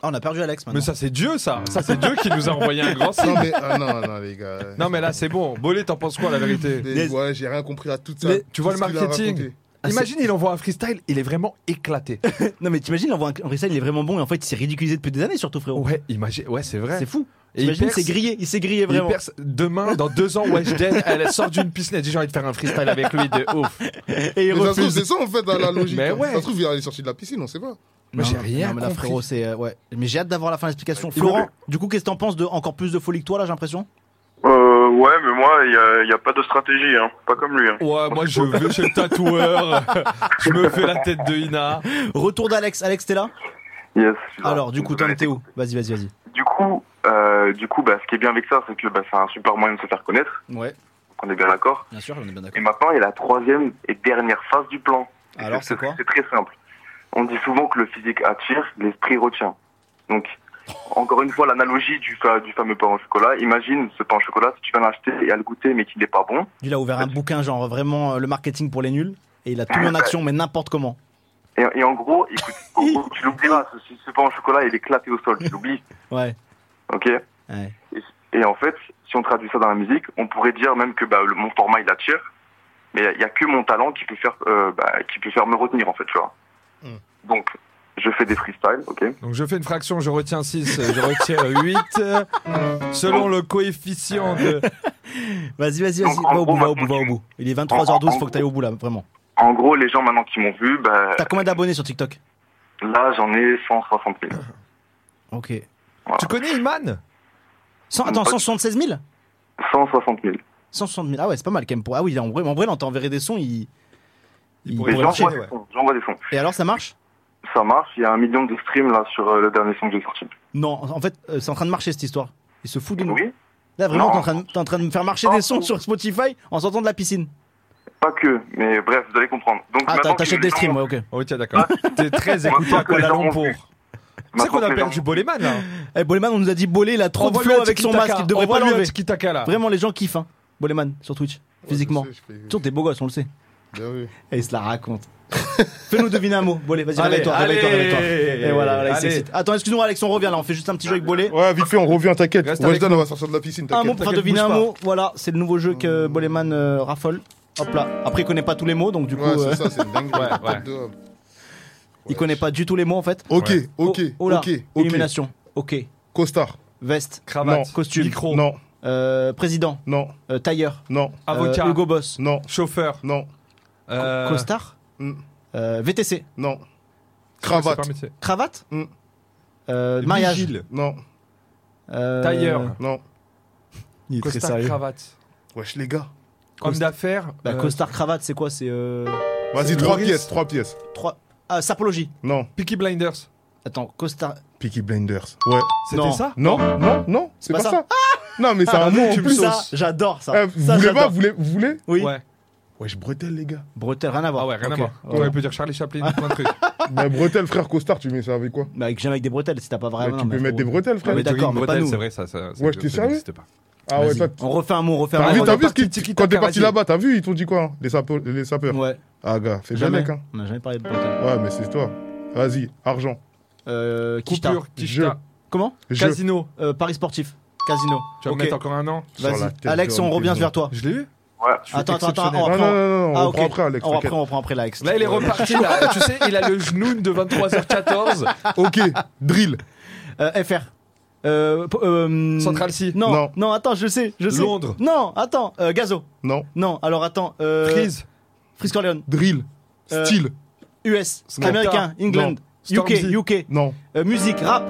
Speaker 2: Ah, on a perdu Alex
Speaker 4: Mais
Speaker 2: maintenant.
Speaker 4: ça, c'est Dieu, ça. Ça, c'est Dieu qui nous a envoyé un grand
Speaker 3: Non,
Speaker 4: signe.
Speaker 3: mais, ah, non, non, les gars.
Speaker 4: Non, mais là, c'est bon. Bolé, t'en penses quoi, la vérité
Speaker 3: Des- Ouais, j'ai rien compris à tout ça.
Speaker 4: Mais tu vois
Speaker 3: Tout
Speaker 4: le
Speaker 3: ce qu'il a
Speaker 4: marketing.
Speaker 3: raconté.
Speaker 4: Imagine, il envoie un freestyle, il est vraiment éclaté.
Speaker 2: Ah, Non, mais t'imagines, il envoie un freestyle, il est vraiment bon et en fait, il s'est ridiculisé depuis des années, surtout, frérot.
Speaker 4: Ouais, imagine, ouais, c'est vrai.
Speaker 2: C'est fou.
Speaker 4: Et il
Speaker 2: T'imagines, il
Speaker 4: perce.
Speaker 2: s'est grillé, il s'est grillé
Speaker 4: Il
Speaker 2: vraiment.
Speaker 4: perce demain, dans deux ans, Weshden, elle sort d'une piscine, elle dit j'ai envie de faire un freestyle avec lui de ouf.
Speaker 2: Et il
Speaker 3: Mais ça se trouve,
Speaker 2: refuse.
Speaker 3: c'est ça en fait la- la logique.
Speaker 4: Mais
Speaker 3: hein.
Speaker 4: ouais.
Speaker 3: Ça se trouve, il est sorti de la piscine, on sait pas.
Speaker 4: Moi, j'ai
Speaker 2: Non,
Speaker 4: rien
Speaker 2: non, mais là,
Speaker 4: compris.
Speaker 2: frérot, c'est. euh, ouais. Mais j'ai hâte d'avoir la fin de l'explication.
Speaker 4: Il
Speaker 2: Florent,
Speaker 4: voulait-
Speaker 2: du coup, qu'est-ce que t'en penses de encore plus de folie que toi, là, j'ai l'impression
Speaker 7: Euh, ouais, mais moi, il n'y a, il y a pas de stratégie, hein. Pas comme lui. Hein.
Speaker 4: Ouais, moi je vais chez le tatoueur, je me fais la tête de Ina.
Speaker 2: Retour d'Alex. Alex, t'es là
Speaker 8: Yes, je suis là.
Speaker 2: Alors, du coup, t'en étais où Vas-y, vas-y, vas-y.
Speaker 8: Du coup, euh, du coup bah, ce qui est bien avec ça, c'est que bah, c'est un super moyen de se faire connaître.
Speaker 2: Ouais,
Speaker 8: On est bien d'accord.
Speaker 2: bien sûr, on est bien
Speaker 8: Et
Speaker 2: d'accord.
Speaker 8: maintenant, il y a la troisième et dernière phase du plan. Et
Speaker 2: Alors, c'est quoi
Speaker 8: C'est très simple. On dit souvent que le physique attire, l'esprit retient. Donc, encore une fois, l'analogie du, fa- du fameux pain au chocolat. Imagine ce pain au chocolat, si tu vas l'acheter et à le goûter, mais qu'il n'est pas bon.
Speaker 2: Lui, il a ouvert un bouquin, genre vraiment euh, le marketing pour les nuls. Et il a tout mis en action, mais n'importe comment.
Speaker 8: Et, et en gros, écoute, en gros, tu l'oublieras. Ce, ce pain au chocolat, il est éclaté au sol. Tu l'oublies.
Speaker 2: Ouais.
Speaker 8: Ok
Speaker 2: Ouais.
Speaker 8: Et en fait, si on traduit ça dans la musique, on pourrait dire même que bah, le, mon format il attire, mais il n'y a que mon talent qui peut faire euh, bah, qui peut faire me retenir en fait, tu vois.
Speaker 2: Mm.
Speaker 8: Donc, je fais des freestyles, ok.
Speaker 4: Donc je fais une fraction, je retiens 6, je retire 8, selon le coefficient de.
Speaker 2: Vas-y, vas-y, vas-y.
Speaker 8: Donc, en
Speaker 2: Va au
Speaker 8: gros,
Speaker 2: bout, va au bout,
Speaker 8: maintenant,
Speaker 2: va au
Speaker 8: tu-
Speaker 2: bout. Il est
Speaker 8: En-
Speaker 2: 23h12,
Speaker 8: en
Speaker 2: faut que t'ailles au bout là, vraiment.
Speaker 8: En gros, les gens maintenant qui m'ont vu, bah,
Speaker 2: T'as combien d'abonnés sur TikTok
Speaker 8: là j'en ai 160 000.
Speaker 2: Ok.
Speaker 4: Tu connais Iman
Speaker 2: Cent- attends, 176 000
Speaker 8: 160 000.
Speaker 2: 160 000. Ah ouais, c'est pas mal quand même. Pour... Ah oui, en vrai, en vrai, là, on t'enverrait des sons. Il... il
Speaker 8: Et
Speaker 2: pourrait
Speaker 4: pourrait genre,
Speaker 2: marcher.
Speaker 8: j'envoie
Speaker 4: marcher,
Speaker 8: des
Speaker 4: ouais.
Speaker 8: sons, j'envoie des sons.
Speaker 2: Et alors, ça marche
Speaker 8: Ça marche, il y a un million de streams là sur euh, le dernier son que j'ai sorti.
Speaker 2: Non, en fait, euh, c'est en train de marcher cette histoire. Il se fout de nous.
Speaker 8: Oui,
Speaker 2: Là,
Speaker 8: Non.
Speaker 2: vraiment,
Speaker 8: Ah,
Speaker 2: t'es en, train de- t'es en train de me faire marcher
Speaker 8: Non.
Speaker 2: des sons sur Spotify en sortant de la piscine.
Speaker 8: pas que, mais bref, vous allez comprendre. Donc,
Speaker 2: Ah,
Speaker 8: maintenant
Speaker 2: t'as-
Speaker 8: que
Speaker 2: t'achètes
Speaker 8: les
Speaker 2: des streams,
Speaker 8: gens- Ah,
Speaker 2: ouais, ok.
Speaker 4: Oh, tiens, d'accord. T'es très écouté à Kuala Lumpur. C'est
Speaker 8: maintenant que
Speaker 4: qu'on
Speaker 8: les
Speaker 4: appelle
Speaker 8: gens-
Speaker 4: du Boleman là.
Speaker 2: Eh, Boleman, on nous a dit Bolé, il a trop de
Speaker 4: Envoie-lui
Speaker 2: flow
Speaker 4: un
Speaker 2: avec son
Speaker 4: tiki-taka,
Speaker 2: masque, il devrait pas
Speaker 4: envoie-lui un
Speaker 2: l'enlever.
Speaker 4: tiki-taka, là.
Speaker 2: Vraiment, les gens kiffent, hein. Boleman sur Twitch,
Speaker 3: Ouais,
Speaker 2: physiquement.
Speaker 3: je sais, je Ben fais-
Speaker 2: Surtout, t'es beau gosse, on le sait.
Speaker 3: Bien vu.
Speaker 2: Et il se la raconte. Fais-nous deviner un mot, Bolé, vas-y,
Speaker 4: Allez,
Speaker 2: réveille-toi,
Speaker 4: allez.
Speaker 2: réveille-toi, réveille-toi. Et voilà, voilà, il
Speaker 4: Allez.
Speaker 2: s'excite. Attends, excuse-nous, Alex, on revient là, on fait juste un petit jeu avec Bolé.
Speaker 3: Ouais, vite fait, on revient, t'inquiète.
Speaker 4: Reste avec
Speaker 3: Weshden, on va sortir de la piscine,
Speaker 2: Un mot
Speaker 3: t'inquiète.
Speaker 2: pour
Speaker 3: Hmm.
Speaker 2: faire
Speaker 4: t'inquiète,
Speaker 2: deviner un
Speaker 4: bouge pas.
Speaker 2: mot, voilà, c'est le nouveau jeu que Boleman euh, raffole. Hop là. Après, il connaît pas tous les mots, donc du coup,
Speaker 3: Ouais,
Speaker 2: euh,
Speaker 3: c'est ça, c'est une dingue.
Speaker 4: Ouais, ouais.
Speaker 2: il connaît pas du tout les mots en fait.
Speaker 3: Ok,
Speaker 4: Ouais.
Speaker 3: ok,
Speaker 2: Oh, oh là,
Speaker 3: ok, ok.
Speaker 2: Illumination. Ok.
Speaker 3: Costard.
Speaker 2: Veste.
Speaker 4: Cravate,
Speaker 2: Non. Costume.
Speaker 4: micro,
Speaker 3: Non,
Speaker 2: Euh, président.
Speaker 3: non,
Speaker 2: Euh, tailleur.
Speaker 3: non,
Speaker 2: Euh,
Speaker 4: avocat,
Speaker 2: Hugo Boss.
Speaker 3: non,
Speaker 4: chauffeur,
Speaker 3: non,
Speaker 4: euh,
Speaker 2: Costard.
Speaker 3: Mm.
Speaker 2: Euh, VTC.
Speaker 3: non.
Speaker 4: c'est pas un
Speaker 3: Cravate.
Speaker 4: métier.
Speaker 2: Cravate.
Speaker 3: Mm.
Speaker 2: Euh, mariage.
Speaker 4: Vigile,
Speaker 3: Non,
Speaker 2: Euh,
Speaker 4: tailleur,
Speaker 3: non.
Speaker 2: Il est très
Speaker 4: costard,
Speaker 2: sérieux.
Speaker 4: cravate,
Speaker 3: Wesh, les gars.
Speaker 4: homme d'affaires,
Speaker 2: Bah,
Speaker 4: euh,
Speaker 2: costard cravate, c'est quoi C'est euh,
Speaker 3: Vas-y,
Speaker 4: C'est
Speaker 3: trois
Speaker 4: Loris.
Speaker 3: pièces, trois pièces.
Speaker 2: trois. Ah, sapologie.
Speaker 3: Non.
Speaker 4: Peaky Blinders.
Speaker 2: Attends, costard.
Speaker 3: Peaky Blinders. Ouais.
Speaker 4: C'était
Speaker 2: Non.
Speaker 4: ça
Speaker 3: Non, non, non, c'est
Speaker 2: pas
Speaker 3: pas,
Speaker 2: ça.
Speaker 3: ça. Non, mais c'est un mot en
Speaker 4: tu me
Speaker 3: plus.
Speaker 4: sautes.
Speaker 2: Ça,
Speaker 4: sauce.
Speaker 2: j'adore ça.
Speaker 3: Eh, vous
Speaker 2: ça,
Speaker 3: voulez pas,
Speaker 2: j'adore.
Speaker 3: vous voulez, vous voulez
Speaker 2: Oui.
Speaker 4: Ouais.
Speaker 3: Wesh, bretelle, les gars.
Speaker 2: Bretelle, rien à voir.
Speaker 4: Ah ouais, rien
Speaker 2: Ok.
Speaker 4: à voir.
Speaker 2: Ouais.
Speaker 4: Ouais, on peut dire Charlie Chaplin, plein de trucs.
Speaker 3: Bah, bretelle, frère Costard, tu mets ça avec quoi
Speaker 2: Mais avec, jamais avec des bretelles, si t'as pas
Speaker 3: Bah,
Speaker 2: vraiment.
Speaker 3: Tu peux mettre des bretelles, frère.
Speaker 2: Ah, mais d'accord, mais pas nous.
Speaker 4: C'est vrai, ça. ça
Speaker 3: Ouais, je t'ai servi.
Speaker 4: pas.
Speaker 3: Ah ouais, toi,
Speaker 2: On refait un mot, on refait
Speaker 3: T'as
Speaker 2: un
Speaker 3: vu,
Speaker 2: mot.
Speaker 3: t'as
Speaker 4: on est
Speaker 3: vu ce
Speaker 4: parti
Speaker 3: qu'ils-
Speaker 4: tiki-taka,
Speaker 3: quand t'es parti
Speaker 4: vas-y.
Speaker 3: là-bas, t'as vu, ils t'ont dit quoi hein les, sapo- les sapeurs.
Speaker 2: Ouais,
Speaker 3: Ah gars, fais bien
Speaker 2: jamais.
Speaker 3: mec hein.
Speaker 2: On n'a jamais parlé de bretelles.
Speaker 3: Ouais, mais c'est toi. Vas-y, argent,
Speaker 2: Euh, Kishta.
Speaker 4: Coupure, Kishta,
Speaker 2: Comment
Speaker 3: jeu.
Speaker 4: Casino.
Speaker 2: Euh, Paris sportif. Casino.
Speaker 4: Tu vas me
Speaker 2: Ok.
Speaker 4: mettre encore un an
Speaker 3: Sur la
Speaker 2: Vas-y.
Speaker 3: tête
Speaker 2: Alex,
Speaker 3: de
Speaker 2: on revient
Speaker 3: Ramsey.
Speaker 2: vers toi.
Speaker 4: Je l'ai eu
Speaker 8: Ouais.
Speaker 4: Je suis
Speaker 2: Attends, attends, attends.
Speaker 4: exceptionnel.
Speaker 2: on
Speaker 3: Non, non,
Speaker 2: reprend-
Speaker 3: non, non, on
Speaker 2: Ah, ok.
Speaker 3: reprend après, Alex.
Speaker 2: On
Speaker 3: t'inquiète.
Speaker 2: reprend, on reprend après l'Alex.
Speaker 4: Là, il est
Speaker 2: Euh,
Speaker 4: reparti, là. tu sais, il a le genoun de 23h14.
Speaker 3: Ok, drill.
Speaker 2: euh, FR. Euh, p- euh,
Speaker 4: Central C.
Speaker 2: Non, non,
Speaker 3: Non.
Speaker 2: attends, je sais, je sais.
Speaker 4: Londres.
Speaker 2: Non, attends, euh, Gazo.
Speaker 3: Non,
Speaker 2: Non, alors attends. Euh,
Speaker 4: Freeze.
Speaker 2: Freeze Corleone.
Speaker 3: drill.
Speaker 2: Euh,
Speaker 3: Style.
Speaker 2: US.
Speaker 4: Scott.
Speaker 2: Américain. England.
Speaker 4: Non.
Speaker 2: UK.
Speaker 4: Stormzy.
Speaker 2: UK.
Speaker 3: Non,
Speaker 2: Euh, musique, rap.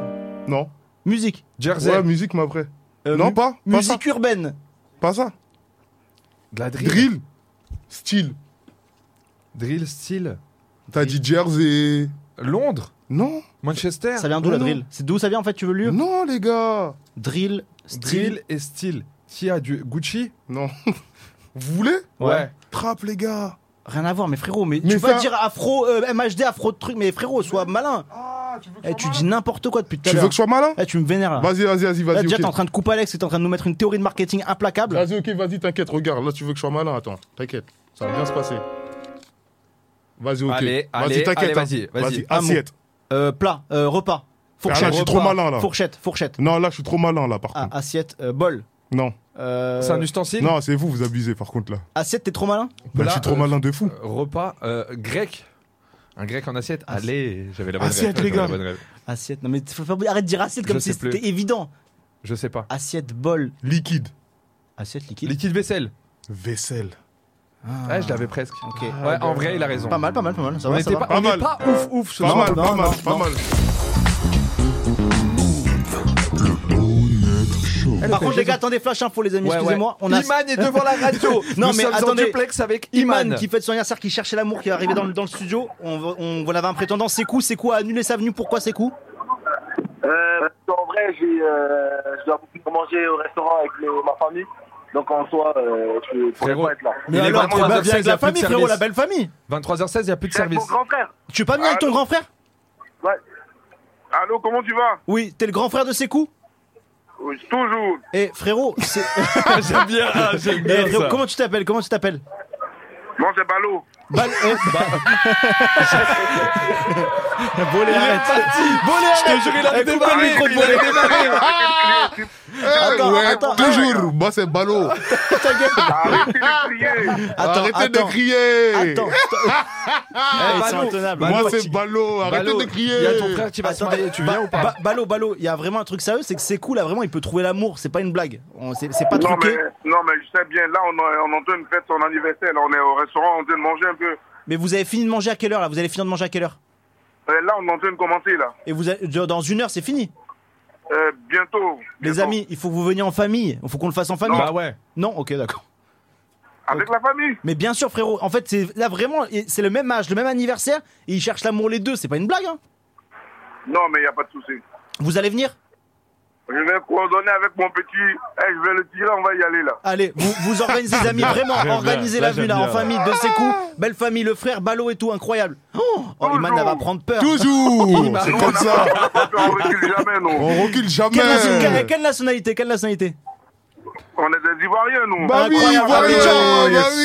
Speaker 3: non.
Speaker 2: Musique.
Speaker 4: Jersey.
Speaker 3: Ouais, musique, mais après.
Speaker 2: Euh,
Speaker 3: non,
Speaker 2: mu-
Speaker 3: pas. Pas ça.
Speaker 2: Musique urbaine.
Speaker 3: Pas ça.
Speaker 4: de la drill.
Speaker 3: Drill. Style.
Speaker 4: Drill, style.
Speaker 3: T'as dit Jersey.
Speaker 4: Londres.
Speaker 3: Non,
Speaker 4: Manchester.
Speaker 2: Ça vient d'où
Speaker 3: Ouais,
Speaker 2: la
Speaker 3: non.
Speaker 2: drill C'est d'où ça vient en fait, tu veux le lieu
Speaker 3: non, les gars.
Speaker 2: Drill. Style.
Speaker 4: Drill et style. Qui a du Gucci
Speaker 3: Non. Vous voulez
Speaker 2: Ouais.
Speaker 3: Trap, les gars.
Speaker 2: Rien à voir, mais frérot, mais, tu
Speaker 3: Mais
Speaker 2: vas
Speaker 3: ça-
Speaker 2: dire afro, euh, MHD, afro de truc, mais frérot, sois malin.
Speaker 3: Ah,
Speaker 2: Eh, tu dis n'importe quoi depuis tout à
Speaker 3: Tu veux
Speaker 2: l'heure.
Speaker 3: que je sois malin
Speaker 2: Eh, tu me vénères là.
Speaker 3: Vas-y, vas-y, vas-y,
Speaker 2: Là,
Speaker 3: vas-y.
Speaker 2: déjà,
Speaker 3: ok.
Speaker 2: t'es en train de couper Alex et t'es en train de nous mettre une théorie de marketing implacable.
Speaker 3: Vas-y, ok, vas-y, t'inquiète, regarde. Là, tu veux que je sois malin Attends, t'inquiète. Ça va bien se passer. Vas-y, ok.
Speaker 4: Allez, allez,
Speaker 3: vas-y, t'inquiète.
Speaker 4: allez,
Speaker 3: hein.
Speaker 4: vas-y, vas-y.
Speaker 2: Un
Speaker 3: assiette.
Speaker 2: Euh, plat, euh, repas, fourchette.
Speaker 3: Ah, là, je suis
Speaker 2: repas,
Speaker 3: trop malin, là.
Speaker 2: Fourchette, fourchette.
Speaker 3: Non, là, je suis trop malin, là, par
Speaker 2: Ah,
Speaker 3: contre.
Speaker 2: assiette, euh, bol.
Speaker 3: Non,
Speaker 2: Euh,
Speaker 4: C'est un ustensile
Speaker 3: non, c'est vous, vous abusez par contre là.
Speaker 2: Assiette, t'es trop malin
Speaker 3: Bah,
Speaker 4: Là,
Speaker 3: je suis trop
Speaker 4: euh,
Speaker 3: malin de fou.
Speaker 4: Euh, Repas euh, grec. Un grec en assiette.
Speaker 2: Ah,
Speaker 4: Allez, j'avais la bonne
Speaker 3: Assiette,
Speaker 4: rêve,
Speaker 3: les
Speaker 4: j'avais
Speaker 3: gars.
Speaker 4: la bonne rêve.
Speaker 2: Assiette, non mais faut pas- arrête de dire assiette
Speaker 4: Je
Speaker 2: comme si
Speaker 4: sais plus.
Speaker 2: c'était évident.
Speaker 4: Je sais pas.
Speaker 2: Assiette, bol,
Speaker 3: Liquide,
Speaker 2: assiette liquide.
Speaker 4: Liquide vaisselle.
Speaker 3: vaisselle.
Speaker 2: Ah,
Speaker 4: Ouais, je l'avais presque.
Speaker 2: Ok.
Speaker 4: Ouais, en vrai, il a raison.
Speaker 2: Pas mal, pas mal, pas mal. Ça
Speaker 4: On
Speaker 2: va,
Speaker 4: était
Speaker 2: ça
Speaker 4: pas,
Speaker 2: va.
Speaker 3: Pas
Speaker 4: on est
Speaker 3: mal.
Speaker 4: pas ouf, ouf. ce
Speaker 3: Pas
Speaker 4: soir.
Speaker 3: mal, pas
Speaker 2: non,
Speaker 3: mal,
Speaker 2: non,
Speaker 3: pas
Speaker 2: non.
Speaker 3: mal.
Speaker 2: Par contre, les gars, attendez, flash info, les amis,
Speaker 4: Ouais, ouais.
Speaker 2: excusez-moi. On a
Speaker 4: Iman est devant la radio.
Speaker 2: Non,
Speaker 4: Nous
Speaker 2: mais
Speaker 4: sommes
Speaker 2: attendez.
Speaker 4: en duplex avec Iman.
Speaker 2: Iman qui fête son anniversaire, qui cherchait l'amour, qui est arrivé dans le, dans le studio. On, va- on, on avait un prétendant, c'est coup, c'est quoi Annuler sa venue, pourquoi c'est coup
Speaker 9: Euh, en vrai, j'ai, euh, je dois beaucoup manger au restaurant avec le- ma famille. Donc en soi, euh, je pourrais
Speaker 4: Frérot.
Speaker 9: pas être là.
Speaker 4: Mais Il est alors, 23
Speaker 2: bah,
Speaker 4: t'es pas heures bien avec 16, la il y a plus de famille, frérot, service. la
Speaker 2: belle famille.
Speaker 4: 23h16, il n'y a plus de
Speaker 6: C'est Eh, mon
Speaker 4: service.
Speaker 6: grand frère.
Speaker 2: Tu es pas venu avec ton grand frère
Speaker 6: Allô, comment tu vas
Speaker 2: Oui, t'es le grand frère de Sekou
Speaker 6: Oui, Toujours.
Speaker 2: Et frérot, c'est-
Speaker 4: j'aime bien, ah, j'aime
Speaker 2: Eh,
Speaker 4: bien.
Speaker 2: frérot,
Speaker 4: ça.
Speaker 2: comment tu t'appelles Comment tu t'appelles
Speaker 6: Non, c'est ballot.
Speaker 2: Bal- eh,
Speaker 4: Il est parti. Je te jure, il a démarré.
Speaker 2: micro de
Speaker 4: il a démarré.
Speaker 2: Ah,
Speaker 4: Ah,
Speaker 2: Attends,
Speaker 3: ouais,
Speaker 2: attends,
Speaker 3: toujours, moi c'est ballot.
Speaker 2: ta gueule.
Speaker 6: Arrêtez de crier.
Speaker 2: Attends,
Speaker 3: Arrêtez
Speaker 2: attends,
Speaker 3: de crier.
Speaker 2: Attends, Eh,
Speaker 4: Eh,
Speaker 2: ils sont
Speaker 4: Balou,
Speaker 2: intenables.
Speaker 4: Balou,
Speaker 3: Moi c'est ballot, arrêtez
Speaker 4: Balou,
Speaker 3: de crier.
Speaker 4: Il y a ton frère qui va se
Speaker 2: Attends,
Speaker 4: marier, tu viens ou pas
Speaker 2: Ba- Ballot, ballot, il y a vraiment un truc sérieux, c'est que c'est cool, là vraiment il peut trouver l'amour, c'est pas une blague. On- C'est c'est pas
Speaker 6: Non mais,
Speaker 2: truqué.
Speaker 6: non, mais je sais bien, là, on, a- on est en train de fêter son anniversaire. Là, on est au restaurant, on est en train de manger un peu.
Speaker 2: Mais vous avez fini de manger à quelle heure là Vous allez finir de manger à quelle heure
Speaker 6: Euh, Là, on est en train de commencer, là.
Speaker 2: Et vous allez- dans une heure, c'est fini.
Speaker 6: Euh, bientôt.
Speaker 2: Les
Speaker 6: bientôt.
Speaker 2: amis, il faut que vous veniez en famille. Il faut qu'on le fasse en famille.
Speaker 4: Bah ouais.
Speaker 2: Non, ok, d'accord.
Speaker 6: Avec la famille
Speaker 2: Mais bien sûr, frérot. En fait, c'est là vraiment, et c'est le même âge, le même anniversaire, et ils cherchent l'amour les deux. C'est pas une blague. Hein
Speaker 6: Non, mais il n'y a pas de souci.
Speaker 2: vous allez venir
Speaker 6: Je vais coordonner avec mon petit. Eh, je vais le tirer, on va y aller, là.
Speaker 2: Allez, vous, vous organisez, les amis, vraiment, organisez
Speaker 4: Là,
Speaker 2: la vue
Speaker 4: j'aime
Speaker 2: là, en
Speaker 4: bien.
Speaker 2: famille, de ses coups, belle famille, le frère, ballot et tout, incroyable. Oh, oh, Iman, elle va prendre peur.
Speaker 3: Toujours, c'est
Speaker 6: Nous,
Speaker 3: comme
Speaker 6: on a-
Speaker 3: ça.
Speaker 6: on a pas peur, on recule jamais, nous.
Speaker 3: On recule
Speaker 2: Quelle, nation- quelle-
Speaker 3: jamais.
Speaker 2: quelle nationalité Quelle nationalité
Speaker 6: On est des Ivoiriens, nous.
Speaker 3: Bah oui,
Speaker 2: Incroyable,
Speaker 3: voilà,
Speaker 2: Abidjan,
Speaker 3: bah
Speaker 6: yes.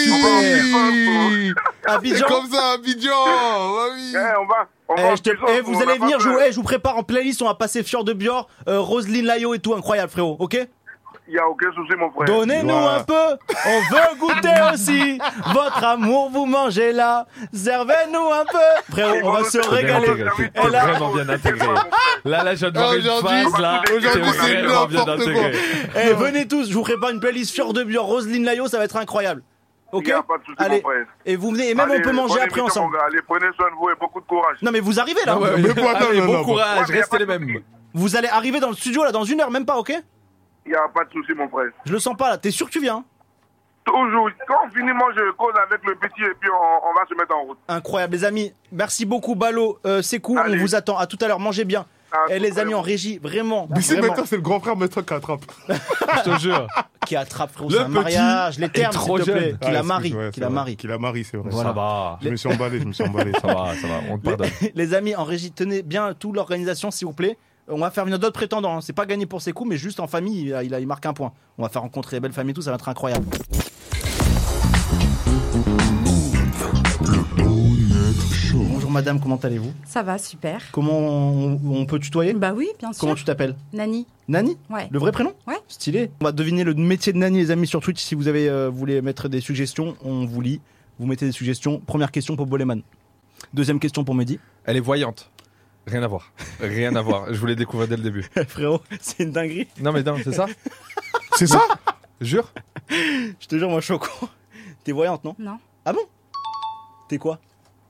Speaker 3: oui. C'est
Speaker 2: Abidjan.
Speaker 3: comme ça, Abidjan, bah oui.
Speaker 6: Eh, on va. On va
Speaker 2: Eh,
Speaker 6: en
Speaker 2: je te-
Speaker 6: prison,
Speaker 2: eh, vous
Speaker 6: on
Speaker 2: allez
Speaker 6: a pas
Speaker 2: venir, je,
Speaker 6: peur.
Speaker 2: eh, je vous prépare en playlist, on va passer Fior de Bior, euh, Roselyne Layo et tout, incroyable frérot, ok
Speaker 6: Il n'y a aucun souci, mon frère.
Speaker 2: Donnez-nous
Speaker 3: Ouais.
Speaker 2: un peu, on veut goûter aussi. Votre amour, vous mangez là. Servez-nous un peu.
Speaker 6: Ils
Speaker 2: Frérot, on
Speaker 6: vont
Speaker 2: va
Speaker 6: nous
Speaker 2: se
Speaker 6: servir
Speaker 4: bien
Speaker 2: régaler.
Speaker 4: intégré,
Speaker 6: servir
Speaker 4: t'es
Speaker 6: tout
Speaker 2: Elle a-
Speaker 4: vraiment bien intégré. Là, là, je viens de voir Ah, une
Speaker 3: Aujourd'hui,
Speaker 4: phase, là.
Speaker 6: aujourd'hui,
Speaker 4: t'es
Speaker 6: c'est
Speaker 4: vraiment bien
Speaker 3: n'importe
Speaker 4: intégré.
Speaker 2: Eh, venez tous, je vous prépare une playlist Fior de Bior, Roselyne Layo, ça va être incroyable. Ok
Speaker 6: Il y a pas de souci,
Speaker 2: Allez,
Speaker 6: mon frère.
Speaker 2: et vous venez, et même
Speaker 6: Allez,
Speaker 2: on peut manger
Speaker 6: bonne
Speaker 2: après
Speaker 6: émission, mon
Speaker 2: ensemble.
Speaker 6: gars. Allez, prenez soin de vous et beaucoup de courage.
Speaker 2: Non mais vous arrivez là,
Speaker 4: Ah ouais,
Speaker 3: Mais
Speaker 4: ouais.
Speaker 3: quoi, non,
Speaker 4: Allez,
Speaker 3: non,
Speaker 4: bon
Speaker 3: non,
Speaker 6: Ouais,
Speaker 4: courage,
Speaker 6: mais y a
Speaker 4: restez
Speaker 6: pas de
Speaker 4: les mêmes.
Speaker 6: souci.
Speaker 2: vous allez arriver dans le studio là dans une heure, même pas, ok
Speaker 6: Il n'y a pas de souci, mon frère.
Speaker 2: Je le sens pas là, t'es sûr que tu viens hein
Speaker 6: Toujours. Quand on finit, moi, je cause avec le petit et puis on, on va se mettre en route.
Speaker 2: Incroyable les amis, merci beaucoup Ballot, euh, c'est cool, on
Speaker 6: Allez.
Speaker 2: vous attend, à tout à l'heure, mangez bien.
Speaker 6: À
Speaker 2: Et
Speaker 6: tout
Speaker 2: les
Speaker 6: à
Speaker 2: amis
Speaker 6: l'heure.
Speaker 2: en régie, vraiment,
Speaker 3: Mais si
Speaker 2: vraiment.
Speaker 3: maintenant c'est le grand frère, maintenant qui attrape.
Speaker 4: Je te jure.
Speaker 2: qui attrape frérot,
Speaker 4: Le
Speaker 2: c'est un
Speaker 4: petit
Speaker 2: mariage, les termes
Speaker 4: trop
Speaker 2: s'il te plaît,
Speaker 4: jeune.
Speaker 2: qui
Speaker 3: Ah,
Speaker 2: la
Speaker 3: excuse,
Speaker 2: marie,
Speaker 3: ouais,
Speaker 2: qui
Speaker 3: c'est
Speaker 2: la
Speaker 3: vrai.
Speaker 2: marie.
Speaker 3: Qui la marie, c'est vrai.
Speaker 2: Voilà.
Speaker 4: Ça va.
Speaker 3: Je me suis emballé, je me suis emballé.
Speaker 4: Ça va, ça va. On te pardonne.
Speaker 2: Les amis en régie, tenez bien toute l'organisation s'il vous plaît. On va faire venir d'autres prétendants, hein. c'est pas gagné pour ses coups mais juste en famille, il, a- il, a- il marque un point. On va faire rencontrer les belles familles et tout, ça va être incroyable. Bonjour madame, comment allez-vous
Speaker 10: Ça va, super.
Speaker 2: Comment on, on peut tutoyer
Speaker 10: Bah oui, bien sûr.
Speaker 2: Comment tu t'appelles
Speaker 10: Nani,
Speaker 2: Nani
Speaker 10: ouais.
Speaker 2: Le vrai prénom
Speaker 10: Ouais.
Speaker 2: Stylé. On va deviner le métier de Nani, les amis, sur Twitch. Si vous avez euh, voulez mettre des suggestions, on vous lit. Vous mettez des suggestions. Première question pour Boleman. Deuxième question pour Mehdi.
Speaker 4: Elle est voyante. Rien à voir. Rien à voir. Je voulais découvrir dès le début.
Speaker 2: Frérot, c'est une dinguerie.
Speaker 4: Non, mais non, c'est ça
Speaker 3: C'est ça
Speaker 4: Jure
Speaker 2: Je te jure, moi, je suis au courant. T'es voyante, non
Speaker 10: Non.
Speaker 2: Ah bon T'es quoi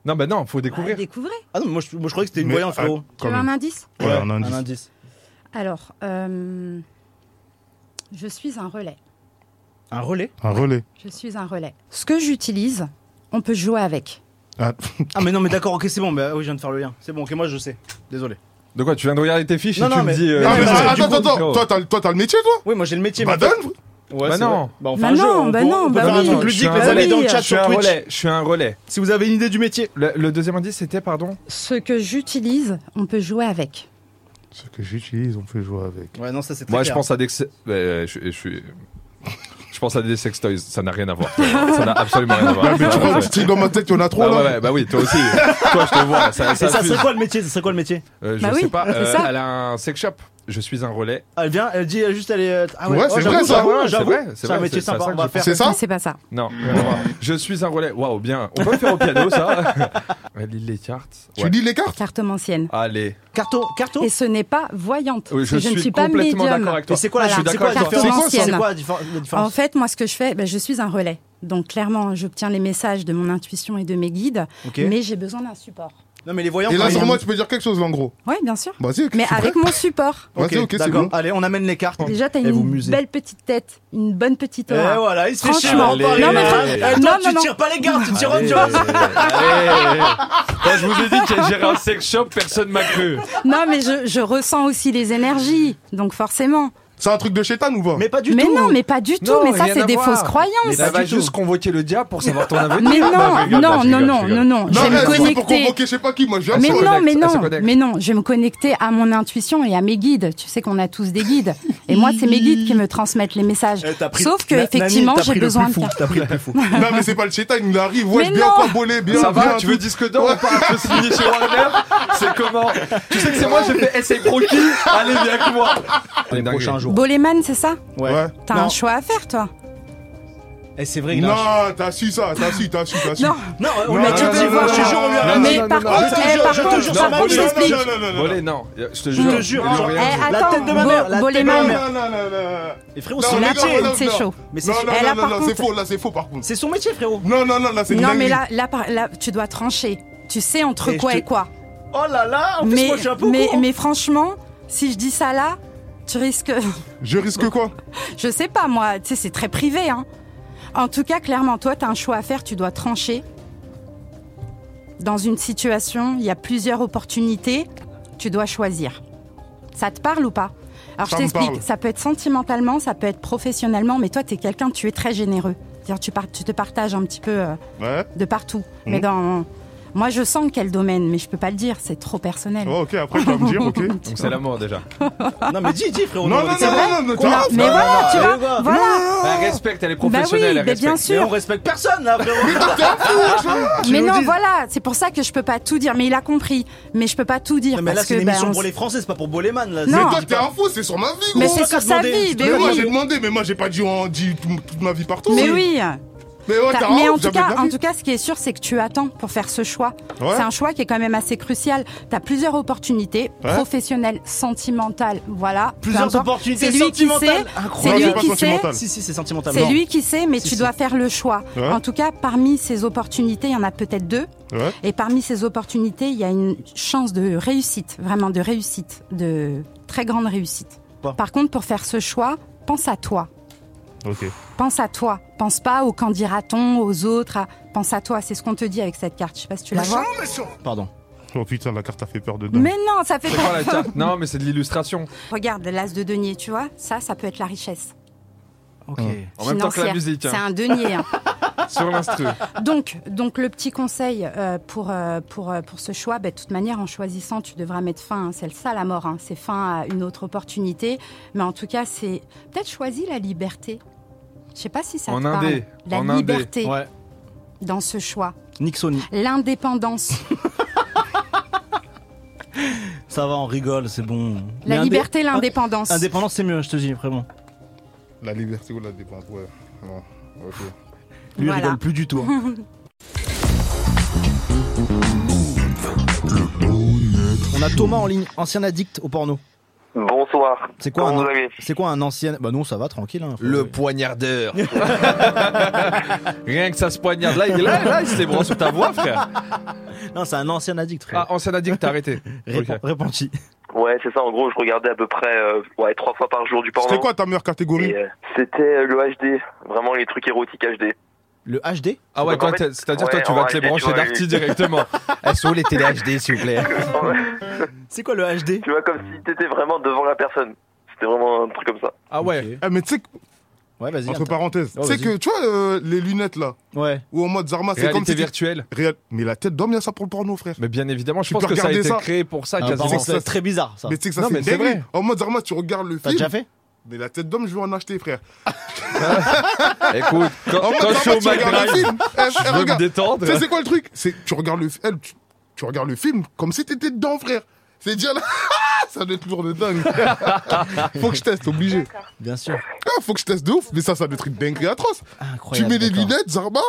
Speaker 4: Non, bah non, faut
Speaker 10: Découvrez.
Speaker 4: découvrir.
Speaker 2: Ah non, moi, je, moi, je croyais que c'était une
Speaker 3: Mais,
Speaker 2: voyante, frérot.
Speaker 3: ah,
Speaker 10: Tu
Speaker 3: quand
Speaker 10: veux un
Speaker 3: même.
Speaker 10: indice
Speaker 3: Ouais, un
Speaker 2: Un
Speaker 3: indice.
Speaker 2: indice.
Speaker 10: Alors, euh, je suis un relais.
Speaker 2: Un relais
Speaker 3: Un relais.
Speaker 10: Je suis un relais. Ce que j'utilise, on peut jouer avec.
Speaker 3: Ah,
Speaker 2: Ah, mais non, mais d'accord, ok, c'est bon. Bah, oui, je viens de faire le lien. C'est bon, ok, moi, je sais. Désolé.
Speaker 4: De quoi Tu viens de regarder tes fiches
Speaker 2: Non,
Speaker 4: et tu
Speaker 2: non,
Speaker 4: me
Speaker 2: mais-
Speaker 4: dis. Oh. euh,
Speaker 2: Non,
Speaker 3: Ah, mais
Speaker 2: mais
Speaker 4: tu
Speaker 2: c'est-
Speaker 3: attends,
Speaker 4: comprends.
Speaker 3: attends, attends. Toi, t'as- Toi, t'as le métier, toi
Speaker 2: Oui, moi, j'ai le métier.
Speaker 3: Bah
Speaker 2: mais-
Speaker 3: donne
Speaker 2: Ouais,
Speaker 4: Bah
Speaker 2: c'est
Speaker 4: non.
Speaker 2: vrai. Bah, on fait
Speaker 10: Bah
Speaker 2: un jeu,
Speaker 10: non,
Speaker 2: on
Speaker 10: bah
Speaker 2: peut-
Speaker 10: non,
Speaker 2: on peut
Speaker 10: bah
Speaker 2: faire un
Speaker 10: oui.
Speaker 2: truc
Speaker 4: Je suis
Speaker 2: ludique,
Speaker 4: un
Speaker 2: les amis,
Speaker 4: relais.
Speaker 2: dans le chat
Speaker 4: Je suis
Speaker 2: sur
Speaker 4: un
Speaker 2: Twitch.
Speaker 4: relais. Je suis un relais.
Speaker 2: Si vous avez une idée du métier.
Speaker 4: Le, le deuxième indice, c'était, pardon
Speaker 10: Ce que j'utilise, on peut jouer avec.
Speaker 3: Ce que j'utilise, on peut jouer avec.
Speaker 2: Ouais, non, ça c'est très
Speaker 4: Moi, je
Speaker 2: clair.
Speaker 4: pense à des. euh, je, je suis. Je pense à des sextoys, ça n'a rien à voir. Ça n'a absolument rien à voir.
Speaker 3: Mais tu vois, tu dans ma tête, il y en a
Speaker 4: Ah
Speaker 3: trop
Speaker 4: ouais,
Speaker 3: là.
Speaker 4: ouais, bah oui, toi aussi. toi, je te vois. Ça,
Speaker 2: Ah, Et
Speaker 4: ça
Speaker 2: ça
Speaker 4: fuse.
Speaker 2: serait quoi le métier Ça serait quoi le métier
Speaker 4: Euh, je
Speaker 10: Bah
Speaker 4: sais
Speaker 10: oui,
Speaker 4: pas.
Speaker 10: c'est
Speaker 4: euh,
Speaker 10: ça.
Speaker 4: elle a un sex shop. je suis un relais.
Speaker 2: Elle vient, elle dit elle juste elle est. Ah
Speaker 3: Ouais, c'est
Speaker 2: j'avoue,
Speaker 3: vrai, ça.
Speaker 2: j'avoue,
Speaker 3: Ouais,
Speaker 2: j'avoue,
Speaker 4: c'est vrai, c'est
Speaker 2: C'est
Speaker 4: vrai,
Speaker 2: un métier
Speaker 4: c'est- c'est
Speaker 2: sympa.
Speaker 4: ça
Speaker 2: On
Speaker 4: que
Speaker 2: va
Speaker 4: je
Speaker 2: faire.
Speaker 3: C'est ça
Speaker 10: C'est pas ça.
Speaker 4: Non, je suis un relais. Waouh, bien. On peut le faire au piano, ça. Elle lit les cartes.
Speaker 3: Tu
Speaker 4: Ouais.
Speaker 3: lis les cartes
Speaker 10: Cartomancienne.
Speaker 4: Allez.
Speaker 2: Carto, carto.
Speaker 10: Et ce n'est pas voyante.
Speaker 4: Oui,
Speaker 10: je, ne suis pas
Speaker 4: complètement
Speaker 10: médium.
Speaker 4: d'accord avec toi.
Speaker 2: Et c'est quoi la
Speaker 10: Voilà,
Speaker 2: c'est quoi la
Speaker 10: carte
Speaker 2: différence
Speaker 10: ancienne.
Speaker 2: C'est quoi la diffé- la
Speaker 10: En
Speaker 2: différence
Speaker 10: fait, moi, ce que je fais, ben, je suis un relais. Donc, clairement, j'obtiens les messages de mon intuition et de mes guides,
Speaker 2: Ok.
Speaker 10: mais j'ai besoin d'un support.
Speaker 2: Non mais les voyants.
Speaker 3: Et là,
Speaker 2: par
Speaker 3: sur
Speaker 2: exemple.
Speaker 3: moi, tu peux dire quelque chose, là, en gros.
Speaker 10: Oui, bien sûr.
Speaker 3: Vas-y, ok,
Speaker 10: Mais
Speaker 3: je suis
Speaker 10: avec
Speaker 3: prêt.
Speaker 10: mon support.
Speaker 2: Ok,
Speaker 3: Vas-y, ok, c'est
Speaker 2: d'accord.
Speaker 3: bon.
Speaker 2: Allez, on amène les cartes.
Speaker 10: Déjà, t'as
Speaker 2: Et vous
Speaker 10: une
Speaker 2: musez.
Speaker 10: belle petite tête, une bonne petite
Speaker 2: Et
Speaker 10: aura.
Speaker 2: Eh voilà, il se fait chier.
Speaker 10: Franchement.
Speaker 2: on parle,
Speaker 4: Non,
Speaker 2: il
Speaker 4: mais
Speaker 2: est
Speaker 4: attends,
Speaker 2: malade. Eh,
Speaker 10: non,
Speaker 2: toi,
Speaker 10: non,
Speaker 2: tu
Speaker 10: non.
Speaker 2: tires pas les gardes, tu tires
Speaker 10: Oh,
Speaker 2: autre
Speaker 4: Allez,
Speaker 2: chose.
Speaker 4: Eh, allez. Putain, je vous ai dit que j'ai géré un sex shop, personne m'a cru.
Speaker 10: Non, mais je, je ressens aussi les énergies, donc forcément.
Speaker 3: C'est un truc de chétan ou pas
Speaker 2: Mais pas du
Speaker 10: mais
Speaker 2: tout.
Speaker 10: non, mais pas du tout.
Speaker 4: Non,
Speaker 10: mais ça,
Speaker 4: rien à
Speaker 10: c'est des
Speaker 4: voir.
Speaker 10: fausses
Speaker 4: Mais
Speaker 10: croyances.
Speaker 4: ça va
Speaker 10: Mais,
Speaker 4: juste convoquer le diable pour savoir ton avenir. je
Speaker 10: non,
Speaker 4: rigole,
Speaker 10: non,
Speaker 4: je
Speaker 10: non, non,
Speaker 4: rigole, je
Speaker 10: non,
Speaker 4: rigole.
Speaker 10: non. Je vais
Speaker 3: non,
Speaker 10: me
Speaker 3: eh, c'est pour
Speaker 10: connecter.
Speaker 3: convoquer, je sais pas qui, moi, je viens
Speaker 10: Mais
Speaker 3: sur le-
Speaker 10: non,
Speaker 4: connecte,
Speaker 10: mais
Speaker 4: ça se
Speaker 10: non,
Speaker 4: connecte.
Speaker 10: mais non, je vais me connecter à mon intuition et à mes guides. Tu sais qu'on a tous des guides. Et moi, c'est mes guides qui me transmettent les messages.
Speaker 2: Eh, t'as pris-
Speaker 10: Sauf que,
Speaker 2: Na-
Speaker 10: effectivement,
Speaker 2: Nani, t'as
Speaker 10: j'ai
Speaker 2: pris le
Speaker 10: besoin
Speaker 2: plus
Speaker 10: de
Speaker 2: fou,
Speaker 10: faire.
Speaker 2: T'as pris le plus fou.
Speaker 3: Non, mais c'est pas le chétan, il arrive, ouais,
Speaker 10: Mais
Speaker 3: bien
Speaker 10: non.
Speaker 3: cambolé, bien.
Speaker 4: Ça va,
Speaker 3: bien,
Speaker 4: tu veux
Speaker 3: tout.
Speaker 4: disque d'or ou pas Tu veux signer chez Warner C'est comment Tu sais que c'est moi, j'ai
Speaker 2: Eh,
Speaker 4: fait essai croquis Allez, viens avec moi
Speaker 2: Les prochains jours.
Speaker 10: Boleman, c'est ça
Speaker 3: Ouais.
Speaker 10: T'as
Speaker 2: Non.
Speaker 10: un choix à faire, toi
Speaker 2: Et Eh, c'est vrai. il a un
Speaker 3: Non, Ah, t'as su ça, t'as su, t'as su, t'as su.
Speaker 10: Non,
Speaker 2: Non, on
Speaker 3: Non,
Speaker 2: l'a
Speaker 3: non,
Speaker 2: dit
Speaker 3: non,
Speaker 2: deux
Speaker 3: non,
Speaker 2: fois, je
Speaker 3: non,
Speaker 2: te jure, on lui a
Speaker 4: non,
Speaker 2: rien
Speaker 10: mais
Speaker 2: dit.
Speaker 10: par
Speaker 2: non,
Speaker 10: contre,
Speaker 2: je te
Speaker 10: eh,
Speaker 2: jure,
Speaker 10: par
Speaker 2: je te
Speaker 10: contre,
Speaker 2: jure,
Speaker 10: par
Speaker 2: ça
Speaker 10: contre,
Speaker 2: m'a-
Speaker 10: j'explique.
Speaker 3: Non, non, non, non, non.
Speaker 4: Volé, non. Je te
Speaker 2: Je
Speaker 4: jure.
Speaker 2: te jure,
Speaker 4: ils lui ont
Speaker 2: genre,
Speaker 4: rien
Speaker 10: Eh,
Speaker 4: dit.
Speaker 2: la
Speaker 10: attends,
Speaker 2: tête de ma mère,
Speaker 10: Bo-
Speaker 2: la tête de ma
Speaker 10: Boleman.
Speaker 2: mère.
Speaker 3: Non, non, non, non.
Speaker 2: Et frérot,
Speaker 3: Non,
Speaker 2: c'est son
Speaker 3: mais
Speaker 10: Là,
Speaker 2: métier.
Speaker 3: non,
Speaker 10: c'est
Speaker 3: non.
Speaker 10: chaud.
Speaker 2: Mais c'est
Speaker 3: Non,
Speaker 2: son-
Speaker 3: non,
Speaker 10: Elle a
Speaker 3: non,
Speaker 10: par
Speaker 3: non, c'est
Speaker 10: contre-
Speaker 3: faux, là, c'est faux, par contre.
Speaker 2: c'est son métier, frérot.
Speaker 3: Non, non, non, là, c'est une
Speaker 10: Non, mais là,
Speaker 3: dinguerie.
Speaker 10: là, par- là, tu dois trancher. Tu sais entre
Speaker 2: Et
Speaker 10: quoi
Speaker 2: je te-
Speaker 10: et quoi.
Speaker 2: Oh là là, en plus,
Speaker 10: mais,
Speaker 2: moi, je suis un peu au
Speaker 10: mais,
Speaker 2: courant.
Speaker 10: mais franchement, si je dis ça là, tu risques.
Speaker 3: Je risque quoi
Speaker 10: Je sais pas, moi, tu sais, c'est très privé, hein. En tout cas, clairement, toi, t'as un choix à faire, tu dois trancher. Dans une situation, il y a plusieurs opportunités, tu dois choisir. Ça te parle ou pas Alors,
Speaker 3: Ça
Speaker 10: je
Speaker 3: me
Speaker 10: t'explique,
Speaker 3: parle.
Speaker 10: ça peut être sentimentalement, ça peut être professionnellement, mais toi, t'es quelqu'un, tu es très généreux. C'est-à-dire, tu, par- tu te partages un petit peu euh,
Speaker 3: Ouais.
Speaker 10: de partout.
Speaker 3: Mmh.
Speaker 10: Mais dans. Moi, je sens quel domaine, mais je peux pas le dire, c'est trop personnel.
Speaker 3: Oh, ok, après, tu vas me dire, ok.
Speaker 4: Donc c'est la mort déjà.
Speaker 2: Non, mais dis, dis, frérot.
Speaker 3: Non,
Speaker 2: mais
Speaker 3: non,
Speaker 2: c'est
Speaker 3: non,
Speaker 2: vrai.
Speaker 3: non, non,
Speaker 10: Non,
Speaker 3: t'as-
Speaker 10: mais voilà, tu
Speaker 2: Ah,
Speaker 10: vois,
Speaker 2: ouais,
Speaker 10: voilà.
Speaker 4: Elle respecte, elle est
Speaker 10: Bah oui,
Speaker 4: professionnelle. elle
Speaker 10: mais bien
Speaker 4: respecte.
Speaker 2: Mais
Speaker 10: sûr.
Speaker 2: on respecte personne, là, frérot.
Speaker 3: hein,
Speaker 2: Tu
Speaker 10: Mais
Speaker 2: nous
Speaker 10: non,
Speaker 2: dis-
Speaker 10: voilà, c'est pour ça que je peux pas tout dire. Mais il a compris. Mais je peux pas tout dire
Speaker 2: Non, mais là,
Speaker 10: parce
Speaker 2: c'est une
Speaker 10: que. ben,
Speaker 2: émission
Speaker 10: on
Speaker 2: pour
Speaker 10: s-
Speaker 2: les Français, c'est pas pour Boleman, là.
Speaker 10: Non.
Speaker 3: Mais
Speaker 2: C'est-
Speaker 3: toi, t'es un fou, c'est sur ma vie, gros.
Speaker 10: Mais
Speaker 2: on va
Speaker 10: c'est sur
Speaker 2: te
Speaker 10: sa
Speaker 2: demander-
Speaker 10: vie,
Speaker 2: tu
Speaker 10: mais
Speaker 3: Mais moi, j'ai
Speaker 10: oui.
Speaker 3: demandé, mais moi, j'ai pas dit, on dit tout- toute ma vie partout.
Speaker 10: Mais oui.
Speaker 3: Mais ouais,
Speaker 10: T'as-
Speaker 3: t'as
Speaker 10: Mais en
Speaker 3: raison,
Speaker 10: tout
Speaker 3: j'avais
Speaker 10: cas,
Speaker 3: bien
Speaker 10: en
Speaker 3: vu.
Speaker 10: tout cas, ce qui est sûr, c'est que tu attends pour faire ce choix.
Speaker 3: Ouais.
Speaker 10: C'est un choix qui est quand même assez crucial. T'as plusieurs opportunités
Speaker 3: Ouais.
Speaker 10: professionnelles, sentimentales, voilà. peu
Speaker 2: Plusieurs
Speaker 10: importe.
Speaker 2: opportunités
Speaker 10: C'est lui qui
Speaker 2: sentimentales.
Speaker 10: sait,
Speaker 2: Incroyable.
Speaker 10: C'est
Speaker 3: Non,
Speaker 10: lui
Speaker 3: c'est pas
Speaker 10: qui sait.
Speaker 3: sentimental.
Speaker 2: Si, si, c'est sentimental.
Speaker 10: C'est
Speaker 2: Non.
Speaker 10: lui qui sait, mais
Speaker 2: Si,
Speaker 10: tu
Speaker 2: si.
Speaker 10: dois faire le choix.
Speaker 3: Ouais.
Speaker 10: En tout cas, parmi ces opportunités, il y en a peut-être deux.
Speaker 3: Ouais.
Speaker 10: Et parmi ces opportunités, il y a une chance de réussite, vraiment de réussite, de très grande réussite.
Speaker 2: Pas.
Speaker 10: Par contre, pour faire ce choix, pense à toi.
Speaker 3: Ok.
Speaker 10: Pense à toi. Pense pas au qu'en dira-t-on, aux autres. à- Pense à toi. C'est ce qu'on te dit avec cette carte. Je sais pas si tu la vois.
Speaker 2: Pardon.
Speaker 3: Oh putain, la carte a fait peur de dingue.
Speaker 10: Mais non, ça fait
Speaker 4: C'est quoi
Speaker 10: pas.
Speaker 4: la carte Non, mais c'est de l'illustration.
Speaker 10: Regarde l'as de denier, tu vois. Ça, ça peut être la richesse.
Speaker 2: Ok.
Speaker 4: En même temps que la
Speaker 10: financière.
Speaker 4: musique, hein,
Speaker 10: C'est un denier. hein.
Speaker 4: sur l'instru.
Speaker 10: Donc, donc le petit conseil euh, pour, euh, pour, euh, pour ce choix, ben, de toute manière, en choisissant, tu devras mettre fin. hein. C'est ça la mort, hein. c'est fin à une autre opportunité. Mais en tout cas, c'est peut-être choisis la liberté. Je sais pas si ça
Speaker 4: En
Speaker 10: te parle.
Speaker 4: indé,
Speaker 10: La
Speaker 4: en indé.
Speaker 10: liberté
Speaker 2: Ouais.
Speaker 10: dans ce choix.
Speaker 2: Nixoni.
Speaker 10: L'indépendance.
Speaker 2: Ça va, on rigole, c'est bon. Mais
Speaker 10: La
Speaker 2: indé-
Speaker 10: liberté, l'indépendance.
Speaker 2: Indépendance, c'est mieux, je te dis, vraiment.
Speaker 3: La liberté ou la dépense, ouais. Ouais, ok.
Speaker 2: Lui, il
Speaker 10: Voilà.
Speaker 2: rigole plus du tout. hein. On a Thomas en ligne, ancien addict au porno.
Speaker 9: Bonsoir.
Speaker 2: C'est quoi,
Speaker 9: Comment
Speaker 2: un,
Speaker 9: vous allez
Speaker 2: c'est quoi un ancien Bah non, ça va tranquille. hein.
Speaker 4: poignardeur. Rien que ça se poignarde. Là, il, là, là, il se les prend sur ta voix, frère.
Speaker 2: Non, c'est un ancien addict, frère.
Speaker 4: Ah, ancien addict, t'as arrêté.
Speaker 2: Répen-
Speaker 4: ok.
Speaker 2: Repenti.
Speaker 9: Ouais, c'est ça. En gros, je regardais à peu près euh, ouais, trois fois par jour du porno.
Speaker 3: C'était quoi ta meilleure catégorie
Speaker 9: Et, euh, C'était euh, le HD. Vraiment les trucs érotiques HD.
Speaker 2: Le HD
Speaker 4: Ah ouais,
Speaker 9: Donc,
Speaker 4: toi,
Speaker 9: en fait-
Speaker 4: t'es- c'est-à-dire,
Speaker 9: ouais,
Speaker 4: toi, tu
Speaker 9: en
Speaker 4: vas te les
Speaker 9: réalité,
Speaker 4: brancher
Speaker 9: tu vois,
Speaker 4: d'Arty
Speaker 9: les-
Speaker 4: directement.
Speaker 2: Eh,
Speaker 4: Elles sont où les télé HD, s'il vous plaît
Speaker 2: C'est quoi le HD
Speaker 9: tu vois, comme si t'étais vraiment devant la personne. C'était vraiment un truc comme ça.
Speaker 4: Ah ouais.
Speaker 3: Eh, mais tu sais, que-
Speaker 2: Ouais, vas-y.
Speaker 3: entre
Speaker 2: attends.
Speaker 3: parenthèses,
Speaker 2: Oh,
Speaker 3: tu sais
Speaker 2: vas-y.
Speaker 3: que, tu vois, euh, les lunettes là,
Speaker 2: Ouais.
Speaker 3: ou en mode Zarma, c'est
Speaker 4: Réalité
Speaker 3: comme si. tu-
Speaker 4: virtuelle.
Speaker 3: Réel- Mais la tête d'homme, il y a ça pour le porno, frère.
Speaker 4: Mais bien évidemment, je
Speaker 3: Tu
Speaker 4: pense
Speaker 3: peux
Speaker 4: que ça a
Speaker 3: regarder
Speaker 4: été
Speaker 3: ça.
Speaker 4: créé pour ça.
Speaker 2: Ah,
Speaker 4: quasiment.
Speaker 2: par contre, c'est très bizarre, ça.
Speaker 3: Mais tu sais que ça,
Speaker 4: Non,
Speaker 3: c'est
Speaker 4: mais c'est
Speaker 3: une dinguerie.
Speaker 4: vrai.
Speaker 3: En mode Zarma, tu regardes le
Speaker 2: T'as
Speaker 3: film.
Speaker 2: déjà fait
Speaker 3: Mais la tête d'homme, je vais en acheter, frère.
Speaker 4: Écoute, quand,
Speaker 3: En mode
Speaker 4: quand je suis
Speaker 3: Zarma, tu
Speaker 4: au
Speaker 3: regardes le
Speaker 4: McDrive,
Speaker 3: film. Eh,
Speaker 4: je
Speaker 3: eh,
Speaker 4: veux me
Speaker 3: regarde.
Speaker 4: détendre.
Speaker 3: Tu sais, c'est quoi le truc C'est que tu regardes le, elle, tu, tu regardes le film comme si t'étais dedans, frère. C'est dire là. ça doit être lourd de dingue. faut que je teste, obligé.
Speaker 2: Bien sûr.
Speaker 3: Ah, faut que je teste de ouf. Mais ça, ça doit être une dinguerie atroce.
Speaker 2: Incroyable.
Speaker 3: tu mets les
Speaker 2: d'accord.
Speaker 3: lunettes, Zarba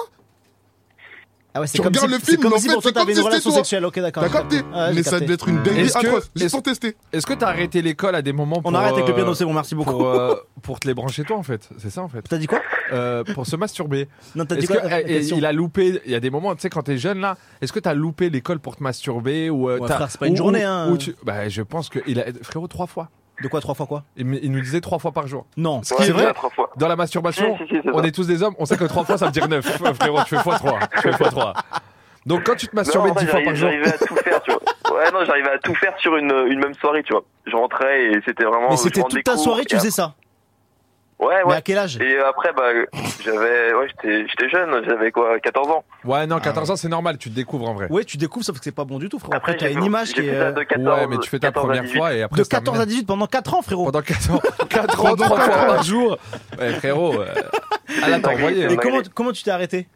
Speaker 2: Ah ouais, c'est
Speaker 3: tu
Speaker 2: comme
Speaker 3: regardes
Speaker 2: si-
Speaker 3: le
Speaker 2: c'est
Speaker 3: film,
Speaker 2: comme
Speaker 3: mais en
Speaker 2: si
Speaker 3: fait,
Speaker 2: pour toi
Speaker 3: c'est comme
Speaker 2: t'avais
Speaker 3: si
Speaker 2: une
Speaker 3: c'était
Speaker 2: relation
Speaker 3: toi.
Speaker 2: sexuelle. Ok, d'accord.
Speaker 3: T'as capté
Speaker 2: Ouais, j'ai
Speaker 3: Mais ça
Speaker 2: capté.
Speaker 3: devait être une dinguerie
Speaker 4: Est-ce que-
Speaker 3: atroce.
Speaker 4: est-ce-
Speaker 3: Juste pour tester.
Speaker 4: Est-ce que t'as arrêté l'école à des moments pour.
Speaker 2: On arrête avec le
Speaker 4: euh,
Speaker 2: piano, c'est bon, merci beaucoup.
Speaker 4: Pour, euh, pour te les brancher toi en fait, c'est ça en fait.
Speaker 2: T'as dit quoi
Speaker 4: Euh, pour se masturber.
Speaker 2: Non, t'as dit
Speaker 4: Est-ce
Speaker 2: quoi
Speaker 4: que-
Speaker 2: La
Speaker 4: eh, eh,
Speaker 2: question.
Speaker 4: il a loupé Il y a des moments, tu sais, quand t'es jeune là, est-ce que t'as loupé l'école pour te masturber ou euh,
Speaker 2: Ouais,
Speaker 4: t'as-
Speaker 2: frère, c'est pas une
Speaker 4: ou-
Speaker 2: journée,
Speaker 4: ou-
Speaker 2: hein.
Speaker 4: ou tu- bah, je pense que il a, frérot trois fois.
Speaker 2: De quoi trois fois quoi
Speaker 4: Il, me- il nous disait trois fois par jour.
Speaker 2: Non.
Speaker 4: Ce qui est vrai.
Speaker 9: Trois fois.
Speaker 4: Dans la
Speaker 9: Si,
Speaker 4: masturbation,
Speaker 9: si, si, c'est
Speaker 4: on
Speaker 9: ça.
Speaker 4: est tous des hommes, on sait que trois fois ça veut dire neuf. Frérot, tu fais x 3 tu fais x 3 Donc quand tu te masturbais
Speaker 9: Non, en fait,
Speaker 4: Bah, dix fois par
Speaker 9: j'arrivais- J'arrivais
Speaker 4: jour,
Speaker 9: à tout faire, tu vois. Ouais, non, j'arrivais à tout faire sur une, une même soirée, tu vois. Je rentrais et c'était vraiment.
Speaker 2: Mais
Speaker 9: je
Speaker 2: c'était
Speaker 9: rendais
Speaker 2: toute ta
Speaker 9: cours
Speaker 2: soirée,
Speaker 9: et
Speaker 2: tu faisais ça.
Speaker 9: après- Ouais,
Speaker 2: Mais
Speaker 9: ouais.
Speaker 2: à quel âge
Speaker 9: Et après, bah, j'avais, ouais, j'étais, j'étais jeune, j'avais quoi, 14 ans.
Speaker 4: ouais non, 14 ans c'est normal, tu te découvres en vrai.
Speaker 2: Ah. Ouais, tu découvres, sauf que c'est pas bon du tout, frérot. Après,
Speaker 9: j'ai
Speaker 2: t'as une
Speaker 9: fait-
Speaker 2: image
Speaker 9: j'ai
Speaker 2: qui
Speaker 9: fait
Speaker 2: est.
Speaker 9: ça
Speaker 2: euh,
Speaker 9: de 14,
Speaker 4: Ouais, mais tu fais ta
Speaker 9: 14 à
Speaker 4: première
Speaker 9: 18.
Speaker 4: fois et après
Speaker 2: De
Speaker 4: ça
Speaker 2: 14
Speaker 4: mène.
Speaker 2: à 18 pendant 4 ans, frérot.
Speaker 4: pendant 4 ans, 4 ans, 3 fois par jour. Ouais, frérot, euh,
Speaker 2: Ah,
Speaker 4: à la t'as envoyé.
Speaker 2: Et
Speaker 4: hein.
Speaker 9: Ouais.
Speaker 2: comment, comment tu t'es arrêté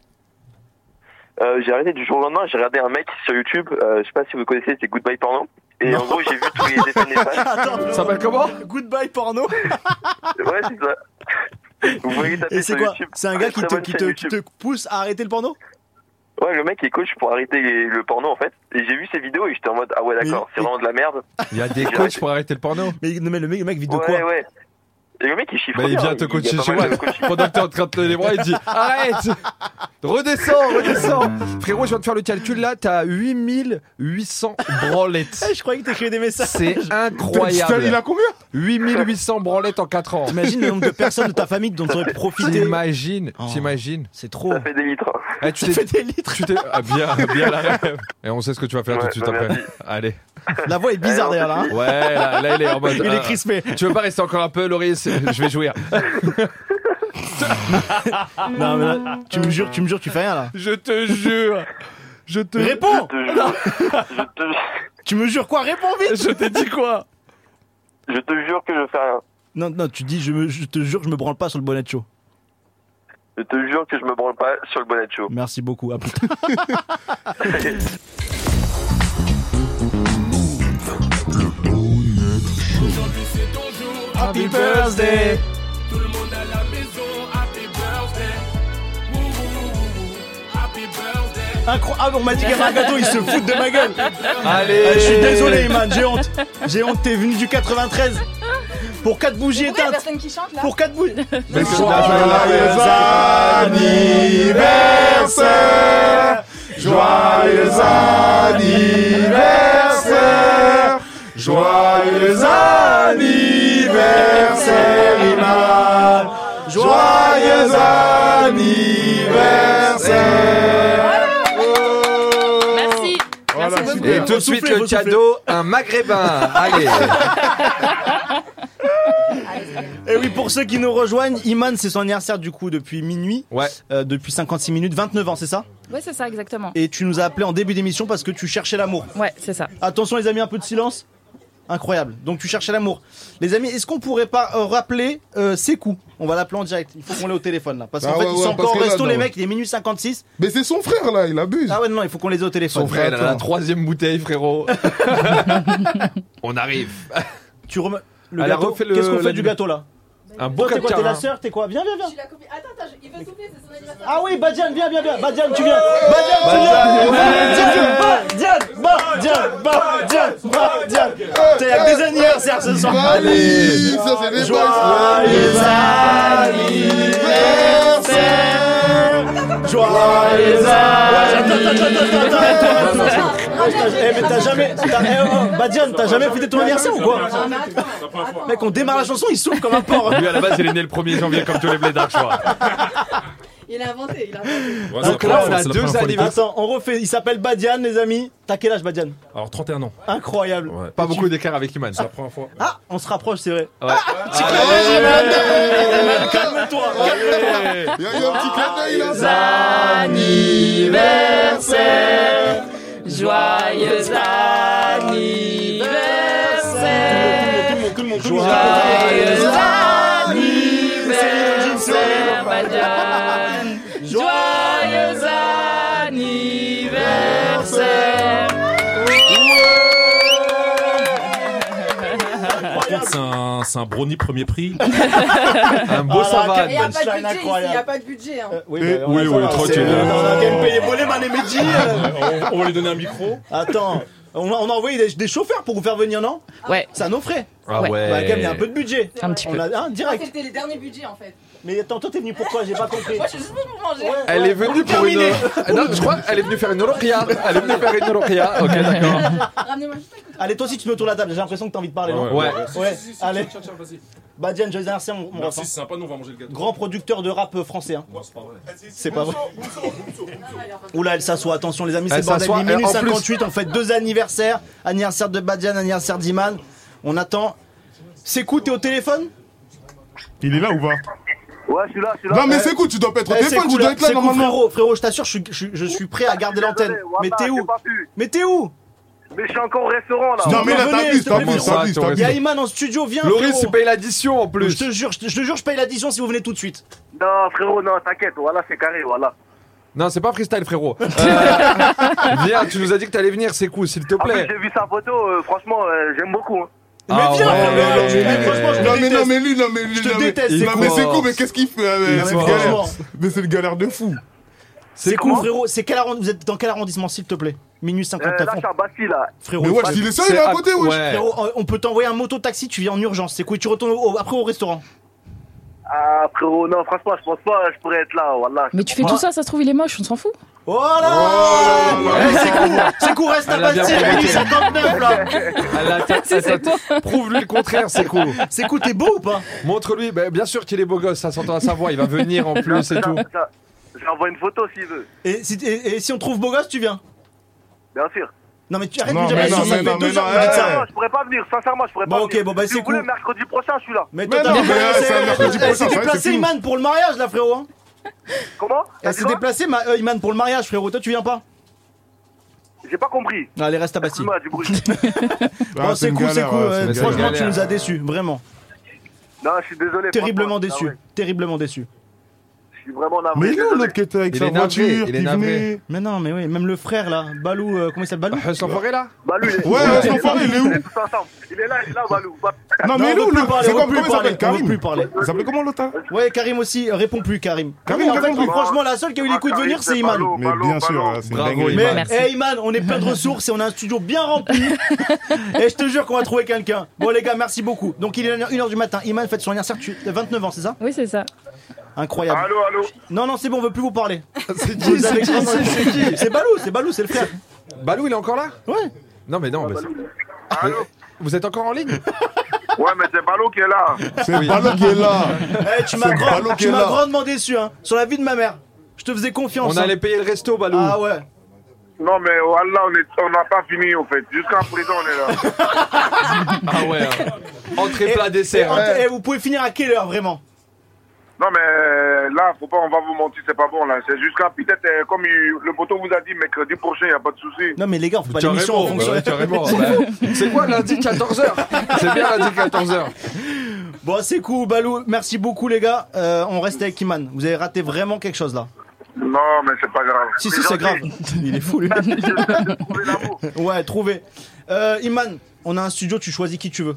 Speaker 9: Euh, j'ai arrêté du jour au lendemain, j'ai regardé un mec sur YouTube, euh, je sais pas si vous connaissez, c'est Goodbye Porno. Et en gros, j'ai vu tous les dessins néfastes.
Speaker 4: Ça s'appelle comment
Speaker 2: Goodbye porno.
Speaker 9: Ouais, c'est ça. Vous voyez taper
Speaker 2: Et c'est
Speaker 9: sur
Speaker 2: quoi
Speaker 9: YouTube.
Speaker 2: C'est un gars
Speaker 9: Très
Speaker 2: qui te,
Speaker 9: bonne
Speaker 2: qui,
Speaker 9: chaîne
Speaker 2: te, qui
Speaker 9: YouTube.
Speaker 2: te pousse à arrêter le porno
Speaker 9: Ouais, le mec il est coach pour arrêter les- le porno en fait. Et j'ai vu ses vidéos et j'étais en mode, ah ouais, d'accord,
Speaker 2: Mais-
Speaker 9: c'est vraiment de la merde.
Speaker 4: Il y a des coachs pour arrêter le porno.
Speaker 2: Mais non, mais le mec, le mec vit de
Speaker 9: ouais,
Speaker 2: quoi
Speaker 9: ouais. Et le mec il chiffre.
Speaker 4: Bah, il
Speaker 9: bien,
Speaker 4: vient te
Speaker 9: a
Speaker 4: coacher
Speaker 9: pas
Speaker 4: chez
Speaker 9: mal
Speaker 4: moi.
Speaker 9: de coaching.
Speaker 4: Pendant que t'es en train de te les bras, il dit Arrête Redescends, redescends Frérot, je viens de faire le calcul là, t'as 8800 branlettes.
Speaker 2: Eh, Je croyais que t'écrivais des messages.
Speaker 4: C'est
Speaker 3: Il
Speaker 4: incroyable.
Speaker 3: a combien
Speaker 4: 8800 branlettes en 4 ans.
Speaker 2: T'imagines le nombre de personnes de ta famille dont tu aurais profité
Speaker 4: T'imagines,
Speaker 2: Oh.
Speaker 4: t'imagines.
Speaker 2: C'est trop.
Speaker 9: Ça fait des litres.
Speaker 4: Eh, tu
Speaker 2: Ça fait
Speaker 4: t'es.
Speaker 2: des litres.
Speaker 4: Tu t'es. Ah, bien, bien la rêve. Et on sait ce que tu vas faire tout
Speaker 9: Ouais,
Speaker 4: de suite
Speaker 9: bah,
Speaker 4: après.
Speaker 9: merci.
Speaker 4: Allez.
Speaker 2: La voix est bizarre
Speaker 9: Ouais,
Speaker 2: derrière là. hein.
Speaker 4: Ouais, là, là, il est en mode.
Speaker 2: Il
Speaker 4: ah.
Speaker 2: est crispé.
Speaker 4: Tu veux pas rester encore un peu, Loris Je vais jouir.
Speaker 2: Non, mais là, tu me jures, tu me jures, tu fais rien là.
Speaker 4: Je te jure Je te.
Speaker 2: Réponds
Speaker 9: Je te jure- je te-
Speaker 2: Tu me jures quoi Réponds vite
Speaker 4: Je t'ai dit quoi
Speaker 9: je te jure que je fais rien.
Speaker 2: Non, non, tu dis, je, me- je te jure, je me branle pas sur le bonnet de chaud.
Speaker 9: Je te jure que je me branle pas sur le bonnet de chaud.
Speaker 2: Merci beaucoup, à plus tard. Happy birthday Incroyable, on m'a dit qu'à gâteau, ils se foutent de ma gueule. Ah,
Speaker 4: Allez
Speaker 2: Je suis désolé, Iman, j'ai honte. J'ai honte, t'es venu du 93 pour 4 bougies
Speaker 11: Pourquoi y a
Speaker 2: éteintes.
Speaker 11: personne qui chante là
Speaker 2: Pour 4 bougies.
Speaker 4: Mais
Speaker 2: Joyeux anniversaire Joyeux anniversaire Joyeux anniversaire Iman Joyeux anniversaire
Speaker 11: Merci.
Speaker 3: Voilà,
Speaker 11: Merci
Speaker 3: super.
Speaker 11: beaucoup.
Speaker 4: Et tout de suite,
Speaker 2: Soufflez,
Speaker 4: le
Speaker 2: faut souffler.
Speaker 4: cadeau, un maghrébin Allez
Speaker 2: Et oui, pour ceux qui nous rejoignent, Iman, c'est son anniversaire du coup depuis minuit,
Speaker 4: Ouais,
Speaker 2: euh, depuis 56 minutes, 29 ans, c'est ça
Speaker 11: Ouais, c'est ça, exactement.
Speaker 2: Et tu nous as appelé en début d'émission parce que tu cherchais l'amour.
Speaker 11: Ouais, c'est ça.
Speaker 2: Attention les amis, un peu de silence. Incroyable. Donc tu cherchais l'amour. Les amis, est-ce qu'on pourrait pas euh, rappeler euh, ses coups On va l'appeler en direct. Il faut qu'on l'ait au téléphone là. Parce qu'en
Speaker 3: Ah
Speaker 2: fait,
Speaker 3: ouais,
Speaker 2: ils sont
Speaker 3: ouais, parce
Speaker 2: encore au
Speaker 3: que là,
Speaker 2: resto,
Speaker 3: non.
Speaker 2: les mecs. Il est minuit 56.
Speaker 3: Mais c'est son frère là, il abuse.
Speaker 2: Ah ouais, non, il faut qu'on les ait au téléphone.
Speaker 4: ton frère, il a la
Speaker 3: attends.
Speaker 4: troisième bouteille, frérot On arrive
Speaker 2: Tu remets. Le
Speaker 4: Elle a
Speaker 2: gâteau.
Speaker 4: refait le-
Speaker 2: Qu'est-ce qu'on fait
Speaker 4: la
Speaker 2: du
Speaker 4: nuit.
Speaker 2: gâteau là
Speaker 4: Un beau
Speaker 2: Toi, t'es quoi
Speaker 4: caca
Speaker 2: T'es la
Speaker 4: hein.
Speaker 2: sœur T'es quoi Viens, viens, viens.
Speaker 11: la copine. Attends, attends, il veut souffler, c'est son anniversaire.
Speaker 2: Ah oui, Badiane, viens, viens, viens. Badiane, tu viens. Badiane, tu viens. Badiane, Badiane, Badiane, Badiane, Badiane. Putain, Il y a que des anniversaires ce soir.
Speaker 3: Allez, ça c'est des boys.
Speaker 2: Joyeux anniversaire Joyeux anniversaire Eh mais t'as jamais... t'as- eh, oh, Badiane, t'as jamais fêté ton anniversaire ou quoi Mec, on démarre la chanson, il souffle comme un porc
Speaker 4: Lui, à la base, il est né le 1er janvier, comme tous les blédards, je crois.
Speaker 11: Il a inventé, il a inventé.
Speaker 12: Ouais, c'est la
Speaker 4: Donc
Speaker 12: première
Speaker 4: là, on
Speaker 12: fois,
Speaker 4: a
Speaker 12: c'est la
Speaker 4: deux
Speaker 12: première fois, les gars.
Speaker 2: Attends, on refait, il s'appelle Badiane les amis. T'as quel âge Badiane
Speaker 12: Alors 31 ans.
Speaker 2: Incroyable
Speaker 12: Ouais.
Speaker 4: Pas beaucoup d'écart avec Iman.
Speaker 12: C'est la première fois. Ah,
Speaker 2: Ah, on se rapproche, c'est vrai. Ah,
Speaker 4: Ouais.
Speaker 2: Calme-toi, calme-toi
Speaker 3: Il y a eu un petit clin d'œil là.
Speaker 2: Anniversaire
Speaker 11: Joyeux anniversaire
Speaker 2: Joyeux anniversaire
Speaker 11: Badiane Joyeux anniversaire
Speaker 12: contre, c'est un, c'est un brownie premier prix.
Speaker 4: Un beau
Speaker 2: Ah,
Speaker 4: ça
Speaker 2: la
Speaker 4: va.
Speaker 11: Il n'y a pas de budget ici,
Speaker 2: Punchline
Speaker 11: il n'y a
Speaker 2: incroyable.
Speaker 11: pas de budget. hein.
Speaker 2: Oui,
Speaker 12: Eh,
Speaker 2: bah,
Speaker 12: oui,
Speaker 2: ça
Speaker 12: oui,
Speaker 2: va,
Speaker 12: tranquille.
Speaker 2: c'est- euh, On a quand même payé voler Man et Mehdi, euh.
Speaker 12: on, on va lui donner un micro.
Speaker 2: Attends, on a, on a envoyé des, des chauffeurs pour vous faire venir, non
Speaker 13: Ouais.
Speaker 2: C'est à nos frais.
Speaker 4: Ah ouais.
Speaker 2: Bah, quand même, il y a un peu de budget.
Speaker 11: C'est
Speaker 13: Un
Speaker 11: vrai.
Speaker 13: petit
Speaker 2: On
Speaker 13: peu.
Speaker 2: a un
Speaker 11: Ah,
Speaker 2: direct.
Speaker 11: C'était les derniers budgets en fait.
Speaker 2: Mais attends, toi t'es venu pourquoi J'ai pas compris.
Speaker 11: Moi je suis juste venu pour manger.
Speaker 2: Ouais,
Speaker 4: Elle
Speaker 2: ouais.
Speaker 4: est venue pour une. Ah,
Speaker 2: Terminé.
Speaker 4: Euh, Non, je crois qu'elle est venue faire une ruqya. Elle est venue faire une ruqya. Ok, d'accord.
Speaker 11: Ramenez-moi juste un couteau.
Speaker 2: Allez, toi aussi tu me tournes la table, j'ai l'impression que t'as envie de parler,
Speaker 12: Ah
Speaker 2: non
Speaker 4: Ouais.
Speaker 2: Ouais,
Speaker 12: Si, si, si,
Speaker 2: allez.
Speaker 12: tiens, tiens, vas-y.
Speaker 2: Bah, Diane, je les remercie, mon, mon
Speaker 12: Merci,
Speaker 2: ref,
Speaker 12: c'est sympa, nous on va manger le
Speaker 2: hein.
Speaker 12: gâteau.
Speaker 2: Grand producteur de rap euh, français. Hein.
Speaker 12: Non, c'est pas vrai.
Speaker 2: C'est pas vrai. Oula, elle s'assoit. Attention, les amis, c'est
Speaker 4: Elle
Speaker 2: le bordel.
Speaker 4: s'assoit,
Speaker 2: Il est
Speaker 4: et
Speaker 2: minuit
Speaker 4: en plus-
Speaker 2: 58. On fait deux anniversaires. Anniversaire de Badian, anniversaire d'Iman. On attend. C'est cool, t'es au téléphone
Speaker 3: Il est là ou pas
Speaker 9: Ouais, je suis là, je suis là.
Speaker 3: Non, mais c'est cool, tu dois pas être au
Speaker 2: Eh, C'est
Speaker 3: téléphone, tu
Speaker 2: cool,
Speaker 3: dois être là
Speaker 2: c'est cool,
Speaker 3: normalement.
Speaker 2: frérot. Frérot, je t'assure, je, suis- je suis- je suis prêt à garder l'antenne.
Speaker 9: Désolé, Wabba,
Speaker 2: Mais t'es où
Speaker 9: j'ai pas pu.
Speaker 2: Mais t'es où
Speaker 9: Mais je suis encore au restaurant là.
Speaker 3: Non, mais là,
Speaker 2: Venez,
Speaker 3: t'abuses,
Speaker 2: s'il te plaît,
Speaker 3: t'abuses,
Speaker 4: frérot.
Speaker 3: t'abuses,
Speaker 2: Il y a
Speaker 3: t'abuses.
Speaker 2: Iman en studio, viens.
Speaker 4: Loris,
Speaker 2: frérot.
Speaker 4: il paye l'addition en
Speaker 2: je
Speaker 4: plus.
Speaker 2: te jure, je te je te jure, je paye l'addition si vous venez tout de suite.
Speaker 9: Non, frérot, non, t'inquiète, voilà, c'est carré, voilà.
Speaker 4: Non, c'est pas freestyle, frérot. Euh, Viens, tu nous as dit que t'allais venir, c'est cool, s'il te
Speaker 2: Ah,
Speaker 9: En plus,
Speaker 4: plaît.
Speaker 9: j'ai vu sa photo, euh, franchement, euh, j'aime beaucoup. hein.
Speaker 4: Ah
Speaker 2: mais viens,
Speaker 4: ouais.
Speaker 2: frérot, mais- mais franchement, je te
Speaker 3: Non, mais non,
Speaker 2: déteste.
Speaker 3: mais lui, non, mais lui,
Speaker 2: Je te
Speaker 3: non, mais-
Speaker 2: déteste, c'est
Speaker 3: Non, mais
Speaker 4: cool.
Speaker 3: c'est cool, mais qu'est-ce qu'il fait euh,
Speaker 2: Non, mais
Speaker 3: c'est une galère.
Speaker 2: franchement.
Speaker 3: Mais c'est une galère de fou.
Speaker 2: C'est cool,
Speaker 9: comment
Speaker 2: frérot. C'est quel arrondissement Vous êtes dans quel arrondissement, s'il te plaît Minus
Speaker 9: Euh, là,
Speaker 2: 59.
Speaker 9: je suis à Bastille, là.
Speaker 2: Frérot,
Speaker 3: Mais
Speaker 2: il
Speaker 3: wesh,
Speaker 2: faut-
Speaker 3: il est seul, il est à côté, wesh.
Speaker 4: Ouais.
Speaker 2: Frérot, on- on peut t'envoyer un moto-taxi, tu viens en urgence. C'est quoi Tu retournes au- au- après au restaurant.
Speaker 9: Ah, frérot, non, franchement, je pense pas, je pourrais être là, voilà.
Speaker 13: Mais tu fais tout ça, ça se trouve, il est moche, on s'en fout.
Speaker 2: Oh là Eh, C'est cool, c'est cool, reste à
Speaker 4: Elle a bien
Speaker 2: Bastille,
Speaker 4: provoqué.
Speaker 2: minuit 59 là.
Speaker 4: Elle a- Ah, attends, Prouve-lui le contraire, c'est cool.
Speaker 2: C'est cool, t'es beau ou pas
Speaker 4: Montre-lui, bah, bien sûr qu'il est beau gosse, ça s'entend à sa voix, il va venir en plus et tout.
Speaker 9: Ça- J'envoie une photo s'il veut,
Speaker 2: et si, et- et si on trouve beau gosse, tu viens
Speaker 9: bien sûr.
Speaker 2: Non mais tu arrêtes
Speaker 3: Non,
Speaker 2: de
Speaker 3: mais
Speaker 2: dire
Speaker 3: non,
Speaker 2: ça, ça
Speaker 3: mais
Speaker 2: fait
Speaker 3: non, mais
Speaker 2: deux heures
Speaker 3: non,
Speaker 2: que tu dis
Speaker 3: eh.
Speaker 2: ça.
Speaker 9: Non, je pourrais pas venir, sincèrement, je pourrais
Speaker 2: Bon,
Speaker 9: pas
Speaker 2: ok,
Speaker 9: venir.
Speaker 2: bon, bah,
Speaker 9: si
Speaker 2: c'est
Speaker 9: vous voulez,
Speaker 2: cool.
Speaker 9: mercredi prochain, je suis là.
Speaker 2: Mais
Speaker 3: Mais
Speaker 2: toi, t'as
Speaker 3: non,
Speaker 2: pas
Speaker 3: mais
Speaker 2: placé-
Speaker 3: c'est un mercredi
Speaker 2: Elle s'est
Speaker 3: prochain, ça,
Speaker 2: déplacée,
Speaker 3: c'est fou.
Speaker 2: Iman, pour le mariage, là, frérot. hein.
Speaker 9: Comment T'as
Speaker 2: Elle
Speaker 9: dit
Speaker 2: s'est
Speaker 9: quoi
Speaker 2: déplacée, Eh, ma- euh, Iman, pour le mariage, frérot. Toi, tu viens pas
Speaker 9: J'ai pas compris.
Speaker 2: Allez, reste à Bastille.
Speaker 9: Excuse-moi, du bruit.
Speaker 3: Ah,
Speaker 2: Bon, Ah, c'est
Speaker 3: une
Speaker 2: cool, c'est
Speaker 3: galère,
Speaker 2: cool.
Speaker 3: ouais,
Speaker 2: ouais.
Speaker 3: c'est une
Speaker 2: Franchement,
Speaker 3: galère.
Speaker 2: tu nous as déçus, vraiment.
Speaker 9: non, je suis désolé.
Speaker 2: Terriblement
Speaker 9: franchement. Ah ouais,
Speaker 2: déçus, terriblement déçus.
Speaker 9: je suis vraiment navré.
Speaker 3: Mais il est où
Speaker 9: désolé.
Speaker 3: l'autre qui était avec
Speaker 4: Il
Speaker 3: sa
Speaker 4: est navré,
Speaker 3: voiture,
Speaker 4: il est
Speaker 3: qui
Speaker 4: navré.
Speaker 3: venait
Speaker 2: Mais non, mais oui, même le frère là, Balou, euh, comment il s'appelle Balou
Speaker 4: Hustle Forêt Ah, là
Speaker 9: Bah, lui, il est-
Speaker 3: Ouais,
Speaker 9: il est-
Speaker 3: ouais, l'enfoiré, il est où
Speaker 9: il est tous ensemble. Il est là, il est là, Balou. Bah,
Speaker 3: Non,
Speaker 2: Non,
Speaker 3: mais
Speaker 2: on
Speaker 3: il est
Speaker 2: veut
Speaker 3: où
Speaker 2: plus
Speaker 3: l'autre
Speaker 2: parler,
Speaker 3: C'est
Speaker 2: on
Speaker 3: quoi
Speaker 2: veut plus
Speaker 3: Comment il s'appelle
Speaker 2: parler, on veut
Speaker 3: Karim
Speaker 2: plus parler.
Speaker 3: Il s'appelait comment l'autre hein
Speaker 2: Ouais, Karim aussi, euh, réponds plus, Karim.
Speaker 3: Karim,
Speaker 2: en fait,
Speaker 3: réponds plus.
Speaker 2: franchement, la seule qui a eu les couilles de venir, c'est Iman.
Speaker 9: Ah, Balou,
Speaker 3: Mais
Speaker 9: Balou,
Speaker 3: bien sûr,
Speaker 9: Balou.
Speaker 3: hein, c'est une
Speaker 4: Bravo,
Speaker 3: dinguerie.
Speaker 4: Iman.
Speaker 2: Mais,
Speaker 13: Merci.
Speaker 2: hey Iman, on est plein de ressources et on a un studio bien rempli. et je te jure qu'on va trouver quelqu'un. Bon, les gars, merci beaucoup. Donc, il est 1h du matin. Iman, fête son anniversaire, tu as 29 ans, c'est ça
Speaker 13: Oui, c'est ça.
Speaker 2: Incroyable.
Speaker 9: Allô, allô.
Speaker 2: Non, non, c'est bon, on veut plus vous parler.
Speaker 4: C'est qui
Speaker 2: Vous
Speaker 4: C'est
Speaker 2: avez
Speaker 4: qui
Speaker 2: grave-
Speaker 4: C'est c'est qui
Speaker 2: C'est Balou, c'est Balou, c'est le frère.
Speaker 4: Balou, il est encore là
Speaker 2: Ouais.
Speaker 4: Non, mais non, mais. c'est-
Speaker 9: Allô
Speaker 4: Vous êtes encore en ligne
Speaker 9: Ouais, mais c'est Balou qui est là.
Speaker 3: C'est pas l'autre qui est là.
Speaker 2: Eh, tu m'as
Speaker 3: C'est
Speaker 2: grand-
Speaker 3: Balou qui
Speaker 2: tu
Speaker 3: est
Speaker 2: m'as
Speaker 3: là.
Speaker 2: grandement déçu, hein, sur la vie de ma mère. Je te faisais confiance.
Speaker 4: On
Speaker 2: hein.
Speaker 4: allait payer le resto, Balou.
Speaker 2: Ah ouais.
Speaker 9: Non, mais voilà, on est- on n'a pas fini, en fait. Jusqu'à présent, on est là.
Speaker 4: Ah ouais. hein. Entrée, plat,
Speaker 2: Et,
Speaker 4: dessert. hein.
Speaker 2: et vous pouvez finir à quelle heure vraiment
Speaker 9: Non, mais euh, là, faut pas, on va vous mentir, c'est pas bon, là. C'est jusqu'à peut-être, euh, comme il- le poteau vous a dit, mercredi prochain, y a pas de souci.
Speaker 2: Non mais les gars, on fait pas l'émission en
Speaker 4: Carrément,
Speaker 2: fonction.
Speaker 4: bah, carrément. bah. C'est quoi lundi 14h C'est bien lundi 14h.
Speaker 2: Bon, c'est cool, Balou. Merci beaucoup les gars. Euh, on reste avec Iman. Vous avez raté vraiment quelque chose là.
Speaker 9: Non, mais c'est pas grave.
Speaker 2: Si si, c'est grave. Il est fou lui.
Speaker 9: Trouvez l'amour.
Speaker 2: Ouais, trouvé. Euh, Iman, on a un studio. Tu choisis qui tu veux.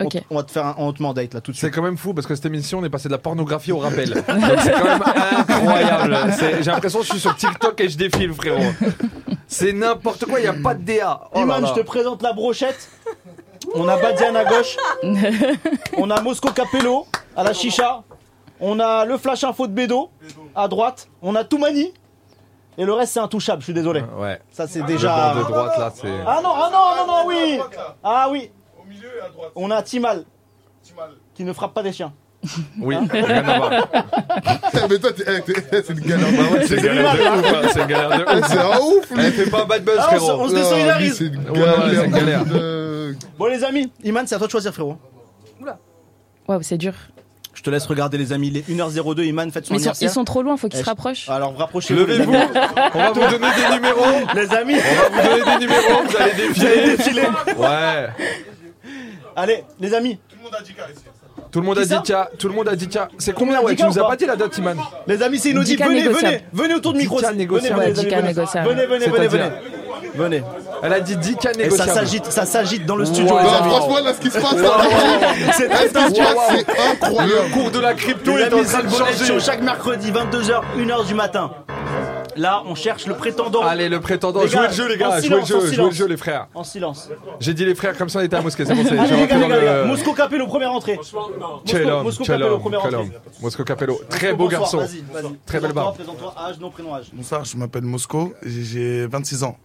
Speaker 2: On
Speaker 13: Ok.
Speaker 2: t- On, va te faire un, on te met en date là tout de
Speaker 4: C'est
Speaker 2: suite.
Speaker 4: quand même fou parce que cette émission, on est passé de la pornographie au rappel. Donc c'est quand même incroyable. C'est- J'ai l'impression que je suis sur TikTok et je défile, frérot. C'est n'importe quoi, il n'y a pas de DA. Oh là
Speaker 2: Iman,
Speaker 4: là.
Speaker 2: je te présente la brochette. On a Badian à gauche. on a Mosco Capello à la chicha. On a le flash info de Bédo à droite. On a Toumani. Et le reste c'est intouchable. Je suis désolé.
Speaker 4: Euh, Ouais,
Speaker 2: Ça c'est
Speaker 4: le
Speaker 2: déjà.
Speaker 4: bord de droite là, c'est.
Speaker 2: Ah non, ah non, non, non, oui Ah oui On a Timal qui ne frappe pas des chiens.
Speaker 4: Oui, rien à voir.
Speaker 3: Mais toi, t'es- eh, t'es- eh, c'est une galère. Bah ouais,
Speaker 4: C'est
Speaker 3: c'est-
Speaker 4: une galère de ouf, hein, c'est une galère de
Speaker 3: eh,
Speaker 4: ouf.
Speaker 3: C'est un ouf,
Speaker 4: Eh,
Speaker 3: lui.
Speaker 4: fais pas bad buzz,
Speaker 2: Ah, on se-
Speaker 4: frérot.
Speaker 2: on se désolidarise.
Speaker 3: Non, lui, C'est une
Speaker 4: Ouais, ouais, c'est une
Speaker 3: galère.
Speaker 4: galère.
Speaker 3: de-
Speaker 2: Bon, les amis, Eh, Iman, c'est à toi de choisir, frérot.
Speaker 13: Waouh, c'est dur.
Speaker 2: Je te laisse regarder, les amis. Il est 1h02, Iman, faites son
Speaker 13: Mais ils sont,
Speaker 2: anniversaire.
Speaker 13: ils sont trop loin, faut qu'ils
Speaker 2: Eh,
Speaker 13: se rapprochent.
Speaker 2: Alors, rapprochez-vous. les
Speaker 4: Levez-vous,
Speaker 2: amis.
Speaker 4: on va vous donner des numéros. On
Speaker 2: Les amis,
Speaker 4: va vous donner des numéros, vous allez
Speaker 2: vous allez
Speaker 4: défiler.
Speaker 2: défiler.
Speaker 4: Ouais.
Speaker 2: Allez, les amis,
Speaker 4: Tout le monde a
Speaker 2: Qui ça
Speaker 4: dit Tia, tout le monde a dit Tia. C'est
Speaker 2: Tout le
Speaker 4: combien
Speaker 2: monde
Speaker 4: ouais,
Speaker 2: dit
Speaker 4: tu nous
Speaker 2: Tia ou
Speaker 4: as
Speaker 2: pas
Speaker 4: pas dit la date, Iman
Speaker 2: les amis, c'est inaudible.
Speaker 13: Dika
Speaker 2: Venez, venez,
Speaker 13: négociable.
Speaker 2: venez autour de micro.
Speaker 4: Dika
Speaker 2: Venez, venez,
Speaker 4: négociable.
Speaker 13: Ouais,
Speaker 2: les amis,
Speaker 13: Dika
Speaker 2: venez.
Speaker 13: négociable.
Speaker 2: Venez, venez, venez,
Speaker 4: C'est-à-dire
Speaker 2: venez. Venez.
Speaker 4: Elle a dit 10 cas
Speaker 2: Et ça
Speaker 4: négociables.
Speaker 2: s'agite, ça s'agite dans le studio.
Speaker 4: Wow.
Speaker 2: les
Speaker 4: Bah,
Speaker 2: amis.
Speaker 4: franchement, là, ce qui se passe,
Speaker 2: Wow.
Speaker 4: là,
Speaker 2: c'est
Speaker 4: là, ce qui se passe,
Speaker 2: wow.
Speaker 4: c'est incroyable. Le cours de la crypto
Speaker 2: Les
Speaker 4: est en
Speaker 2: amis,
Speaker 4: train
Speaker 2: c'est
Speaker 4: de
Speaker 2: le Bonnet
Speaker 4: changer.
Speaker 2: Show, chaque mercredi 22h 1h du matin. Là, on cherche le prétendant.
Speaker 4: Allez, le prétendant.
Speaker 2: Les
Speaker 4: Jouez
Speaker 2: gars,
Speaker 4: le jeu, les
Speaker 2: en
Speaker 4: gars. Jouez le
Speaker 2: silence, en
Speaker 4: jeu, jouez le
Speaker 2: silence.
Speaker 4: jeu, les frères.
Speaker 2: En silence.
Speaker 4: J'ai dit les frères comme ça, on était à Moscou. C'est bon, c'est
Speaker 2: Allez,
Speaker 4: j'ai
Speaker 2: les gars,
Speaker 4: rentré
Speaker 2: les
Speaker 4: dans
Speaker 2: gars, les gars.
Speaker 4: le-
Speaker 2: Mosco Capello, première entrée.
Speaker 4: Quel
Speaker 2: Mosco-
Speaker 4: homme,
Speaker 2: Mosco
Speaker 4: quel
Speaker 2: Capello,
Speaker 4: homme,
Speaker 2: première
Speaker 4: quel
Speaker 2: entrée.
Speaker 4: homme. Mosco Capello, très
Speaker 2: Mosco,
Speaker 4: beau
Speaker 2: bonsoir,
Speaker 4: garçon.
Speaker 2: Vas-y, vas-y.
Speaker 4: Très belle barbe.
Speaker 2: Présente-toi, âge, nom, prénom, âge.
Speaker 8: Bonsoir, je m'appelle Mosco, et j'ai 26 ans.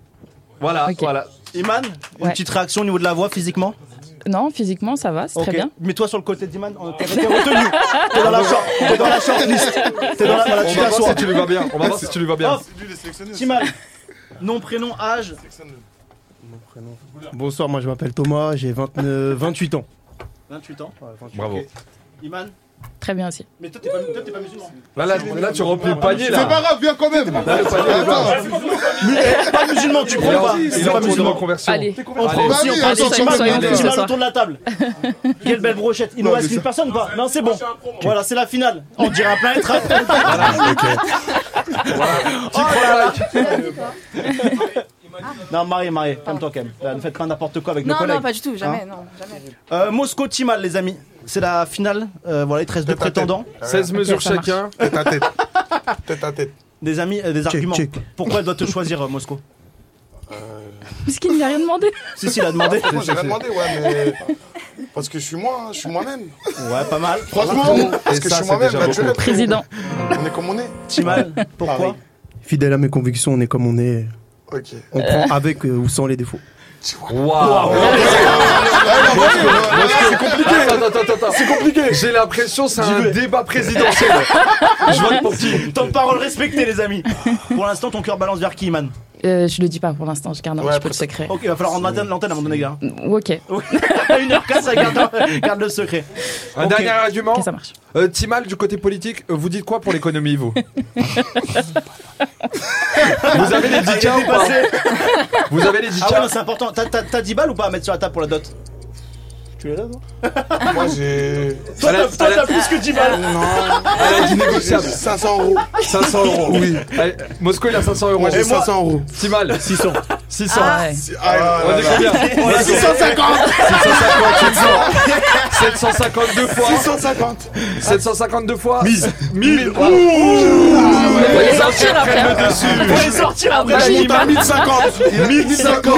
Speaker 4: Voilà, voilà.
Speaker 2: Ah, Iman, une
Speaker 13: Ouais.
Speaker 2: petite réaction au niveau de la voix physiquement
Speaker 13: Non, physiquement, ça va, c'est
Speaker 2: Ok.
Speaker 13: très bien.
Speaker 2: Mets-toi sur le côté d'Iman, on- t'es t'es retenu. T'es dans la short, t'es dans la shortlist. T'es dans la, voilà,
Speaker 4: On
Speaker 2: tu
Speaker 4: va voir
Speaker 2: t'assois.
Speaker 4: si tu lui vas bien, on va voir si tu lui vas bien.
Speaker 2: Hop. Timan, nom, prénom, âge.
Speaker 7: Bonsoir, moi je m'appelle Thomas, j'ai 29 28 ans.
Speaker 2: 28 ans.
Speaker 4: Bravo.
Speaker 2: Ok. Iman,
Speaker 13: Très bien aussi.
Speaker 2: mais toi t'es pas, toi, t'es pas musulman.
Speaker 4: Bah, Là, là, là, tu remplis le panier, là.
Speaker 3: C'est pas grave, viens quand même.
Speaker 4: Là, le panier, est bas.
Speaker 2: Mais pas musulman, tu
Speaker 4: Il
Speaker 2: prends
Speaker 4: est en-
Speaker 2: pas.
Speaker 4: il est
Speaker 2: C'est
Speaker 4: en
Speaker 2: Bah, pas
Speaker 4: cours de
Speaker 2: musulman. Bah
Speaker 4: reconversion. Allez.
Speaker 2: On prend
Speaker 4: Allez.
Speaker 2: aussi, on prend
Speaker 4: Allez,
Speaker 2: aussi.
Speaker 4: soyons
Speaker 2: Timan,
Speaker 4: soyons
Speaker 2: Timan
Speaker 4: soyons
Speaker 2: autour de la table. Quelle belle brochette. Il nous
Speaker 4: Non,
Speaker 2: reste
Speaker 4: mais
Speaker 2: une
Speaker 4: ça-
Speaker 2: personne ou pas Non, c'est bon. Voilà, c'est la finale. On dirait un plein étreinte. Oh là là. Non, Marie, Marie, calme-toi quand même. Là, Ne faites pas n'importe quoi avec nos
Speaker 11: Non,
Speaker 2: collègues.
Speaker 11: non, pas du tout, jamais,
Speaker 2: Hein
Speaker 11: non, jamais.
Speaker 2: Euh, Mosco Timal, les amis. C'est la finale. Euh, voilà, il te reste deux prétendants.
Speaker 4: 16 mesures chacun.
Speaker 2: Tête à tête. Tête à tête. Des amis, euh, des arguments.
Speaker 7: check.
Speaker 2: Pourquoi elle doit te choisir, euh, Mosco
Speaker 13: Parce qu'il n'y a rien demandé.
Speaker 2: Si, si, il a demandé.
Speaker 11: Ah,
Speaker 8: Franchement, j'ai rien demandé, ouais, mais. Parce que je suis moi, hein, je suis moi-même.
Speaker 2: Ouais, pas mal.
Speaker 8: Franchement, parce
Speaker 2: Et
Speaker 8: que
Speaker 2: ça,
Speaker 8: je suis
Speaker 2: c'est
Speaker 8: moi-même,
Speaker 2: déjà
Speaker 8: naturel.
Speaker 2: beaucoup. Président.
Speaker 8: On est comme on est.
Speaker 2: Timal, pourquoi
Speaker 7: Fidèle à mes convictions, on est comme on est.
Speaker 8: Ok.
Speaker 7: On prend avec euh, ou sans les défauts.
Speaker 2: Oh.
Speaker 4: Waouh C'est compliqué Attends, attends, attends C'est compliqué J'ai l'impression c'est un débat présidentiel Je vote pour qui
Speaker 2: Temps de parole respecté, les amis. Pour l'instant, ton cœur balance vers qui, man
Speaker 13: Euh, je le dis pas pour l'instant, je garde un petit peu le secret.
Speaker 2: Ok, il va falloir rendre l'antenne- l'antenne avant de donner, gars.
Speaker 13: Ou Ok.
Speaker 2: Une heure casse, garde, garde le secret.
Speaker 4: Un
Speaker 2: Ok.
Speaker 4: dernier argument Euh, Timal, du côté politique, euh, vous dites quoi pour l'économie, vous Vous avez les 10
Speaker 2: Ah,
Speaker 4: cas
Speaker 2: il est
Speaker 4: ou pas
Speaker 2: dépassé.
Speaker 4: Vous avez les 10
Speaker 2: Ah ouais,
Speaker 4: cas
Speaker 2: non, c'est important. T'as- T'as t'as 10 balles ou pas à mettre sur la table pour la dot Tu les as, non
Speaker 8: Moi,
Speaker 4: Euh,
Speaker 8: j'ai.
Speaker 2: Toi, t'as- toi, t'as plus que 10 balles.
Speaker 4: Elle a dit Ah, négociable.
Speaker 8: 500 euros.
Speaker 4: 500 euros.
Speaker 8: Oui.
Speaker 4: Allez, Moscou, il a 500 euros.
Speaker 8: Moi, j'ai
Speaker 4: Et
Speaker 8: 500 euros.
Speaker 4: Timal 600. 600.
Speaker 8: Ah,
Speaker 4: Si-
Speaker 8: ah, là,
Speaker 4: On
Speaker 8: là,
Speaker 4: dit
Speaker 8: là.
Speaker 4: combien
Speaker 8: On a 650.
Speaker 4: 750 deux fois
Speaker 8: 650
Speaker 4: 752 fois
Speaker 8: Mise.
Speaker 4: 1000
Speaker 8: Ouh. Ah,
Speaker 4: Faut les
Speaker 8: Ouais.
Speaker 4: sortir après.
Speaker 8: Prennent le dessus.
Speaker 4: Faut les sortir après,
Speaker 8: Ah,
Speaker 4: la
Speaker 8: il monte à
Speaker 4: Lima.
Speaker 8: 1050.
Speaker 4: 1050.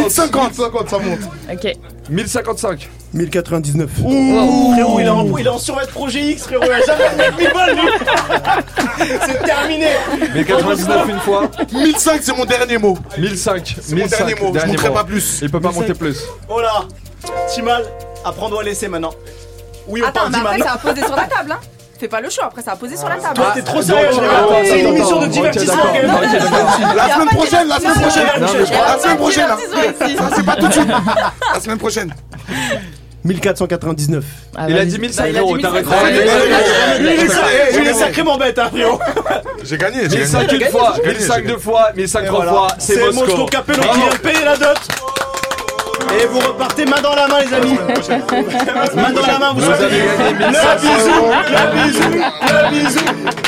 Speaker 8: 1050. ça monte.
Speaker 13: Ok.
Speaker 4: 1055.
Speaker 7: 1099.
Speaker 2: Ouh, frérot, il est, en, il est en survêt projet X, frérot, il a jamais remis de balles, lui C'est terminé
Speaker 4: Mais 99 une fois
Speaker 8: 1005, c'est mon dernier mot.
Speaker 4: 1005.
Speaker 8: C'est mon dernier mot. Je monterai pas plus.
Speaker 4: Il peut pas monter plus.
Speaker 2: Oh là Timal, apprendre ou à laisser maintenant. Oui, on
Speaker 11: Attends,
Speaker 2: parle
Speaker 11: mais après,
Speaker 2: d'Iman.
Speaker 11: ça a posé sur la table, hein. Fais pas le choix, après, ça a posé sur la table.
Speaker 2: Ah.
Speaker 11: Ah,
Speaker 2: Toi, t'es trop sérieux, Gérard. C'est une émission de divertissement, quand même.
Speaker 8: La semaine prochaine, la semaine prochaine.
Speaker 2: Non, mais je crois-
Speaker 8: La semaine prochaine, là. Ça, c'est pas tout de suite. La semaine prochaine.
Speaker 7: 1499.
Speaker 11: Ah,
Speaker 4: il a dit
Speaker 11: Bah,
Speaker 4: 1500 euros, t'arrêtes
Speaker 2: Il est sa- il est sacrément bête, hein, frérot
Speaker 8: J'ai gagné, j'ai gagné.
Speaker 4: 1005 une fois, 1005 deux fois, 1005
Speaker 2: Et
Speaker 4: trois
Speaker 2: voilà.
Speaker 4: fois, c'est
Speaker 2: C'est
Speaker 4: Moscou.
Speaker 2: Mosco Capello qui
Speaker 4: Bravo.
Speaker 2: vient de payer la dot Et vous repartez main dans la main, les amis Main dans la main, vous
Speaker 4: Vous
Speaker 2: savez
Speaker 4: avez gagné
Speaker 2: Le
Speaker 4: 1500
Speaker 2: bisou
Speaker 4: euros.
Speaker 2: Le bisou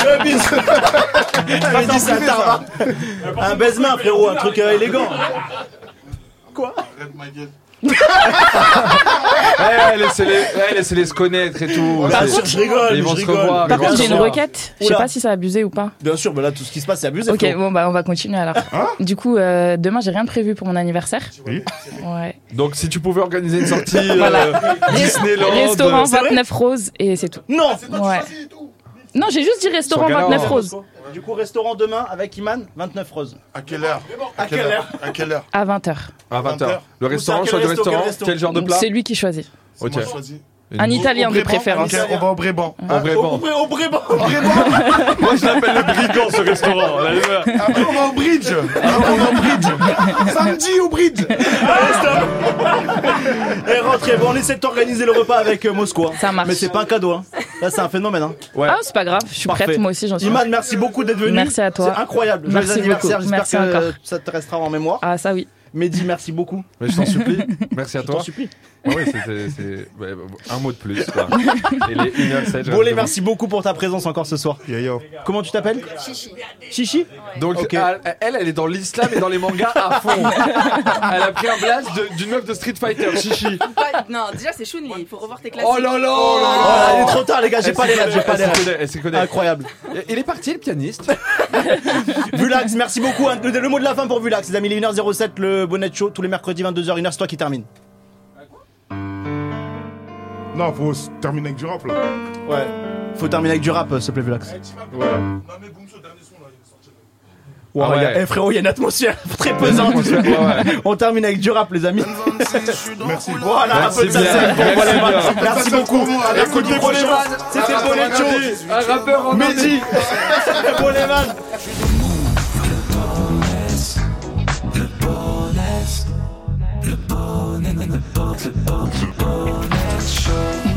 Speaker 2: Le bisou Le bisou T'avais dit ça tard, hein. Un baise-main, frérot, un truc euh, élégant
Speaker 4: Eh, laissez-les eh, laissez-les se connaître et tout.
Speaker 2: Bien
Speaker 4: C'est-
Speaker 2: sûr, je rigole,
Speaker 4: Ils vont
Speaker 2: je
Speaker 4: se
Speaker 2: rigole.
Speaker 4: revoir.
Speaker 13: Par
Speaker 4: ils vont
Speaker 13: contre,
Speaker 4: se
Speaker 13: j'ai une
Speaker 4: revoir.
Speaker 13: requête. Je sais
Speaker 2: Oula.
Speaker 13: pas si ça a abusé ou pas.
Speaker 2: Bien sûr, mais là, tout ce qui se passe, c'est abusé,
Speaker 13: Ok,
Speaker 2: frérot
Speaker 13: bon, bah on va continuer alors.
Speaker 11: Hein
Speaker 13: Du coup, euh, demain, j'ai rien de prévu pour mon anniversaire.
Speaker 2: Oh,
Speaker 13: Ouais.
Speaker 4: Donc, si tu pouvais organiser une sortie euh,
Speaker 13: Voilà.
Speaker 4: Disneyland.
Speaker 13: Restaurant
Speaker 4: euh,
Speaker 13: 29 roses et c'est tout.
Speaker 2: bah, Non
Speaker 13: Ouais. Non, j'ai juste dit restaurant
Speaker 4: Sur Gala,
Speaker 13: 29
Speaker 4: hein.
Speaker 13: roses.
Speaker 2: Du coup, restaurant demain avec Iman, 29 roses.
Speaker 8: À quelle heure
Speaker 2: À quelle heure
Speaker 8: À quelle heure
Speaker 13: À 20h.
Speaker 4: À 20h. Le
Speaker 2: Où
Speaker 4: restaurant,
Speaker 2: ça,
Speaker 4: choix
Speaker 2: quel
Speaker 4: de
Speaker 2: resto, quel
Speaker 4: restaurant.
Speaker 2: resto
Speaker 4: Quel genre de plat
Speaker 13: C'est lui qui choisit.
Speaker 4: Ok.
Speaker 13: Un italien
Speaker 8: Au
Speaker 13: de
Speaker 8: Brébant,
Speaker 13: préférence.
Speaker 8: ok, On va au Brébant.
Speaker 4: En vrai,
Speaker 2: Au
Speaker 4: bon.
Speaker 2: Bré- au Brébant
Speaker 4: Moi, je l'appelle le brigand, ce restaurant. Là, je vois.
Speaker 8: Après, on va au bridge. Après, on va au bridge. Samedi au bridge.
Speaker 2: Ah, Et rentrez, bon, Eh, on essaie de t'organiser le repas avec euh, Moscou. hein.
Speaker 13: Ça marche.
Speaker 2: Mais c'est pas un cadeau, hein. Là, c'est un phénomène, hein.
Speaker 13: Ah, c'est pas grave, je suis
Speaker 2: Parfait.
Speaker 13: prête, moi aussi, j'en suis.
Speaker 2: Iman, merci beaucoup d'être venu.
Speaker 13: Merci à toi.
Speaker 2: C'est incroyable.
Speaker 13: Merci
Speaker 2: Joyeux anniversaire.
Speaker 13: beaucoup.
Speaker 2: J'espère
Speaker 13: Merci
Speaker 2: que
Speaker 13: encore.
Speaker 2: ça te restera en mémoire.
Speaker 13: Ah, ça oui.
Speaker 2: Mehdi, merci beaucoup.
Speaker 4: Mais je t'en supplie. Merci à
Speaker 2: Je
Speaker 4: toi.
Speaker 2: t'en supplie.
Speaker 4: Ah oui, c'est- c'est- c'est ouais, un mot de plus. Quoi. Et les 1h07.
Speaker 2: Bon, les merci beaucoup pour ta présence encore ce soir. Comment tu t'appelles Chichi. Chichi
Speaker 4: Donc, euh,
Speaker 2: Ok.
Speaker 4: elle, elle, elle est dans l'islam et dans les mangas à fond. elle a pris un blast de- d'une meuf de Street Fighter, chichi.
Speaker 11: Pas- Non, déjà c'est Chun, il faut revoir tes classiques.
Speaker 4: Oh là là,
Speaker 11: Oh là
Speaker 2: là, il est trop tard, les gars, j'ai
Speaker 4: Elle
Speaker 2: pas
Speaker 4: s'y
Speaker 2: les lettres,
Speaker 4: connaît,
Speaker 2: j'ai pas
Speaker 4: elle
Speaker 2: les
Speaker 4: s'y
Speaker 2: lettres.
Speaker 4: connaît, Elle s'y connaît.
Speaker 2: Incroyable.
Speaker 4: Il est parti, le pianiste.
Speaker 2: Vulax, merci beaucoup. hein. Le, le mot de la fin pour Vulax, les amis, les 1h07, le bonnet show, tous les mercredis 22h, 1h, c'est toi qui termine.
Speaker 3: Non, faut s- terminer avec du rap là.
Speaker 2: Ouais. Faut terminer avec du rap, euh, s'il te plaît, Vulax.
Speaker 4: Ah
Speaker 3: Voilà.
Speaker 2: Wow,
Speaker 4: Ah ouais.
Speaker 2: y a- eh, frérot, il y a une atmosphère très pesante. On termine avec du rap, les amis.
Speaker 3: Merci.
Speaker 2: Voilà,
Speaker 4: Merci
Speaker 2: un peu de
Speaker 4: bien.
Speaker 2: salsa pour
Speaker 4: Merci
Speaker 2: Boleman.
Speaker 4: bien.
Speaker 2: Merci beaucoup. Écoutez, Boleman, c'était le bonnet show.
Speaker 4: Un rappeur en
Speaker 2: Mehdi, Boleman.
Speaker 1: bonnet, le bonnet, le bonnet, le bonnet show.